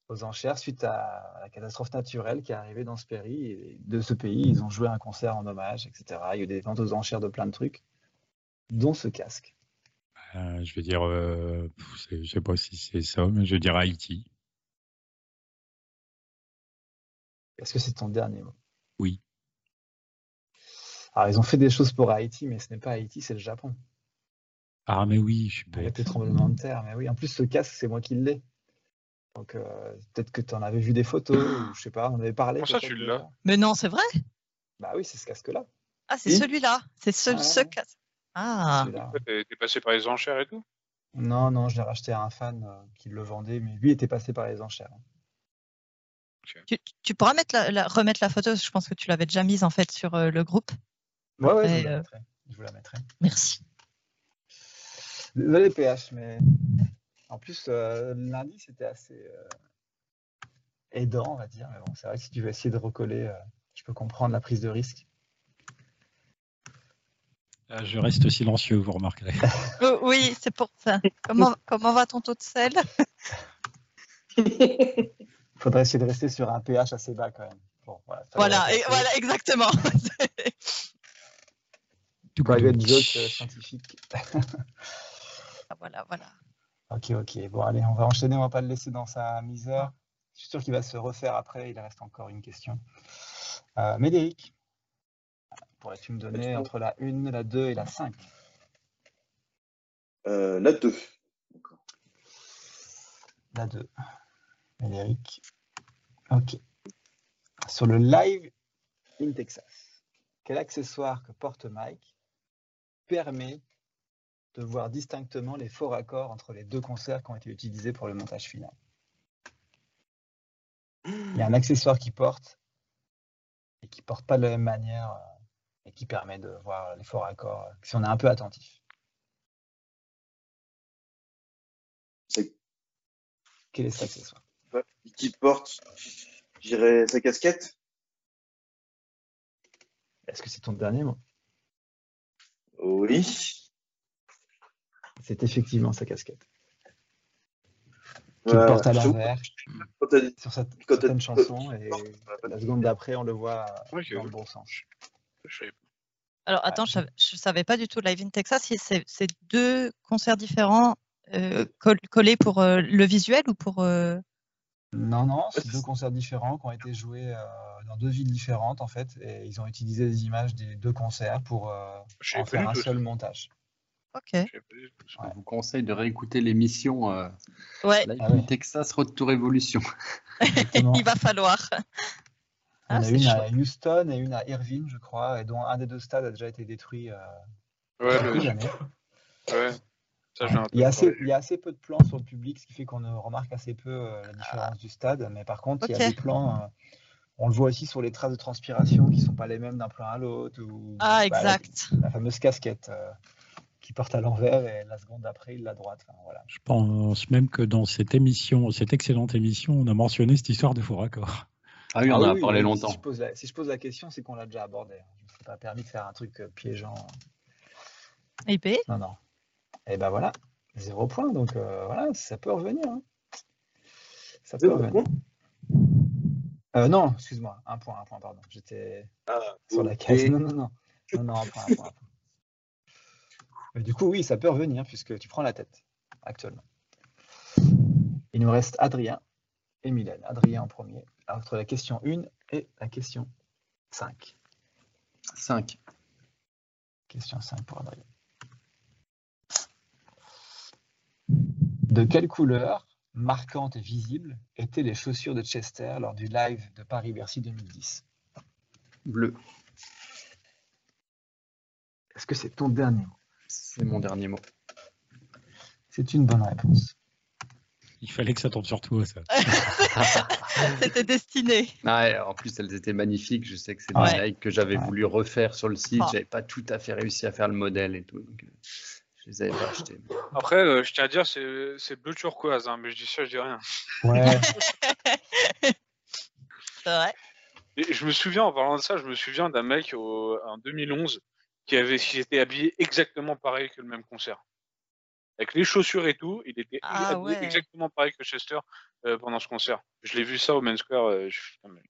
Speaker 5: aux enchères suite à la catastrophe naturelle qui est arrivée dans ce pays. Et de ce pays, ils ont joué un concert en hommage, etc. Il y a eu des ventes aux enchères de plein de trucs, dont ce casque.
Speaker 1: Euh, je vais dire, euh, pff, c'est- je sais pas si c'est ça, mais je vais dire Haïti.
Speaker 5: Est-ce que c'est ton dernier mot
Speaker 1: Oui.
Speaker 5: Alors, ils ont fait des choses pour Haïti, mais ce n'est pas Haïti, c'est le Japon.
Speaker 1: Ah mais oui, je suis
Speaker 5: Avec
Speaker 1: bête.
Speaker 5: le tremblement de terre. Mais oui, en plus, ce casque, c'est moi qui l'ai. Donc, euh, peut-être que tu en avais vu des photos, ou je sais pas, on en avait parlé.
Speaker 3: Comment ça,
Speaker 5: peut-être
Speaker 3: tu
Speaker 5: de-
Speaker 3: l'as
Speaker 4: Mais non, c'est vrai
Speaker 5: Bah oui, c'est ce casque-là.
Speaker 4: Ah, c'est
Speaker 5: Si.
Speaker 4: celui-là. C'est ce,
Speaker 5: Ouais,
Speaker 4: ce
Speaker 5: ouais.
Speaker 4: cas. Ah,
Speaker 5: celui-là.
Speaker 3: Ouais, T'es t'es passé par les enchères et tout
Speaker 5: Non, non, je l'ai racheté à un fan euh, qui le vendait, mais lui était passé par les enchères.
Speaker 4: tu, tu pourras mettre la, la- remettre la photo, parce que je pense que tu l'avais déjà mise en fait sur euh, le groupe.
Speaker 5: Ouais, ouais, je
Speaker 4: Après,
Speaker 5: vous la
Speaker 4: euh,
Speaker 5: mettrai. Je vous la mettrai.
Speaker 4: Merci.
Speaker 5: Désolé, PH, mais en plus, euh, lundi, c'était assez euh, aidant, on va dire. Mais bon, c'est vrai que si tu veux essayer de recoller, euh, je peux comprendre la prise de risque.
Speaker 1: Ah, Je reste silencieux, vous remarquerez.
Speaker 4: Oh, oui, c'est pour ça. [laughs] Comment, comment va ton taux de sel
Speaker 5: Il faudrait essayer de rester sur un PH assez bas quand même. Bon, voilà, fallait
Speaker 4: Voilà, et,
Speaker 5: rattraper.
Speaker 4: voilà, exactement.
Speaker 5: [laughs]
Speaker 4: [laughs]
Speaker 5: Private joke euh, scientifique.
Speaker 4: Ah, voilà, voilà.
Speaker 5: Ok, ok. Bon, allez, on va enchaîner. On va pas le laisser dans sa misère. Je suis sûr qu'il va se refaire après. Il reste encore une question. Euh, Médéric, pourrais-tu me donner
Speaker 2: Question.
Speaker 5: entre la 1, la 2 et la 5
Speaker 2: Euh, la 2.
Speaker 5: La 2. Médéric. Ok. Sur le live in Texas, quel accessoire que porte Mike permet de voir distinctement les faux raccords entre les deux concerts qui ont été utilisés pour le montage final Il y a un accessoire qui porte et qui porte pas de la même manière euh, et qui permet de voir les faux raccords euh, si on est un peu attentif.
Speaker 2: C'est-
Speaker 5: Quel est cet accessoire
Speaker 2: Qui porte, je dirais, sa casquette
Speaker 5: Est-ce que c'est ton dernier mot
Speaker 2: Oui.
Speaker 5: C'est effectivement sa casquette. Qu'il
Speaker 2: Voilà.
Speaker 5: porte à
Speaker 2: Je vous-
Speaker 5: l'envers
Speaker 2: quand t'as dit-
Speaker 5: sur cette,
Speaker 2: quand t'as
Speaker 5: certaines
Speaker 2: dit-
Speaker 5: chansons et
Speaker 2: Voilà.
Speaker 5: la seconde d'après, on le voit
Speaker 3: Ok.
Speaker 5: dans le bon sens.
Speaker 3: je savais pas.
Speaker 4: Alors attends, je savais- je savais pas du tout. Live in Texas, si c'est c'est deux concerts différents euh, col- collés pour euh, le visuel ou pour. euh,
Speaker 5: Non, non, c'est
Speaker 2: c'est
Speaker 5: deux
Speaker 2: ça.
Speaker 5: concerts différents qui ont été joués euh, dans deux villes différentes, en fait, et ils ont utilisé les images des deux concerts pour euh,
Speaker 3: Je savais
Speaker 5: en
Speaker 3: pas
Speaker 5: faire
Speaker 3: du
Speaker 5: un
Speaker 3: tout. ça.
Speaker 5: seul montage.
Speaker 4: Ok.
Speaker 3: Je savais pas du tout ça.
Speaker 6: Je vous conseille de réécouter l'émission euh,
Speaker 4: Ouais,
Speaker 6: Live
Speaker 5: Ah ouais.
Speaker 6: in Texas Road to Revolution.
Speaker 5: Exactement.
Speaker 4: [laughs] il va falloir.
Speaker 5: Il
Speaker 4: Ah,
Speaker 5: y en a
Speaker 4: c'est
Speaker 5: une
Speaker 4: chouette.
Speaker 5: à Houston et une à Irvine, je crois, et dont un des deux stades a déjà été détruit euh, il y a
Speaker 3: Ouais,
Speaker 5: quelques
Speaker 3: le-
Speaker 5: années.
Speaker 3: ouais. Ça, j'ai
Speaker 5: Ouais.
Speaker 3: entendu
Speaker 5: Il y, a assez,
Speaker 3: parler.
Speaker 5: il y a assez peu de plans sur le public, ce qui fait qu'on ne remarque assez peu euh,
Speaker 6: Ah.
Speaker 5: la différence du stade. Mais par contre, il y a
Speaker 4: Ok.
Speaker 5: des plans, euh, on le voit aussi sur les traces de transpiration qui ne sont pas les mêmes d'un plan à l'autre. Ou,
Speaker 4: Ah,
Speaker 5: bah, la-
Speaker 4: exact.
Speaker 5: la, fameuse casquette euh, qui porte à l'envers et la seconde d'après, il la droite. Enfin, voilà.
Speaker 1: Je pense même que dans cette émission, cette excellente émission, on a mentionné cette histoire de faux raccord.
Speaker 6: Ah oui, on en
Speaker 5: Ah
Speaker 6: a
Speaker 5: oui,
Speaker 6: parlé
Speaker 5: oui,
Speaker 6: longtemps.
Speaker 5: Si je pose la, si je pose la question, c'est qu'on l'a déjà abordé. Je ne me suis pas permis de faire un truc euh, piégeant.
Speaker 4: Et B,
Speaker 5: Non, non. Et ben voilà, zéro point. Donc euh, voilà, ça peut revenir. hein. Ça peut
Speaker 2: Zéro
Speaker 5: revenir.
Speaker 2: point
Speaker 5: Euh, non, excuse-moi, un point, un point, pardon. J'étais
Speaker 2: Ah,
Speaker 5: sur la
Speaker 2: ok.
Speaker 5: case. Non, non, non. Non, non, un point, un point, un point. Mais du coup, oui, ça peut revenir puisque tu prends la tête actuellement. Il nous reste Adrien et Mylène. Adrien en premier, entre la question 1 et la question 5.
Speaker 6: 5.
Speaker 5: Question 5 pour Adrien. De quelle couleur, marquante et visible, étaient les chaussures de Chester lors du live de Paris-Bercy 2010
Speaker 6: Bleu.
Speaker 5: Est-ce que c'est ton dernier mot
Speaker 6: C'est mon dernier mot.
Speaker 5: C'est une bonne réponse.
Speaker 1: [laughs] Il fallait que ça tombe sur toi, ça.
Speaker 4: c'était destiné.
Speaker 6: Ah Ouais, en plus, elles étaient magnifiques. Je sais que c'est
Speaker 4: Ouais.
Speaker 6: des likes que j'avais
Speaker 5: Ouais.
Speaker 6: voulu refaire sur le site.
Speaker 4: Ah.
Speaker 6: J'avais pas tout à fait réussi à faire le modèle et tout. Donc, euh, je les avais pas achetées.
Speaker 3: Après, euh, je tiens à dire, c'est c'est bleu turquoise, hein, mais je dis ça, je dis rien.
Speaker 5: Ouais,
Speaker 4: C'est vrai.
Speaker 3: Et je me souviens, en parlant de ça, je me souviens d'un mec au- en 2011 qui avait, qui était habillé exactement pareil que le même concert. Avec les chaussures et tout, il était
Speaker 4: Ah
Speaker 3: habillé
Speaker 4: ouais.
Speaker 3: exactement pareil que Chester euh, pendant ce concert. Je l'ai vu ça au Main Square. euh, je- putain, mais-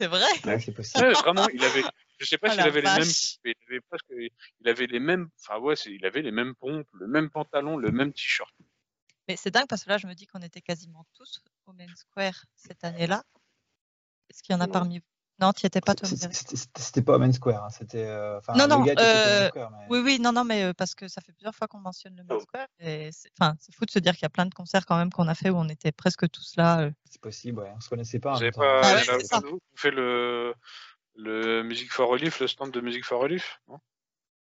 Speaker 4: C'est vrai.
Speaker 5: [laughs] ouais, c'est possible.
Speaker 3: Ouais, vraiment, il avait. Je sais
Speaker 4: [laughs]
Speaker 3: pas
Speaker 4: Ah,
Speaker 3: s'il
Speaker 4: la
Speaker 3: avait les mêmes.
Speaker 4: vache.
Speaker 3: mais il avait presque- il avait les mêmes. Enfin ouais, c'est- il avait les mêmes pompes, le même pantalon, le même t-shirt.
Speaker 4: Mais c'est dingue parce que là, je me dis qu'on était quasiment tous au Main Square cette année-là. Est-ce qu'il y en a
Speaker 2: Non.
Speaker 4: parmi vous Non, tu n'y étais pas, toi,
Speaker 5: C'est-
Speaker 4: Frédéric.
Speaker 5: C'était c'était- c'était pas au Main Square, hein, c'était. euh, enfin,
Speaker 4: Non,
Speaker 5: le
Speaker 4: non,
Speaker 5: gars qui était au Main
Speaker 4: euh,
Speaker 5: Square, mais-
Speaker 4: Oui, oui, non, non, mais euh, parce que ça fait plusieurs fois qu'on mentionne le Main
Speaker 2: Oh.
Speaker 4: Square. et c'est- Enfin, c'est fou de se dire qu'il y a plein de concerts quand même qu'on a fait où on était presque tous là. euh.
Speaker 5: c'est possible, ouais, on se connaissait pas. hein,
Speaker 3: Vous
Speaker 5: en
Speaker 3: avez
Speaker 5: fait,
Speaker 3: pas
Speaker 5: on-
Speaker 4: Ah
Speaker 3: il y
Speaker 4: ouais,
Speaker 3: en a
Speaker 4: c'est ça.
Speaker 3: aucun de vous qui fait le le Music for Relief, le stand de Music for Relief non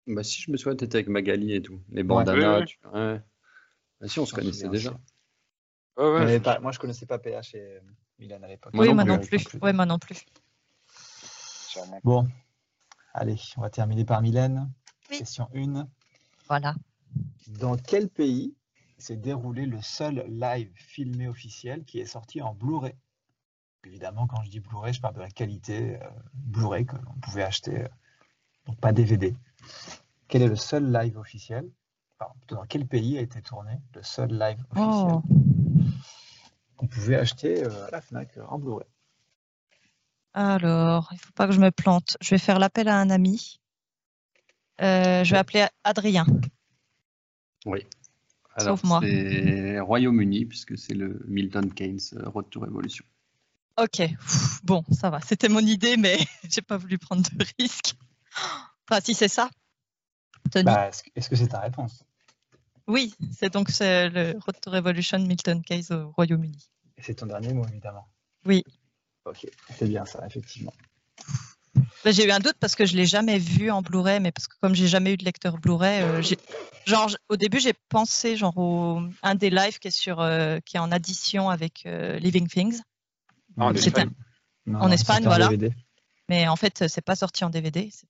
Speaker 6: Bah, si je me souviens, t'étais avec Magali et tout. Les bandanas.
Speaker 3: Oui, oui.
Speaker 6: tu- ouais. Bah, si, on se
Speaker 5: Je m'en
Speaker 6: connaissait
Speaker 5: souviens
Speaker 6: déjà.
Speaker 5: aussi.
Speaker 3: Ouais, ouais,
Speaker 5: On
Speaker 3: je-
Speaker 5: avait pas- moi, je connaissais pas PH et euh, Milan à l'époque.
Speaker 6: Moi
Speaker 4: oui,
Speaker 6: non
Speaker 4: moi
Speaker 6: plus,
Speaker 4: non
Speaker 6: je
Speaker 4: plus. Ouais, moi non plus.
Speaker 3: ça remonte.
Speaker 5: Bon, allez, on va terminer par Mylène.
Speaker 4: Oui.
Speaker 5: Question 1.
Speaker 4: Voilà.
Speaker 5: Dans quel pays s'est déroulé le seul live filmé officiel qui est sorti en Blu-ray Évidemment, quand je dis Blu-ray, je parle de la qualité euh, Blu-ray que l'on pouvait acheter, euh, donc pas DVD. Quel est le seul live officiel Enfin, plutôt dans quel pays a été tourné le seul live officiel
Speaker 4: Oh.
Speaker 5: qu'on pouvait acheter euh, à la FNAC euh, en Blu-ray
Speaker 4: Alors, il faut pas que je me plante. Je vais faire l'appel à un ami. Euh, je vais appeler Adrien.
Speaker 6: Oui. Alors,
Speaker 4: Sauve-moi.
Speaker 6: c'est Royaume-Uni, puisque c'est le Milton Keynes euh, Road to Revolution.
Speaker 4: Ok. Pff, Bon, ça va. C'était mon idée, mais [laughs] j'ai pas voulu prendre de risque. Enfin, si c'est ça. Tony.
Speaker 5: Bah, Est-ce que- est-ce que c'est ta réponse
Speaker 4: Oui, c'est donc c'est le Road to Revolution Milton Keynes au Royaume-Uni.
Speaker 5: Et c'est ton dernier mot, évidemment.
Speaker 4: Oui.
Speaker 5: Ok, c'est bien ça, effectivement.
Speaker 4: Là, Bah, J'ai eu un doute parce que je l'ai jamais vu en Blu-ray, mais parce que comme j'ai jamais eu de lecteur Blu-ray, euh, j'ai- genre j- au début j'ai pensé genre au un des lives qui est sur euh, qui est en addition avec euh, Living Things,
Speaker 3: Non, en
Speaker 4: C'est Espagne.
Speaker 5: Non,
Speaker 4: En
Speaker 5: non,
Speaker 4: Espagne,
Speaker 5: c'était en
Speaker 4: voilà.
Speaker 5: DVD.
Speaker 4: mais en fait euh, c'est pas sorti en DVD. c'est-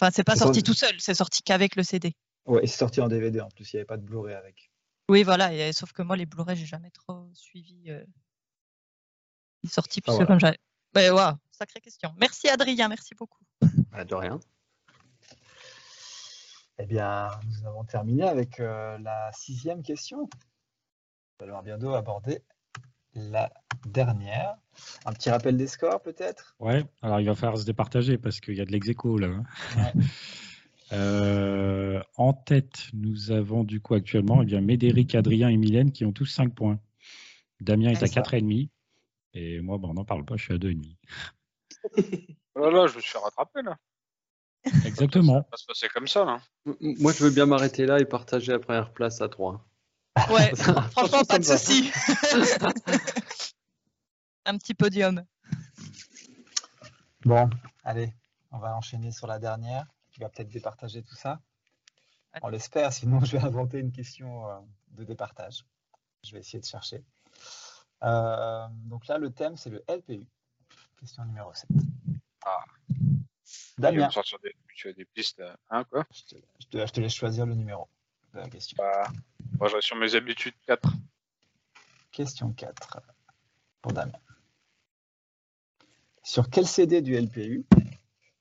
Speaker 4: Enfin c'est pas
Speaker 5: C'est
Speaker 4: sorti
Speaker 5: sorti-
Speaker 4: tout seul, c'est sorti qu'avec le CD.
Speaker 5: Ouais, et c'est sorti en DVD en plus, il n'y avait pas de Blu-ray avec.
Speaker 4: Oui voilà, et, euh, sauf que moi les Blu-ray j'ai jamais trop suivi euh, les sorties puisque
Speaker 5: voilà.
Speaker 4: comme j'avais. Ouais, waouh, sacrée question. Merci Adrien, merci beaucoup.
Speaker 6: Ah, de rien.
Speaker 5: Eh bien, nous avons terminé avec euh, la sixième question. Nous allons bientôt aborder la dernière. Un petit rappel des scores peut-être
Speaker 1: Ouais, alors il va falloir se départager parce qu'il y a de lex là. hein. [laughs] Euh, en tête, nous avons du coup actuellement eh bien, Médéric, Adrien et Mylène qui ont tous 5 points. Damien est
Speaker 5: C'est
Speaker 1: à
Speaker 5: ça.
Speaker 1: 4,5 et moi, ben, on n'en parle pas, je suis à 2,5.
Speaker 3: Oh là là, je me suis fait rattraper là.
Speaker 1: [laughs]
Speaker 3: Ça
Speaker 1: Exactement.
Speaker 3: va se passer comme ça là. hein.
Speaker 6: M- m- Moi, je veux bien m'arrêter là et partager la première place à 3.
Speaker 4: Ouais,
Speaker 6: Franchement,
Speaker 4: [laughs] franchement, pas de
Speaker 6: ça me va.
Speaker 4: souci. Un petit podium.
Speaker 5: Bon, allez, on va enchaîner sur la dernière. Tu vas peut-être départager tout ça. On l'espère, sinon je vais inventer une question euh, de départage. Je vais essayer de chercher. Euh, donc là, le thème, c'est le LPU. Question numéro 7.
Speaker 3: Ah. Il va
Speaker 5: Damien,
Speaker 3: me sortir des, tu as des pistes. euh, Hein, quoi
Speaker 5: je te, je te- je te laisse choisir le numéro de la question.
Speaker 3: bah, Moi, je reste sur mes habitudes 4.
Speaker 5: Question 4 pour Damien. Sur quel CD du LPU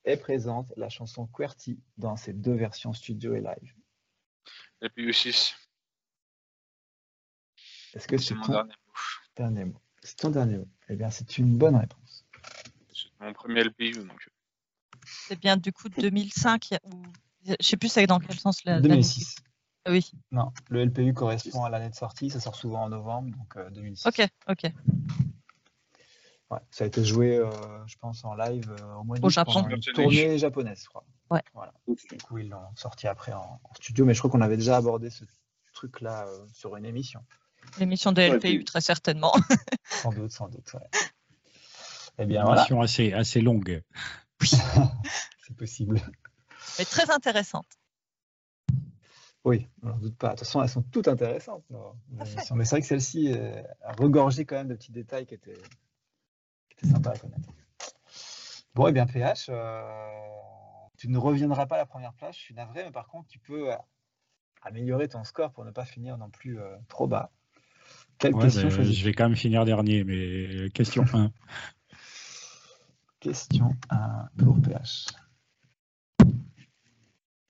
Speaker 5: est présente la chanson QWERTY dans ses deux versions studio et live
Speaker 3: Et puis 6.
Speaker 5: Est-ce que
Speaker 3: C'est
Speaker 5: c'est
Speaker 3: mon
Speaker 5: ton
Speaker 3: dernier mot.
Speaker 5: dernier mot C'est ton dernier mot. Eh bien, c'est une bonne réponse.
Speaker 3: C'est mon premier LPU. Donc. euh.
Speaker 4: C'est Eh bien du coup 2005 ou je sais plus c'est dans quel sens la. la-
Speaker 5: 2006.
Speaker 4: Ah Oui.
Speaker 5: Non, le LPU correspond à l'année de sortie. Ça sort souvent en novembre, donc euh, 2006.
Speaker 4: Ok, ok.
Speaker 5: Ouais, ça a été joué, euh, je pense, en live euh, au mois
Speaker 4: Au
Speaker 5: d'août
Speaker 4: Japon.
Speaker 5: pendant une
Speaker 3: Japanese.
Speaker 5: tournée japonaise, je crois.
Speaker 4: Ouais.
Speaker 5: Voilà. Du coup, ils l'ont sorti après en, en studio, mais je crois qu'on avait déjà abordé ce truc-là euh, sur une émission.
Speaker 4: L'émission de
Speaker 2: Ouais,
Speaker 4: LPU,
Speaker 2: puis-
Speaker 4: très certainement. [laughs]
Speaker 5: Sans doute, sans doute. ouais. Eh bien,
Speaker 1: Une
Speaker 5: voilà,
Speaker 1: mission assez, assez longue.
Speaker 5: c'est possible.
Speaker 4: Mais très intéressante.
Speaker 5: Oui, on n'en doute pas. De toute façon, elles sont toutes intéressantes. nos- nos
Speaker 4: fait.
Speaker 5: émissions. Mais c'est vrai que celle-ci euh, a regorgé quand même de petits détails qui étaient, qui étaient sympas à connaître. Bon, et bien, PH, euh, tu ne reviendras pas à la première place, je suis navré, mais par contre, tu peux euh, améliorer ton score pour ne pas finir non plus euh, trop bas. Quelle
Speaker 1: Ouais,
Speaker 5: question
Speaker 1: ben,
Speaker 5: choisis
Speaker 1: je vais quand même finir dernier, mais euh, question 1.
Speaker 5: Question 1 pour PH.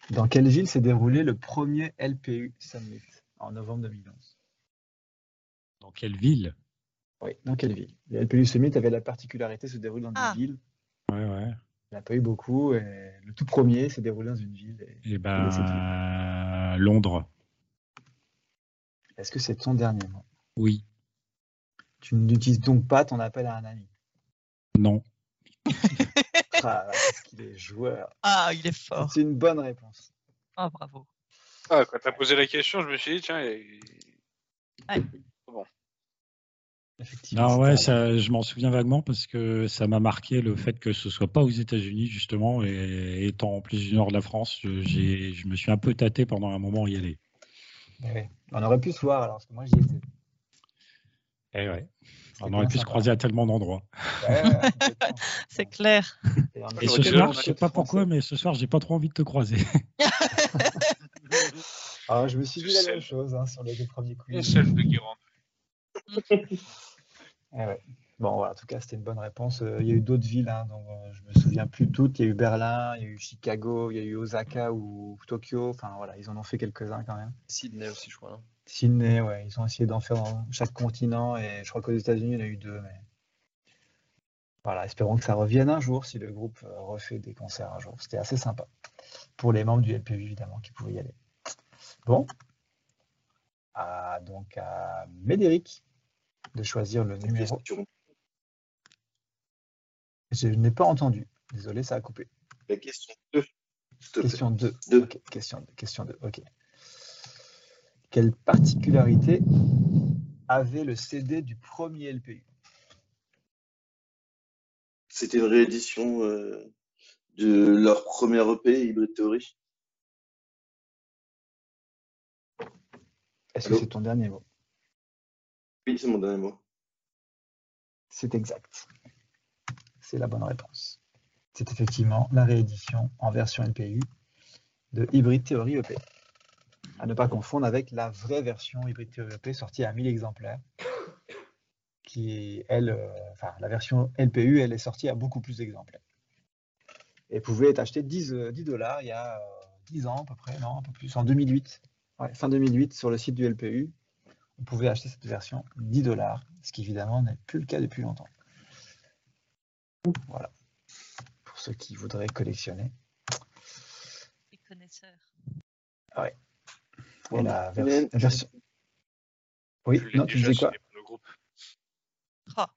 Speaker 5: Dans quelle ville s'est déroulé le premier LPU Summit en novembre 2011
Speaker 1: Dans quelle ville
Speaker 5: Oui, dans quelle ville Le LPU Summit avait la particularité de se dérouler dans
Speaker 4: Ah.
Speaker 5: des villes.
Speaker 1: Ouais, ouais.
Speaker 5: Il n'y en a pas eu beaucoup. Et le tout premier s'est déroulé dans une ville. et-
Speaker 1: Et
Speaker 5: Quelle est cette
Speaker 1: ben, Eh Londres.
Speaker 5: Est-ce que c'est ton dernier mot
Speaker 1: Oui.
Speaker 5: Tu n'utilises donc pas ton appel à
Speaker 4: [laughs]
Speaker 5: un ami.
Speaker 1: Non.
Speaker 5: Ah, parce qu'il est joueur.
Speaker 4: Ah, il est fort.
Speaker 5: C'est une bonne réponse.
Speaker 4: Ah, bravo.
Speaker 3: Ah, quand t'as posé la question, je me suis dit, tiens, il-
Speaker 5: Effectivement.
Speaker 1: Non, Ah ouais,
Speaker 5: c'était
Speaker 1: ça, je m'en souviens vaguement parce que ça m'a marqué le fait que ce soit pas aux États-Unis, justement, et étant en plus du nord de la France, je- j'ai, je me suis un peu tâté pendant un moment à y aller.
Speaker 5: un- Ouais. On aurait pu se voir alors, parce que moi j'y
Speaker 4: [laughs]
Speaker 5: étais.
Speaker 1: Eh ouais.
Speaker 5: C'était
Speaker 1: On
Speaker 5: quand
Speaker 1: aurait
Speaker 5: même
Speaker 1: pu se
Speaker 5: sympa.
Speaker 1: croiser à tellement d'endroits.
Speaker 5: Ouais, ouais,
Speaker 4: [laughs]
Speaker 5: ouais, complètement.
Speaker 4: C'est clair.
Speaker 5: Et on
Speaker 3: Et
Speaker 1: Et ce
Speaker 5: était
Speaker 3: J'aurais
Speaker 5: tous
Speaker 3: été
Speaker 1: soir,
Speaker 5: en
Speaker 3: là,
Speaker 1: je sais
Speaker 5: club
Speaker 1: pas pourquoi,
Speaker 5: français. Oh,
Speaker 1: mais ce soir, j'ai pas trop envie de te croiser.
Speaker 5: Ah, je me suis
Speaker 3: Je
Speaker 5: dit la
Speaker 3: sais.
Speaker 5: même chose hein, sur les deux premiers
Speaker 3: une
Speaker 5: quiz.
Speaker 3: seule de Guérande.
Speaker 5: Eh ouais. Bon, voilà, en tout cas, c'était une bonne réponse. Euh, Il y a eu d'autres villes, hein, dont euh, je me souviens plus toutes. Il y a eu Berlin, il y a eu Chicago, il y a eu Osaka ou Tokyo. Enfin, voilà, ils en ont fait quelques-uns quand même.
Speaker 6: Sydney aussi, je crois. non
Speaker 5: Sydney, ouais, ils ont essayé d'en faire dans chaque continent. Et je crois qu'aux États-Unis, il y en a eu deux. Mais... Voilà, espérons que ça revienne un jour si le groupe euh, refait des concerts un jour. C'était assez sympa. Pour les membres du LPU, évidemment, qui pouvaient y aller. Bon. Ah, donc, à Médéric de choisir le numéro.
Speaker 2: question.
Speaker 5: Je n'ai pas entendu. Désolé, ça a coupé.
Speaker 2: La question 2. s'il te plaît.
Speaker 5: Question 2.
Speaker 2: Deux.
Speaker 5: Question 2. Question 2. OK. Quelle particularité avait le CD du premier LPU
Speaker 2: C'était une réédition euh, de leur première EP, Hybrid Theory.
Speaker 5: Est-ce
Speaker 2: Allô
Speaker 5: que c'est ton dernier mot
Speaker 2: Oui, c'est mon dernier mot.
Speaker 5: C'est exact. C'est la bonne réponse. C'est effectivement la réédition en version LPU de Hybrid Theory EP. À ne pas confondre avec la vraie version Hybrid Theory EP sortie à 1000 exemplaires. Qui, elle, euh, enfin, la version LPU, elle est sortie à beaucoup plus d'exemplaires. Et pouvait être achetée 10, euh, 10 dollars il y a euh, 10 ans à peu près, non, un peu plus, en 2008. Ouais, fin 2008, sur le site du LPU, on pouvait acheter cette version 10 dollars. ce qui évidemment n'est plus le cas depuis longtemps. Voilà, pour ceux qui voudraient collectionner.
Speaker 4: Les connaisseurs.
Speaker 5: Et la vers-
Speaker 2: Mais-
Speaker 5: la version- Oui,
Speaker 3: Je l'ai
Speaker 5: non, tu
Speaker 3: déjà
Speaker 5: disais quoi
Speaker 3: signé pour le groupe.
Speaker 4: Ah,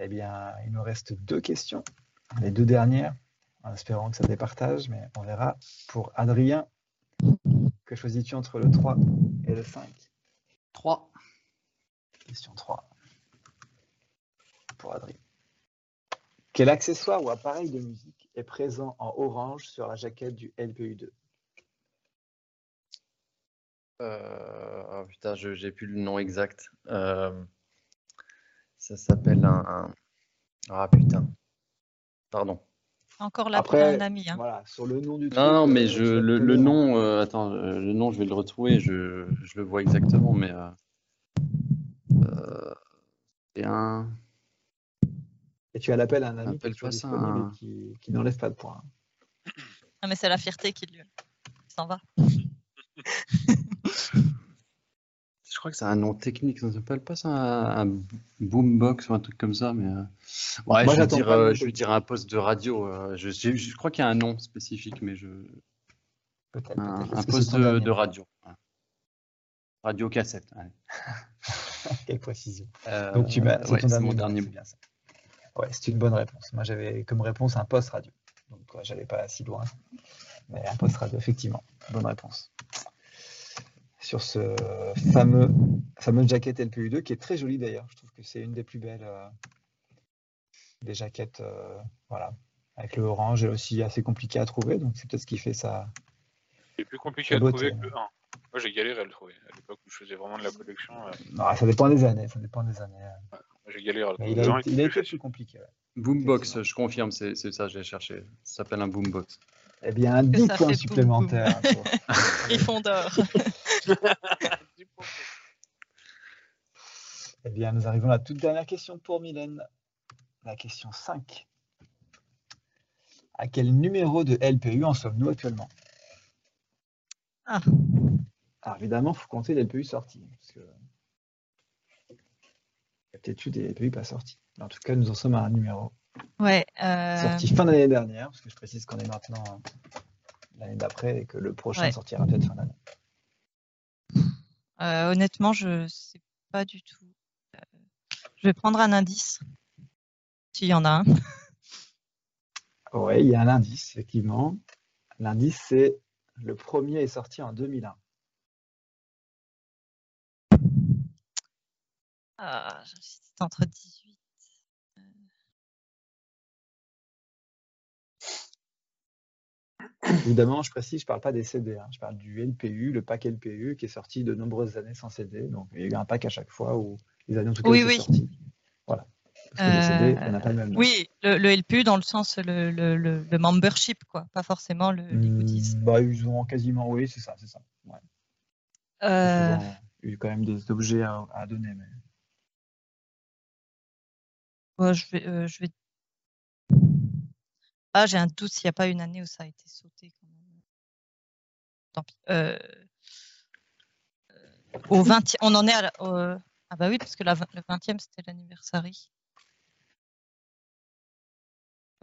Speaker 5: Eh bien, il nous reste deux questions, les deux dernières, en espérant que ça départage, mais on verra. Pour Adrien, que choisis-tu entre le 3 et le 5
Speaker 6: 3.
Speaker 5: Question 3. Pour Adrien. Quel accessoire ou appareil de musique est présent en orange sur la jaquette du LPU2
Speaker 6: Euh, oh, putain, je- j'ai plus le nom exact. Euh, ça s'appelle un, un- Ah putain. Pardon.
Speaker 4: Encore là pour
Speaker 5: Après,
Speaker 4: un ami. hein.
Speaker 5: Voilà, sur le nom du truc,
Speaker 6: Non, non,
Speaker 5: euh,
Speaker 6: mais je,
Speaker 5: tu vas te
Speaker 6: le, le
Speaker 5: connaître.
Speaker 6: nom, euh, attends, euh, le nom, je vais le retrouver, je, je le vois exactement, mais euh, euh, c'est un.
Speaker 5: Et tu as l'appel à un ami
Speaker 6: Appelle
Speaker 5: qui soit
Speaker 6: pas ça
Speaker 5: disponible
Speaker 6: un-
Speaker 5: et qui, qui n'enlève pas hein. de points.
Speaker 4: Ah, mais c'est la fierté qui lui qui s'en va.
Speaker 6: Je crois que c'est un nom technique, ça s'appelle pas ça un, un boombox ou un truc comme ça, mais. euh, Ouais,
Speaker 5: Moi,
Speaker 6: je vais
Speaker 5: j'attends
Speaker 6: dire,
Speaker 5: pas le
Speaker 6: euh,
Speaker 5: nom
Speaker 6: je vais
Speaker 5: technique.
Speaker 6: dire un poste de radio. euh, je, je- je crois qu'il y a un nom spécifique, mais je.
Speaker 5: Peut-être.
Speaker 6: Un,
Speaker 5: peut-être.
Speaker 6: un
Speaker 5: Est-ce que c'est
Speaker 6: poste
Speaker 5: ton
Speaker 6: de,
Speaker 5: dernier
Speaker 6: de radio. Radio cassette. allez.
Speaker 5: Quelle précision.
Speaker 6: Euh,
Speaker 5: Donc tu m'as, c'est
Speaker 6: ouais,
Speaker 5: ton
Speaker 6: c'est
Speaker 5: dernier
Speaker 6: mon
Speaker 5: mot,
Speaker 6: dernier
Speaker 5: c'est
Speaker 6: mot.
Speaker 5: bien ça. Ouais, c'est une bonne réponse. Moi, j'avais comme réponse un poste radio. Donc, ouais, j'allais pas si loin. Mais un poste radio, effectivement. Bonne réponse. Sur ce fameux, fameuse jaquette LPU2, qui est très jolie d'ailleurs. Je trouve que c'est une des plus belles euh, des jaquettes. euh, voilà. Avec le orange, elle est aussi assez compliquée à trouver. Donc, c'est peut-être ce qui fait ça.
Speaker 3: C'est plus compliqué
Speaker 5: La euh.
Speaker 3: à
Speaker 5: beauté,
Speaker 3: trouver que le 1. Moi, j'ai galéré à le trouver. À l'époque où je faisais vraiment de la collection, euh,
Speaker 5: Non, ça dépend des années. Ça dépend des années.
Speaker 3: j'ai galéré à le
Speaker 5: Mais
Speaker 3: trouver.
Speaker 5: il a,
Speaker 3: Le un
Speaker 5: été-
Speaker 3: était
Speaker 5: il a
Speaker 3: plus
Speaker 5: été
Speaker 3: facile.
Speaker 5: plus compliqué. ouais.
Speaker 6: Boombox,
Speaker 5: Effectivement.
Speaker 6: je confirme, c'est c'est ça, j'ai cherché. Ça s'appelle un boombox.
Speaker 5: Eh bien,
Speaker 4: que
Speaker 5: 10
Speaker 4: ça fait
Speaker 5: points
Speaker 4: boum, boum.
Speaker 5: supplémentaires. pour-
Speaker 4: Gryffondor.
Speaker 5: Eh bien, nous arrivons à la toute dernière question pour Mylène. La question 5. À quel numéro de LPU en sommes-nous actuellement
Speaker 4: Ah.
Speaker 5: Alors, évidemment, il faut compter les LPU sortis. Parce que... Il y a peut-être eu des LPU pas sortis. Mais En tout cas, nous en sommes à un numéro
Speaker 4: Ouais. euh,
Speaker 5: sorti fin d'année dernière, parce que je précise qu'on est maintenant euh, l'année d'après et que le prochain
Speaker 4: Ouais.
Speaker 5: sortira peut-être fin d'année.
Speaker 4: euh, honnêtement, je sais pas du tout. Euh, je vais prendre un indice. S'il y en a un.
Speaker 5: Oui, il y a un indice, effectivement. L'indice, c'est le premier est sorti en 2001.
Speaker 4: Ah, j'hésite entre 18. euh,
Speaker 5: Évidemment, je précise, je parle pas des CD, hein, je parle du LPU, le pack LPU qui est sorti de nombreuses années sans CD. Donc il y a eu un pack à chaque fois où les années en tout cas
Speaker 4: Oui,
Speaker 5: étaient
Speaker 4: oui.
Speaker 5: sorties. Voilà. Parce que les CD,
Speaker 4: Euh,
Speaker 5: on n'a pas le même nom.
Speaker 4: Oui, le, le LPU dans le sens le, le, le, le membership, quoi. Pas forcément le, les goodies.
Speaker 5: Hmm, bah, ils ont quasiment, oui, c'est ça, c'est ça. Ouais.
Speaker 4: Euh,
Speaker 5: Ils ont eu quand même des objets à, à donner. Mais...
Speaker 4: ouais, je vais, euh, je vais. Ah, j'ai un doute s'il n'y a pas une année où ça a été sauté. Quand même. Tant pis. Euh, euh, au 20 on en est à la- au- Ah bah oui, parce que la vingt- le 20e, c'était l'anniversaire.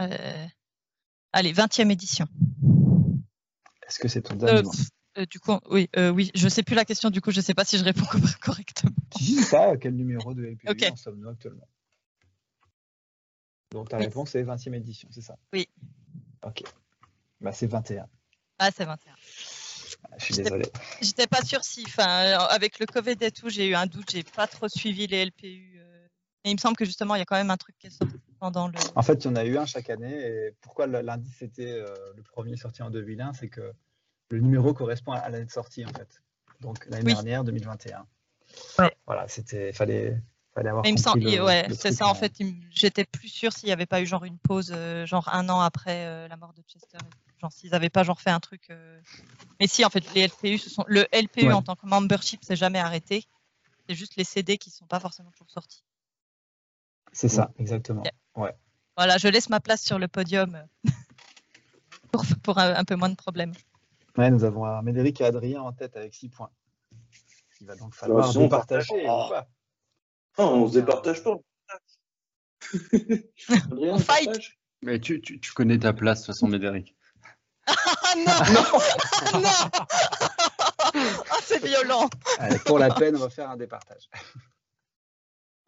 Speaker 4: Euh, Allez, 20e édition.
Speaker 5: Est-ce que c'est ton dernier
Speaker 4: Euh,
Speaker 5: mot
Speaker 4: pff, euh, du coup, oui, euh, oui, je sais plus la question, du coup, je sais pas si je réponds [laughs] co- correctement.
Speaker 5: Tu dis ça, quel numéro de LPU
Speaker 4: Ok.
Speaker 5: en sommes-nous actuellement Donc ta
Speaker 4: Oui.
Speaker 5: réponse est 20e édition, c'est ça
Speaker 4: Oui.
Speaker 5: Ok. Bah, c'est 21.
Speaker 4: Ah, c'est 21.
Speaker 5: Je suis
Speaker 4: Je t'ai-
Speaker 5: désolé.
Speaker 4: J'étais pas sûre si, enfin, euh, avec le Covid et tout, j'ai eu un doute, j'ai pas trop suivi les LPU. euh, Mais il me semble que justement, il y a quand même un truc qui est sorti pendant le.
Speaker 5: En fait, il y en a eu un chaque année. Et pourquoi le- l'indice était euh, le premier sorti en 2001 C'est que le numéro correspond à- à l'année de sortie, en fait. Donc l'année
Speaker 4: Oui.
Speaker 5: dernière, 2021.
Speaker 4: Ouais.
Speaker 5: Voilà, c'était fallait, fallait avoir.
Speaker 4: Mais il me semble,
Speaker 5: compris le-
Speaker 4: ouais,
Speaker 5: le
Speaker 4: c'est
Speaker 5: truc
Speaker 4: ça en
Speaker 5: en-
Speaker 4: fait. il me- J'étais plus sûre s'il n'y avait pas eu genre une pause, euh, genre un an après euh, la mort de Chester. et tout, Genre s'ils n'avaient pas genre fait un truc. euh, Mais si, en fait, les LPU, ce sont le LPU
Speaker 5: Ouais.
Speaker 4: en tant que membership, c'est jamais arrêté. C'est juste les CD qui sont pas forcément toujours sortis.
Speaker 5: C'est ça, exactement.
Speaker 4: Yeah. Voilà, je laisse ma place sur le podium euh, [laughs] pour, pour un, un peu moins de problèmes.
Speaker 5: Ouais, nous avons euh, Médéric et Adrien en tête avec 6 points. Il va
Speaker 2: Bah,
Speaker 5: donc falloir
Speaker 2: sinon, on
Speaker 5: départager.
Speaker 2: partage.
Speaker 5: ou pas.
Speaker 2: Non, Oh, on se départage
Speaker 5: [laughs]
Speaker 2: pas. Adrien,
Speaker 4: On fight.
Speaker 2: partage.
Speaker 6: Mais tu, tu, tu connais ta place, de toute façon, Médéric.
Speaker 4: Ah non [laughs] Ah non Ah, c'est violent
Speaker 5: Allez, pour la peine, on va faire
Speaker 2: [laughs]
Speaker 5: un départage.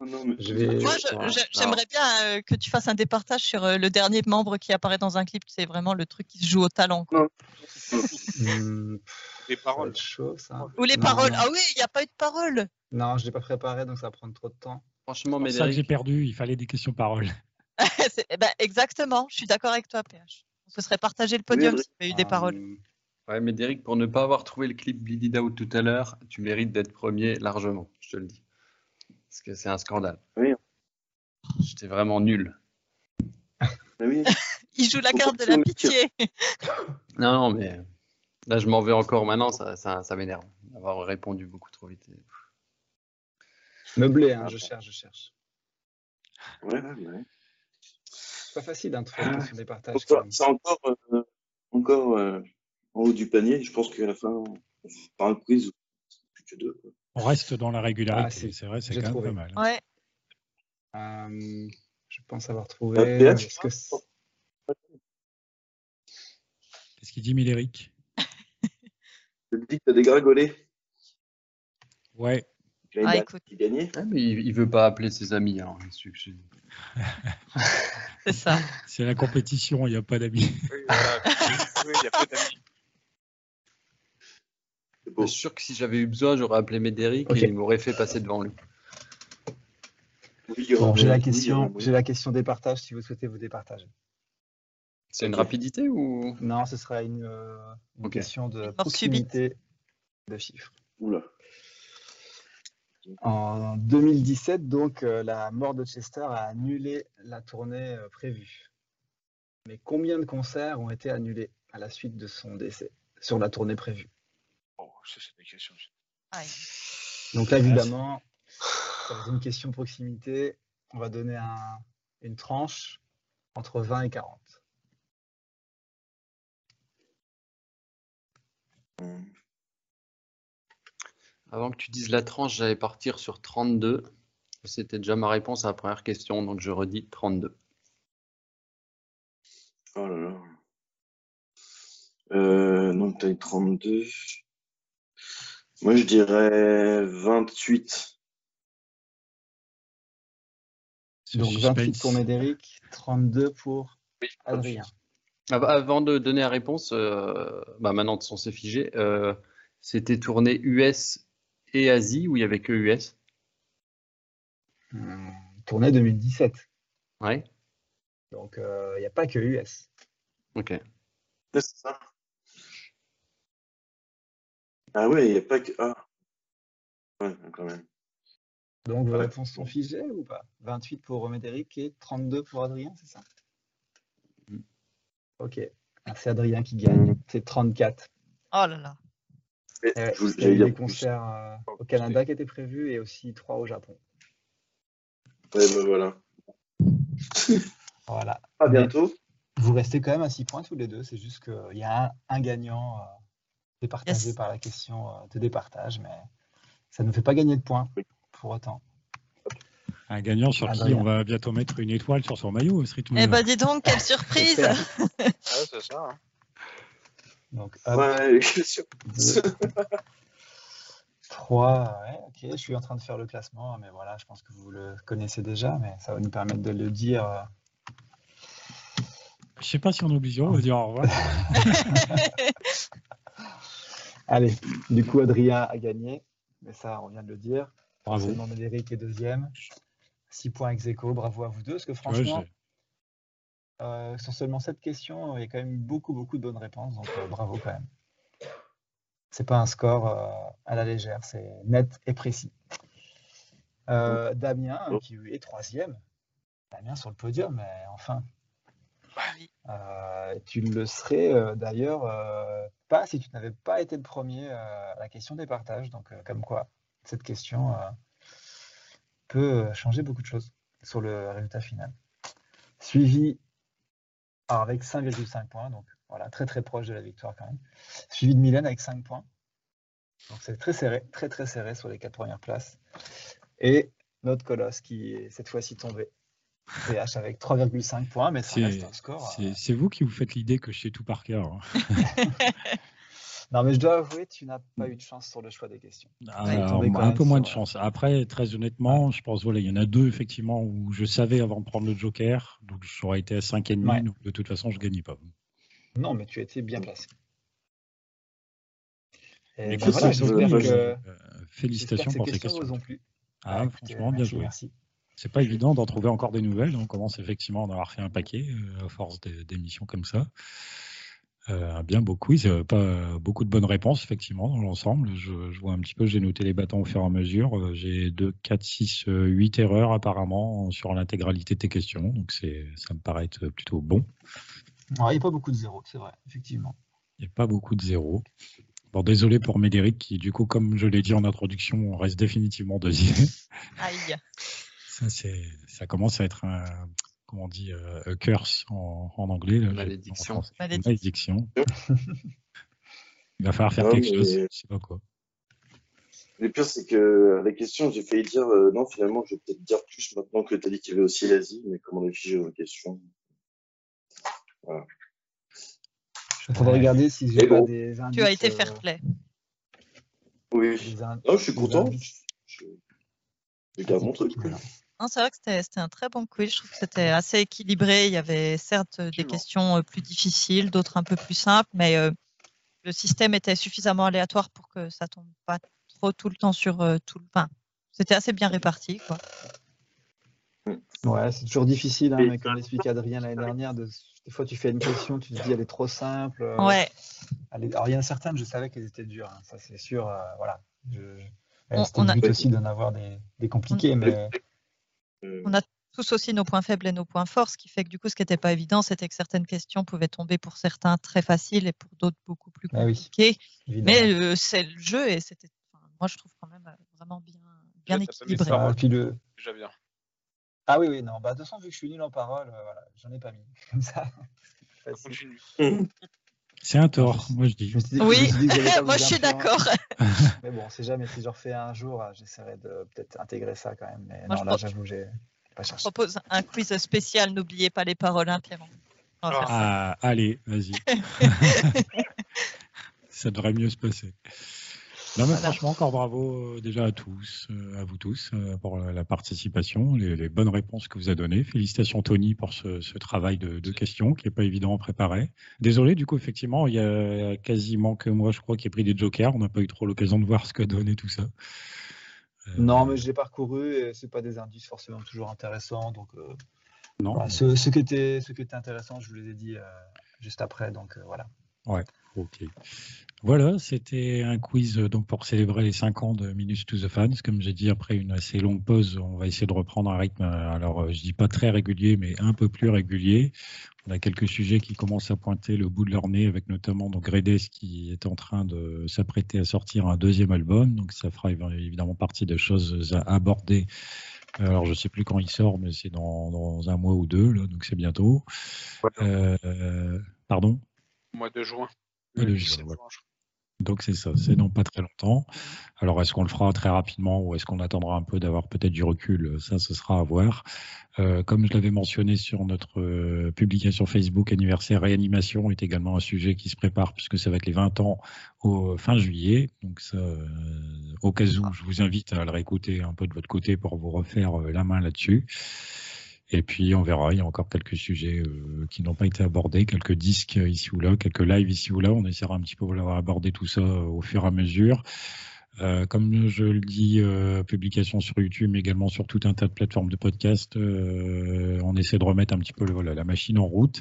Speaker 2: Non, Oh non, mais-
Speaker 5: Je vais-
Speaker 4: Moi, je-
Speaker 2: Ah.
Speaker 6: Ouais.
Speaker 4: je- j'aimerais bien euh, que tu fasses un départage sur euh, le dernier membre qui apparaît dans un clip. C'est vraiment le truc qui se joue au talent. quoi.
Speaker 5: Hum,
Speaker 3: Des
Speaker 5: ça va
Speaker 3: paroles.
Speaker 5: être chaud, ça.
Speaker 4: Ou les
Speaker 5: Non,
Speaker 4: paroles.
Speaker 5: non.
Speaker 4: Ah oui, il n'y a pas eu de paroles.
Speaker 5: Non, je l'ai pas préparé, donc ça va prendre trop de temps.
Speaker 6: Franchement,
Speaker 1: C'est pour ça que j'ai
Speaker 6: Médéric,
Speaker 1: perdu, il fallait des questions paroles.
Speaker 4: [laughs] C'est- eh ben, exactement, je suis d'accord avec toi, PH. On se serait partagé le podium
Speaker 2: Oui,
Speaker 4: s'il y avait eu des paroles.
Speaker 5: Hum,
Speaker 6: ouais, Médéric, pour ne pas avoir trouvé le clip Bleed It Out tout à l'heure, tu mérites d'être premier largement, je te le dis. Parce que c'est un scandale.
Speaker 2: Oui.
Speaker 6: J'étais vraiment nul.
Speaker 2: Ah oui.
Speaker 4: Il joue la
Speaker 2: Faut
Speaker 4: carte de
Speaker 2: pas
Speaker 4: la
Speaker 2: que-
Speaker 4: pitié. [laughs]
Speaker 6: Non, non, mais là, je m'en vais encore maintenant, ça, ça, ça m'énerve d'avoir répondu beaucoup trop vite.
Speaker 5: Meublé, hein, je cherche, je cherche.
Speaker 2: Ouais, ouais, ouais.
Speaker 5: C'est pas facile d'introduire
Speaker 2: Ah,
Speaker 5: une question départage.
Speaker 2: Donc,
Speaker 5: quand
Speaker 2: ça-
Speaker 5: même.
Speaker 2: C'est encore, euh, encore euh, en haut du panier. Je pense qu'à la fin, on fera un quiz ou plus que deux. quoi.
Speaker 1: On reste dans la régularité,
Speaker 5: Ah, si.
Speaker 1: c'est vrai, c'est
Speaker 5: J'ai
Speaker 1: quand même
Speaker 5: trouvé.
Speaker 1: pas mal. hein.
Speaker 4: Ouais.
Speaker 5: Hum, je pense avoir
Speaker 2: Ah,
Speaker 5: trouvé.
Speaker 2: PH,
Speaker 5: Est-ce que c'est-
Speaker 1: Qu'est-ce qu'il dit, Médéric
Speaker 2: Je te dis que t'as dégringolé.
Speaker 1: Ouais,
Speaker 2: L'année
Speaker 4: Ah,
Speaker 2: dernière,
Speaker 4: écoute.
Speaker 2: tu gagnais.
Speaker 6: Ah, mais il, il veut pas appeler ses amis, alors, c'est ce que je dis.
Speaker 4: C'est ça.
Speaker 1: c'est la compétition, il n'y a pas d'amis.
Speaker 3: Oui, voilà. Oui, il y a pas d'amis.
Speaker 2: C'est
Speaker 6: Je
Speaker 2: beau.
Speaker 6: suis sûr que si j'avais eu besoin, j'aurais appelé Médéric
Speaker 5: Ok.
Speaker 6: et il m'aurait fait passer devant lui.
Speaker 2: Oui, il y aura
Speaker 5: Bon, j'ai la
Speaker 2: moyen. Oui,
Speaker 5: question,
Speaker 2: il y
Speaker 5: j'ai
Speaker 2: aura
Speaker 5: la question départage si vous souhaitez vous départager.
Speaker 6: C'est une
Speaker 2: Ok.
Speaker 6: rapidité ou
Speaker 5: Non, ce sera une, euh, une
Speaker 6: Ok.
Speaker 5: question de
Speaker 4: mort
Speaker 5: proximité de chiffres.
Speaker 2: moyen. Oula.
Speaker 5: En 2017, donc, euh, la mort de Chester a annulé la tournée euh, prévue. Mais combien de concerts ont été annulés à la suite de son décès sur la tournée prévue
Speaker 3: Oh, ça, c'est des questions.
Speaker 4: Aïe.
Speaker 5: Donc là, évidemment, ça va être une question proximité. On va donner un- une tranche entre 20 et 40.
Speaker 2: Hum.
Speaker 6: avant que tu dises la tranche, j'allais partir sur 32. C'était déjà ma réponse à la première question, donc je redis 32.
Speaker 2: Oh là là. Euh, donc, taille 32. Moi, je dirais 28.
Speaker 1: Ce
Speaker 5: Donc 28 pour
Speaker 1: suspense.
Speaker 5: Médéric, 32 pour
Speaker 3: Oui,
Speaker 5: Adrien.
Speaker 6: Av- Ah bah, Avant de donner la réponse, euh, bah maintenant de son c'est figé, euh, c'était tourné US et Asie où il y avait que US.
Speaker 5: Hmm, Tournée 2017.
Speaker 6: Ouais,
Speaker 5: Donc, il n'y a pas que US.
Speaker 6: ok.
Speaker 2: Ouais, c'est ça. Ah ouais, il n'y a pas que. Ah. Ouais, quand même.
Speaker 5: Donc, vos
Speaker 2: Ouais.
Speaker 5: réponses sont figées ou pas 28 pour Médéric et 32 pour Adrien, c'est ça
Speaker 3: Hmm.
Speaker 6: Mm.
Speaker 5: Ok. Ah, C'est Adrien qui gagne. C'est 34.
Speaker 4: Oh là là.
Speaker 2: Mais
Speaker 5: Eh ouais,
Speaker 2: je vous-
Speaker 5: parce qu'il y a
Speaker 2: j'allais
Speaker 5: eu
Speaker 2: dire
Speaker 5: des
Speaker 2: plus.
Speaker 5: concerts euh,
Speaker 3: Oh,
Speaker 5: au Canada qui étaient prévus et aussi trois au Japon.
Speaker 2: Ouais, ben voilà.
Speaker 5: Voilà.
Speaker 2: À
Speaker 5: Mais
Speaker 2: bientôt.
Speaker 5: Vous restez quand même à 6 points tous les deux. C'est juste qu'il y a un, un gagnant euh, départagé
Speaker 4: Yes.
Speaker 5: par la question euh, de départage, mais ça ne fait pas gagner de points
Speaker 2: Oui.
Speaker 5: pour autant.
Speaker 1: Un gagnant sur qui
Speaker 5: Adrien.
Speaker 1: on va bientôt mettre une étoile sur son maillot à ce rythme.
Speaker 4: Eh ben, dis donc, quelle surprise
Speaker 5: J'espère.
Speaker 3: Ah, ouais, c'est ça. hein.
Speaker 5: Donc, hop.
Speaker 2: Ouais, [laughs] les questions.
Speaker 5: 3, ouais, ok, je suis en train de faire le classement, mais voilà, je pense que vous le connaissez déjà, mais ça va nous permettre de le dire. euh,
Speaker 1: Je sais pas si on est obligé, on va dire au revoir.
Speaker 5: Allez, du coup, Adrien a gagné, mais ça, on vient de le dire.
Speaker 1: Bravo.
Speaker 5: Forcément, Médéric est deuxième. 6 points ex aequo, bravo à vous deux, parce que
Speaker 1: Tu vois,
Speaker 5: franchement,
Speaker 1: j'ai-
Speaker 5: euh, sur seulement 7 questions, il y a quand même beaucoup, beaucoup de bonnes réponses, donc euh, bravo quand même. C'est pas un score euh, à la légère, c'est net et précis. Euh, Damien,
Speaker 2: Oh.
Speaker 5: qui est troisième, Damien sur le podium, mais enfin.
Speaker 4: Oui.
Speaker 5: Euh, tu le serais euh, d'ailleurs euh, pas si tu n'avais pas été le premier euh, à la question des partages. Donc, euh, comme quoi, cette question euh, peut euh, changer beaucoup de choses sur le résultat final. Suivi alors, avec 5,5 points, donc voilà, très très proche de la victoire quand même. Suivi de Mylène avec 5 points. Donc c'est très serré, très très serré sur les quatre premières places. Et notre colosse qui est cette fois-ci tombé. PH avec 3,5 points, mais ça
Speaker 1: C'est-
Speaker 5: reste un score. euh,
Speaker 1: C'est- C'est vous qui vous faites l'idée que je sais tout par cœur. hein.
Speaker 5: Non, mais je dois avouer, tu n'as pas eu de chance sur le choix des questions.
Speaker 1: Ah,
Speaker 5: Ouais, il
Speaker 1: alors,
Speaker 5: tombait quand
Speaker 1: un
Speaker 5: même
Speaker 1: peu moins
Speaker 5: sur, euh,
Speaker 1: de chance. Après, très honnêtement, je pense voilà, il y en a deux effectivement où je savais avant de prendre le Joker, donc j'aurais été à 5,5, et
Speaker 5: Ouais.
Speaker 1: demi donc de toute façon je gagnais pas.
Speaker 5: Non, mais tu étais bien placé. Et
Speaker 1: Du
Speaker 5: ben
Speaker 1: coup,
Speaker 5: voilà,
Speaker 1: c'est-
Speaker 5: j'espère
Speaker 1: euh,
Speaker 5: que,
Speaker 1: euh,
Speaker 5: j'espère que
Speaker 1: félicitations
Speaker 5: ces
Speaker 1: pour ces
Speaker 5: questions vous
Speaker 1: questions.
Speaker 5: ont plu.
Speaker 1: Ah,
Speaker 5: Bah, écoutez,
Speaker 1: franchement, bien
Speaker 5: merci,
Speaker 1: joué.
Speaker 5: Merci.
Speaker 1: C'est pas évident d'en trouver encore des nouvelles. On commence effectivement à en avoir fait un paquet euh, à force des- d'émissions comme ça. Euh, un bien beau quiz, euh, pas beaucoup de bonnes réponses effectivement dans l'ensemble. Je, je vois un petit peu, j'ai noté les bâtons au fur et à mesure. Euh, J'ai 2, 4, 6, 8 euh, erreurs apparemment sur l'intégralité de tes questions. Donc c'est, ça me paraît être plutôt bon.
Speaker 5: Non, il n'y a pas beaucoup de zéros, c'est vrai, effectivement.
Speaker 1: Il n'y a pas beaucoup de zéros. Bon, désolé pour Médéric qui, du coup, comme je l'ai dit en introduction, reste définitivement deuxième.
Speaker 4: Aïe.
Speaker 1: Ça, c'est, ça commence à être un, comment on dit, euh, a curse en, en anglais. là, j'ai-
Speaker 6: Malédiction.
Speaker 1: en français, c'est une
Speaker 4: Malédiction.
Speaker 1: malédiction. [laughs] Il va falloir faire
Speaker 2: Non,
Speaker 1: quelque
Speaker 2: mais-
Speaker 1: chose. Je sais pas quoi.
Speaker 2: Le pire, c'est que euh, la question, j'ai failli dire euh, non, finalement, je vais peut-être dire plus maintenant que tu as dit qu'il y avait aussi l'Asie, mais comment on est figé aux questions
Speaker 5: Il faudrait regarder si j'ai
Speaker 2: Mais
Speaker 5: pas
Speaker 2: bon.
Speaker 5: des indices.
Speaker 4: Tu as été
Speaker 5: euh,
Speaker 4: fair play.
Speaker 2: Oui.
Speaker 5: des in-
Speaker 2: Non, je suis
Speaker 5: des
Speaker 2: content.
Speaker 5: indices
Speaker 2: Je, je garde mon truc. quoi.
Speaker 5: Voilà.
Speaker 4: Non, c'est vrai que c'était c'était un très bon quiz. Je trouve que c'était assez équilibré. Il y avait certes des
Speaker 3: Absolument.
Speaker 4: questions euh, plus difficiles, d'autres un peu plus simples, mais euh, le système était suffisamment aléatoire pour que ça tombe pas trop tout le temps sur euh, tout le pain. C'était assez bien réparti. Quoi.
Speaker 5: Ouais, c'est toujours difficile, hein,
Speaker 2: Et-
Speaker 5: mais comme l'expliquait Adrien l'année dernière, de- des fois tu fais une question, tu te dis elle est trop simple. euh,
Speaker 4: Ouais,
Speaker 5: elle est- Alors il y en a certaines, je savais qu'elles étaient dures, hein, ça c'est sûr. euh, voilà. Je- je-
Speaker 4: On-
Speaker 5: euh, C'était
Speaker 4: on
Speaker 5: le
Speaker 4: a-
Speaker 5: but aussi d'en avoir des, des compliqués, mais
Speaker 2: Euh,
Speaker 4: On a- tous aussi nos points faibles et nos points forts, ce qui fait que du coup, ce qui n'était pas évident, c'était que certaines questions pouvaient tomber pour certains très faciles et pour d'autres beaucoup plus
Speaker 5: Ah oui.
Speaker 4: compliquées.
Speaker 5: évidemment.
Speaker 4: Mais euh, c'est le jeu et c'était, enfin, moi, je trouve quand même euh, vraiment bien, bien
Speaker 3: t'as pas mis
Speaker 4: équilibré.
Speaker 3: ça.
Speaker 5: Ah, puis le-
Speaker 3: Déjà bien.
Speaker 5: ah oui, oui, non. Bah, de toute façon, vu que je suis nul en parole, euh, voilà, j'en ai pas mis. [laughs] Comme ça. Facile.
Speaker 3: Continue.
Speaker 1: C'est un tort, moi je dis.
Speaker 5: Je me suis dit-
Speaker 4: Oui.
Speaker 5: me suis
Speaker 4: [laughs]
Speaker 5: dit que j'allais pas
Speaker 4: moi,
Speaker 5: vous
Speaker 4: je suis
Speaker 5: influencer.
Speaker 4: d'accord.
Speaker 5: Mais bon, on sait jamais si je refais un jour, euh, j'essaierai de peut-être intégrer ça quand même. Mais
Speaker 4: Moi,
Speaker 5: non,
Speaker 4: je
Speaker 5: là,
Speaker 4: pense-
Speaker 5: j'avoue, j'ai j'ai pas
Speaker 4: Je
Speaker 5: cherché.
Speaker 4: propose un quiz spécial. N'oubliez pas les paroles, hein, Pierrot. On va faire ça.
Speaker 1: Ah, allez, vas-y. ça devrait mieux se passer. Non, mais franchement, encore bravo euh, déjà à tous, euh, à vous tous, euh, pour la la participation, les, les bonnes réponses que vous avez données. Félicitations, Tony, pour ce, ce travail de, de questions qui n'est pas évident à préparer. Désolé, du coup, effectivement, il y a quasiment que moi, je crois, qui ai pris des jokers. On n'a pas eu trop l'occasion de voir ce que donnait tout ça. Euh,
Speaker 5: Non, mais je l'ai parcouru et c'est pas des indices forcément toujours intéressants. Donc, euh,
Speaker 1: non,
Speaker 5: voilà, ce, ce qui était, ce qui était intéressant, je vous les ai dit euh, juste après. Donc, euh, voilà.
Speaker 1: Ok. Voilà, c'était un quiz euh, donc pour célébrer les 5 ans de Minus to the Fans. Comme j'ai dit, après une assez longue pause, on va essayer de reprendre un rythme, euh, alors euh, je dis pas très régulier, mais un peu plus régulier. On a quelques sujets qui commencent à pointer le bout de leur nez, avec notamment donc Gredes qui est en train de s'apprêter à sortir un deuxième album. Donc ça fera évi- évidemment partie des choses à aborder. Alors je sais plus quand il sort, mais c'est dans, dans un mois ou deux, là, donc c'est bientôt. Euh, euh, pardon
Speaker 3: Au mois de juin.
Speaker 1: Mois de
Speaker 3: Le
Speaker 1: juin,
Speaker 3: 17
Speaker 1: ouais.
Speaker 3: juin, je crois.
Speaker 1: donc c'est ça, c'est dans pas très longtemps. Alors est-ce qu'on le fera très rapidement ou est-ce qu'on attendra un peu d'avoir peut-être du recul Ça, ce sera à voir. Euh, comme je l'avais mentionné sur notre euh, publication Facebook, anniversaire réanimation est également un sujet qui se prépare puisque ça va être les 20 ans au euh, fin juillet. Donc ça, euh, au cas où, je vous invite à le réécouter un peu de votre côté pour vous refaire euh, la main là-dessus. Et puis on verra, il y a encore quelques sujets euh, qui n'ont pas été abordés, quelques disques euh, ici ou là, quelques lives ici ou là. On essaiera un petit peu d'avoir abordé tout ça euh, au fur et à mesure. Euh, comme je le dis, euh, publication sur YouTube, mais également sur tout un tas de plateformes de podcast, euh, on essaie de remettre un petit peu le, voilà, la machine en route.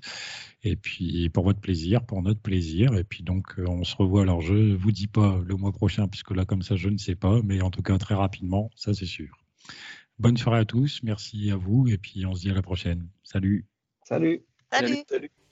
Speaker 1: Et puis pour votre plaisir, pour notre plaisir. Et puis donc euh, on se revoit. Alors je vous dis pas le mois prochain, puisque là comme ça je ne sais pas, mais en tout cas très rapidement, ça c'est sûr. Bonne soirée à tous, merci à vous, et puis on se dit à la prochaine. Salut.
Speaker 5: Salut.
Speaker 4: Salut.
Speaker 2: Salut.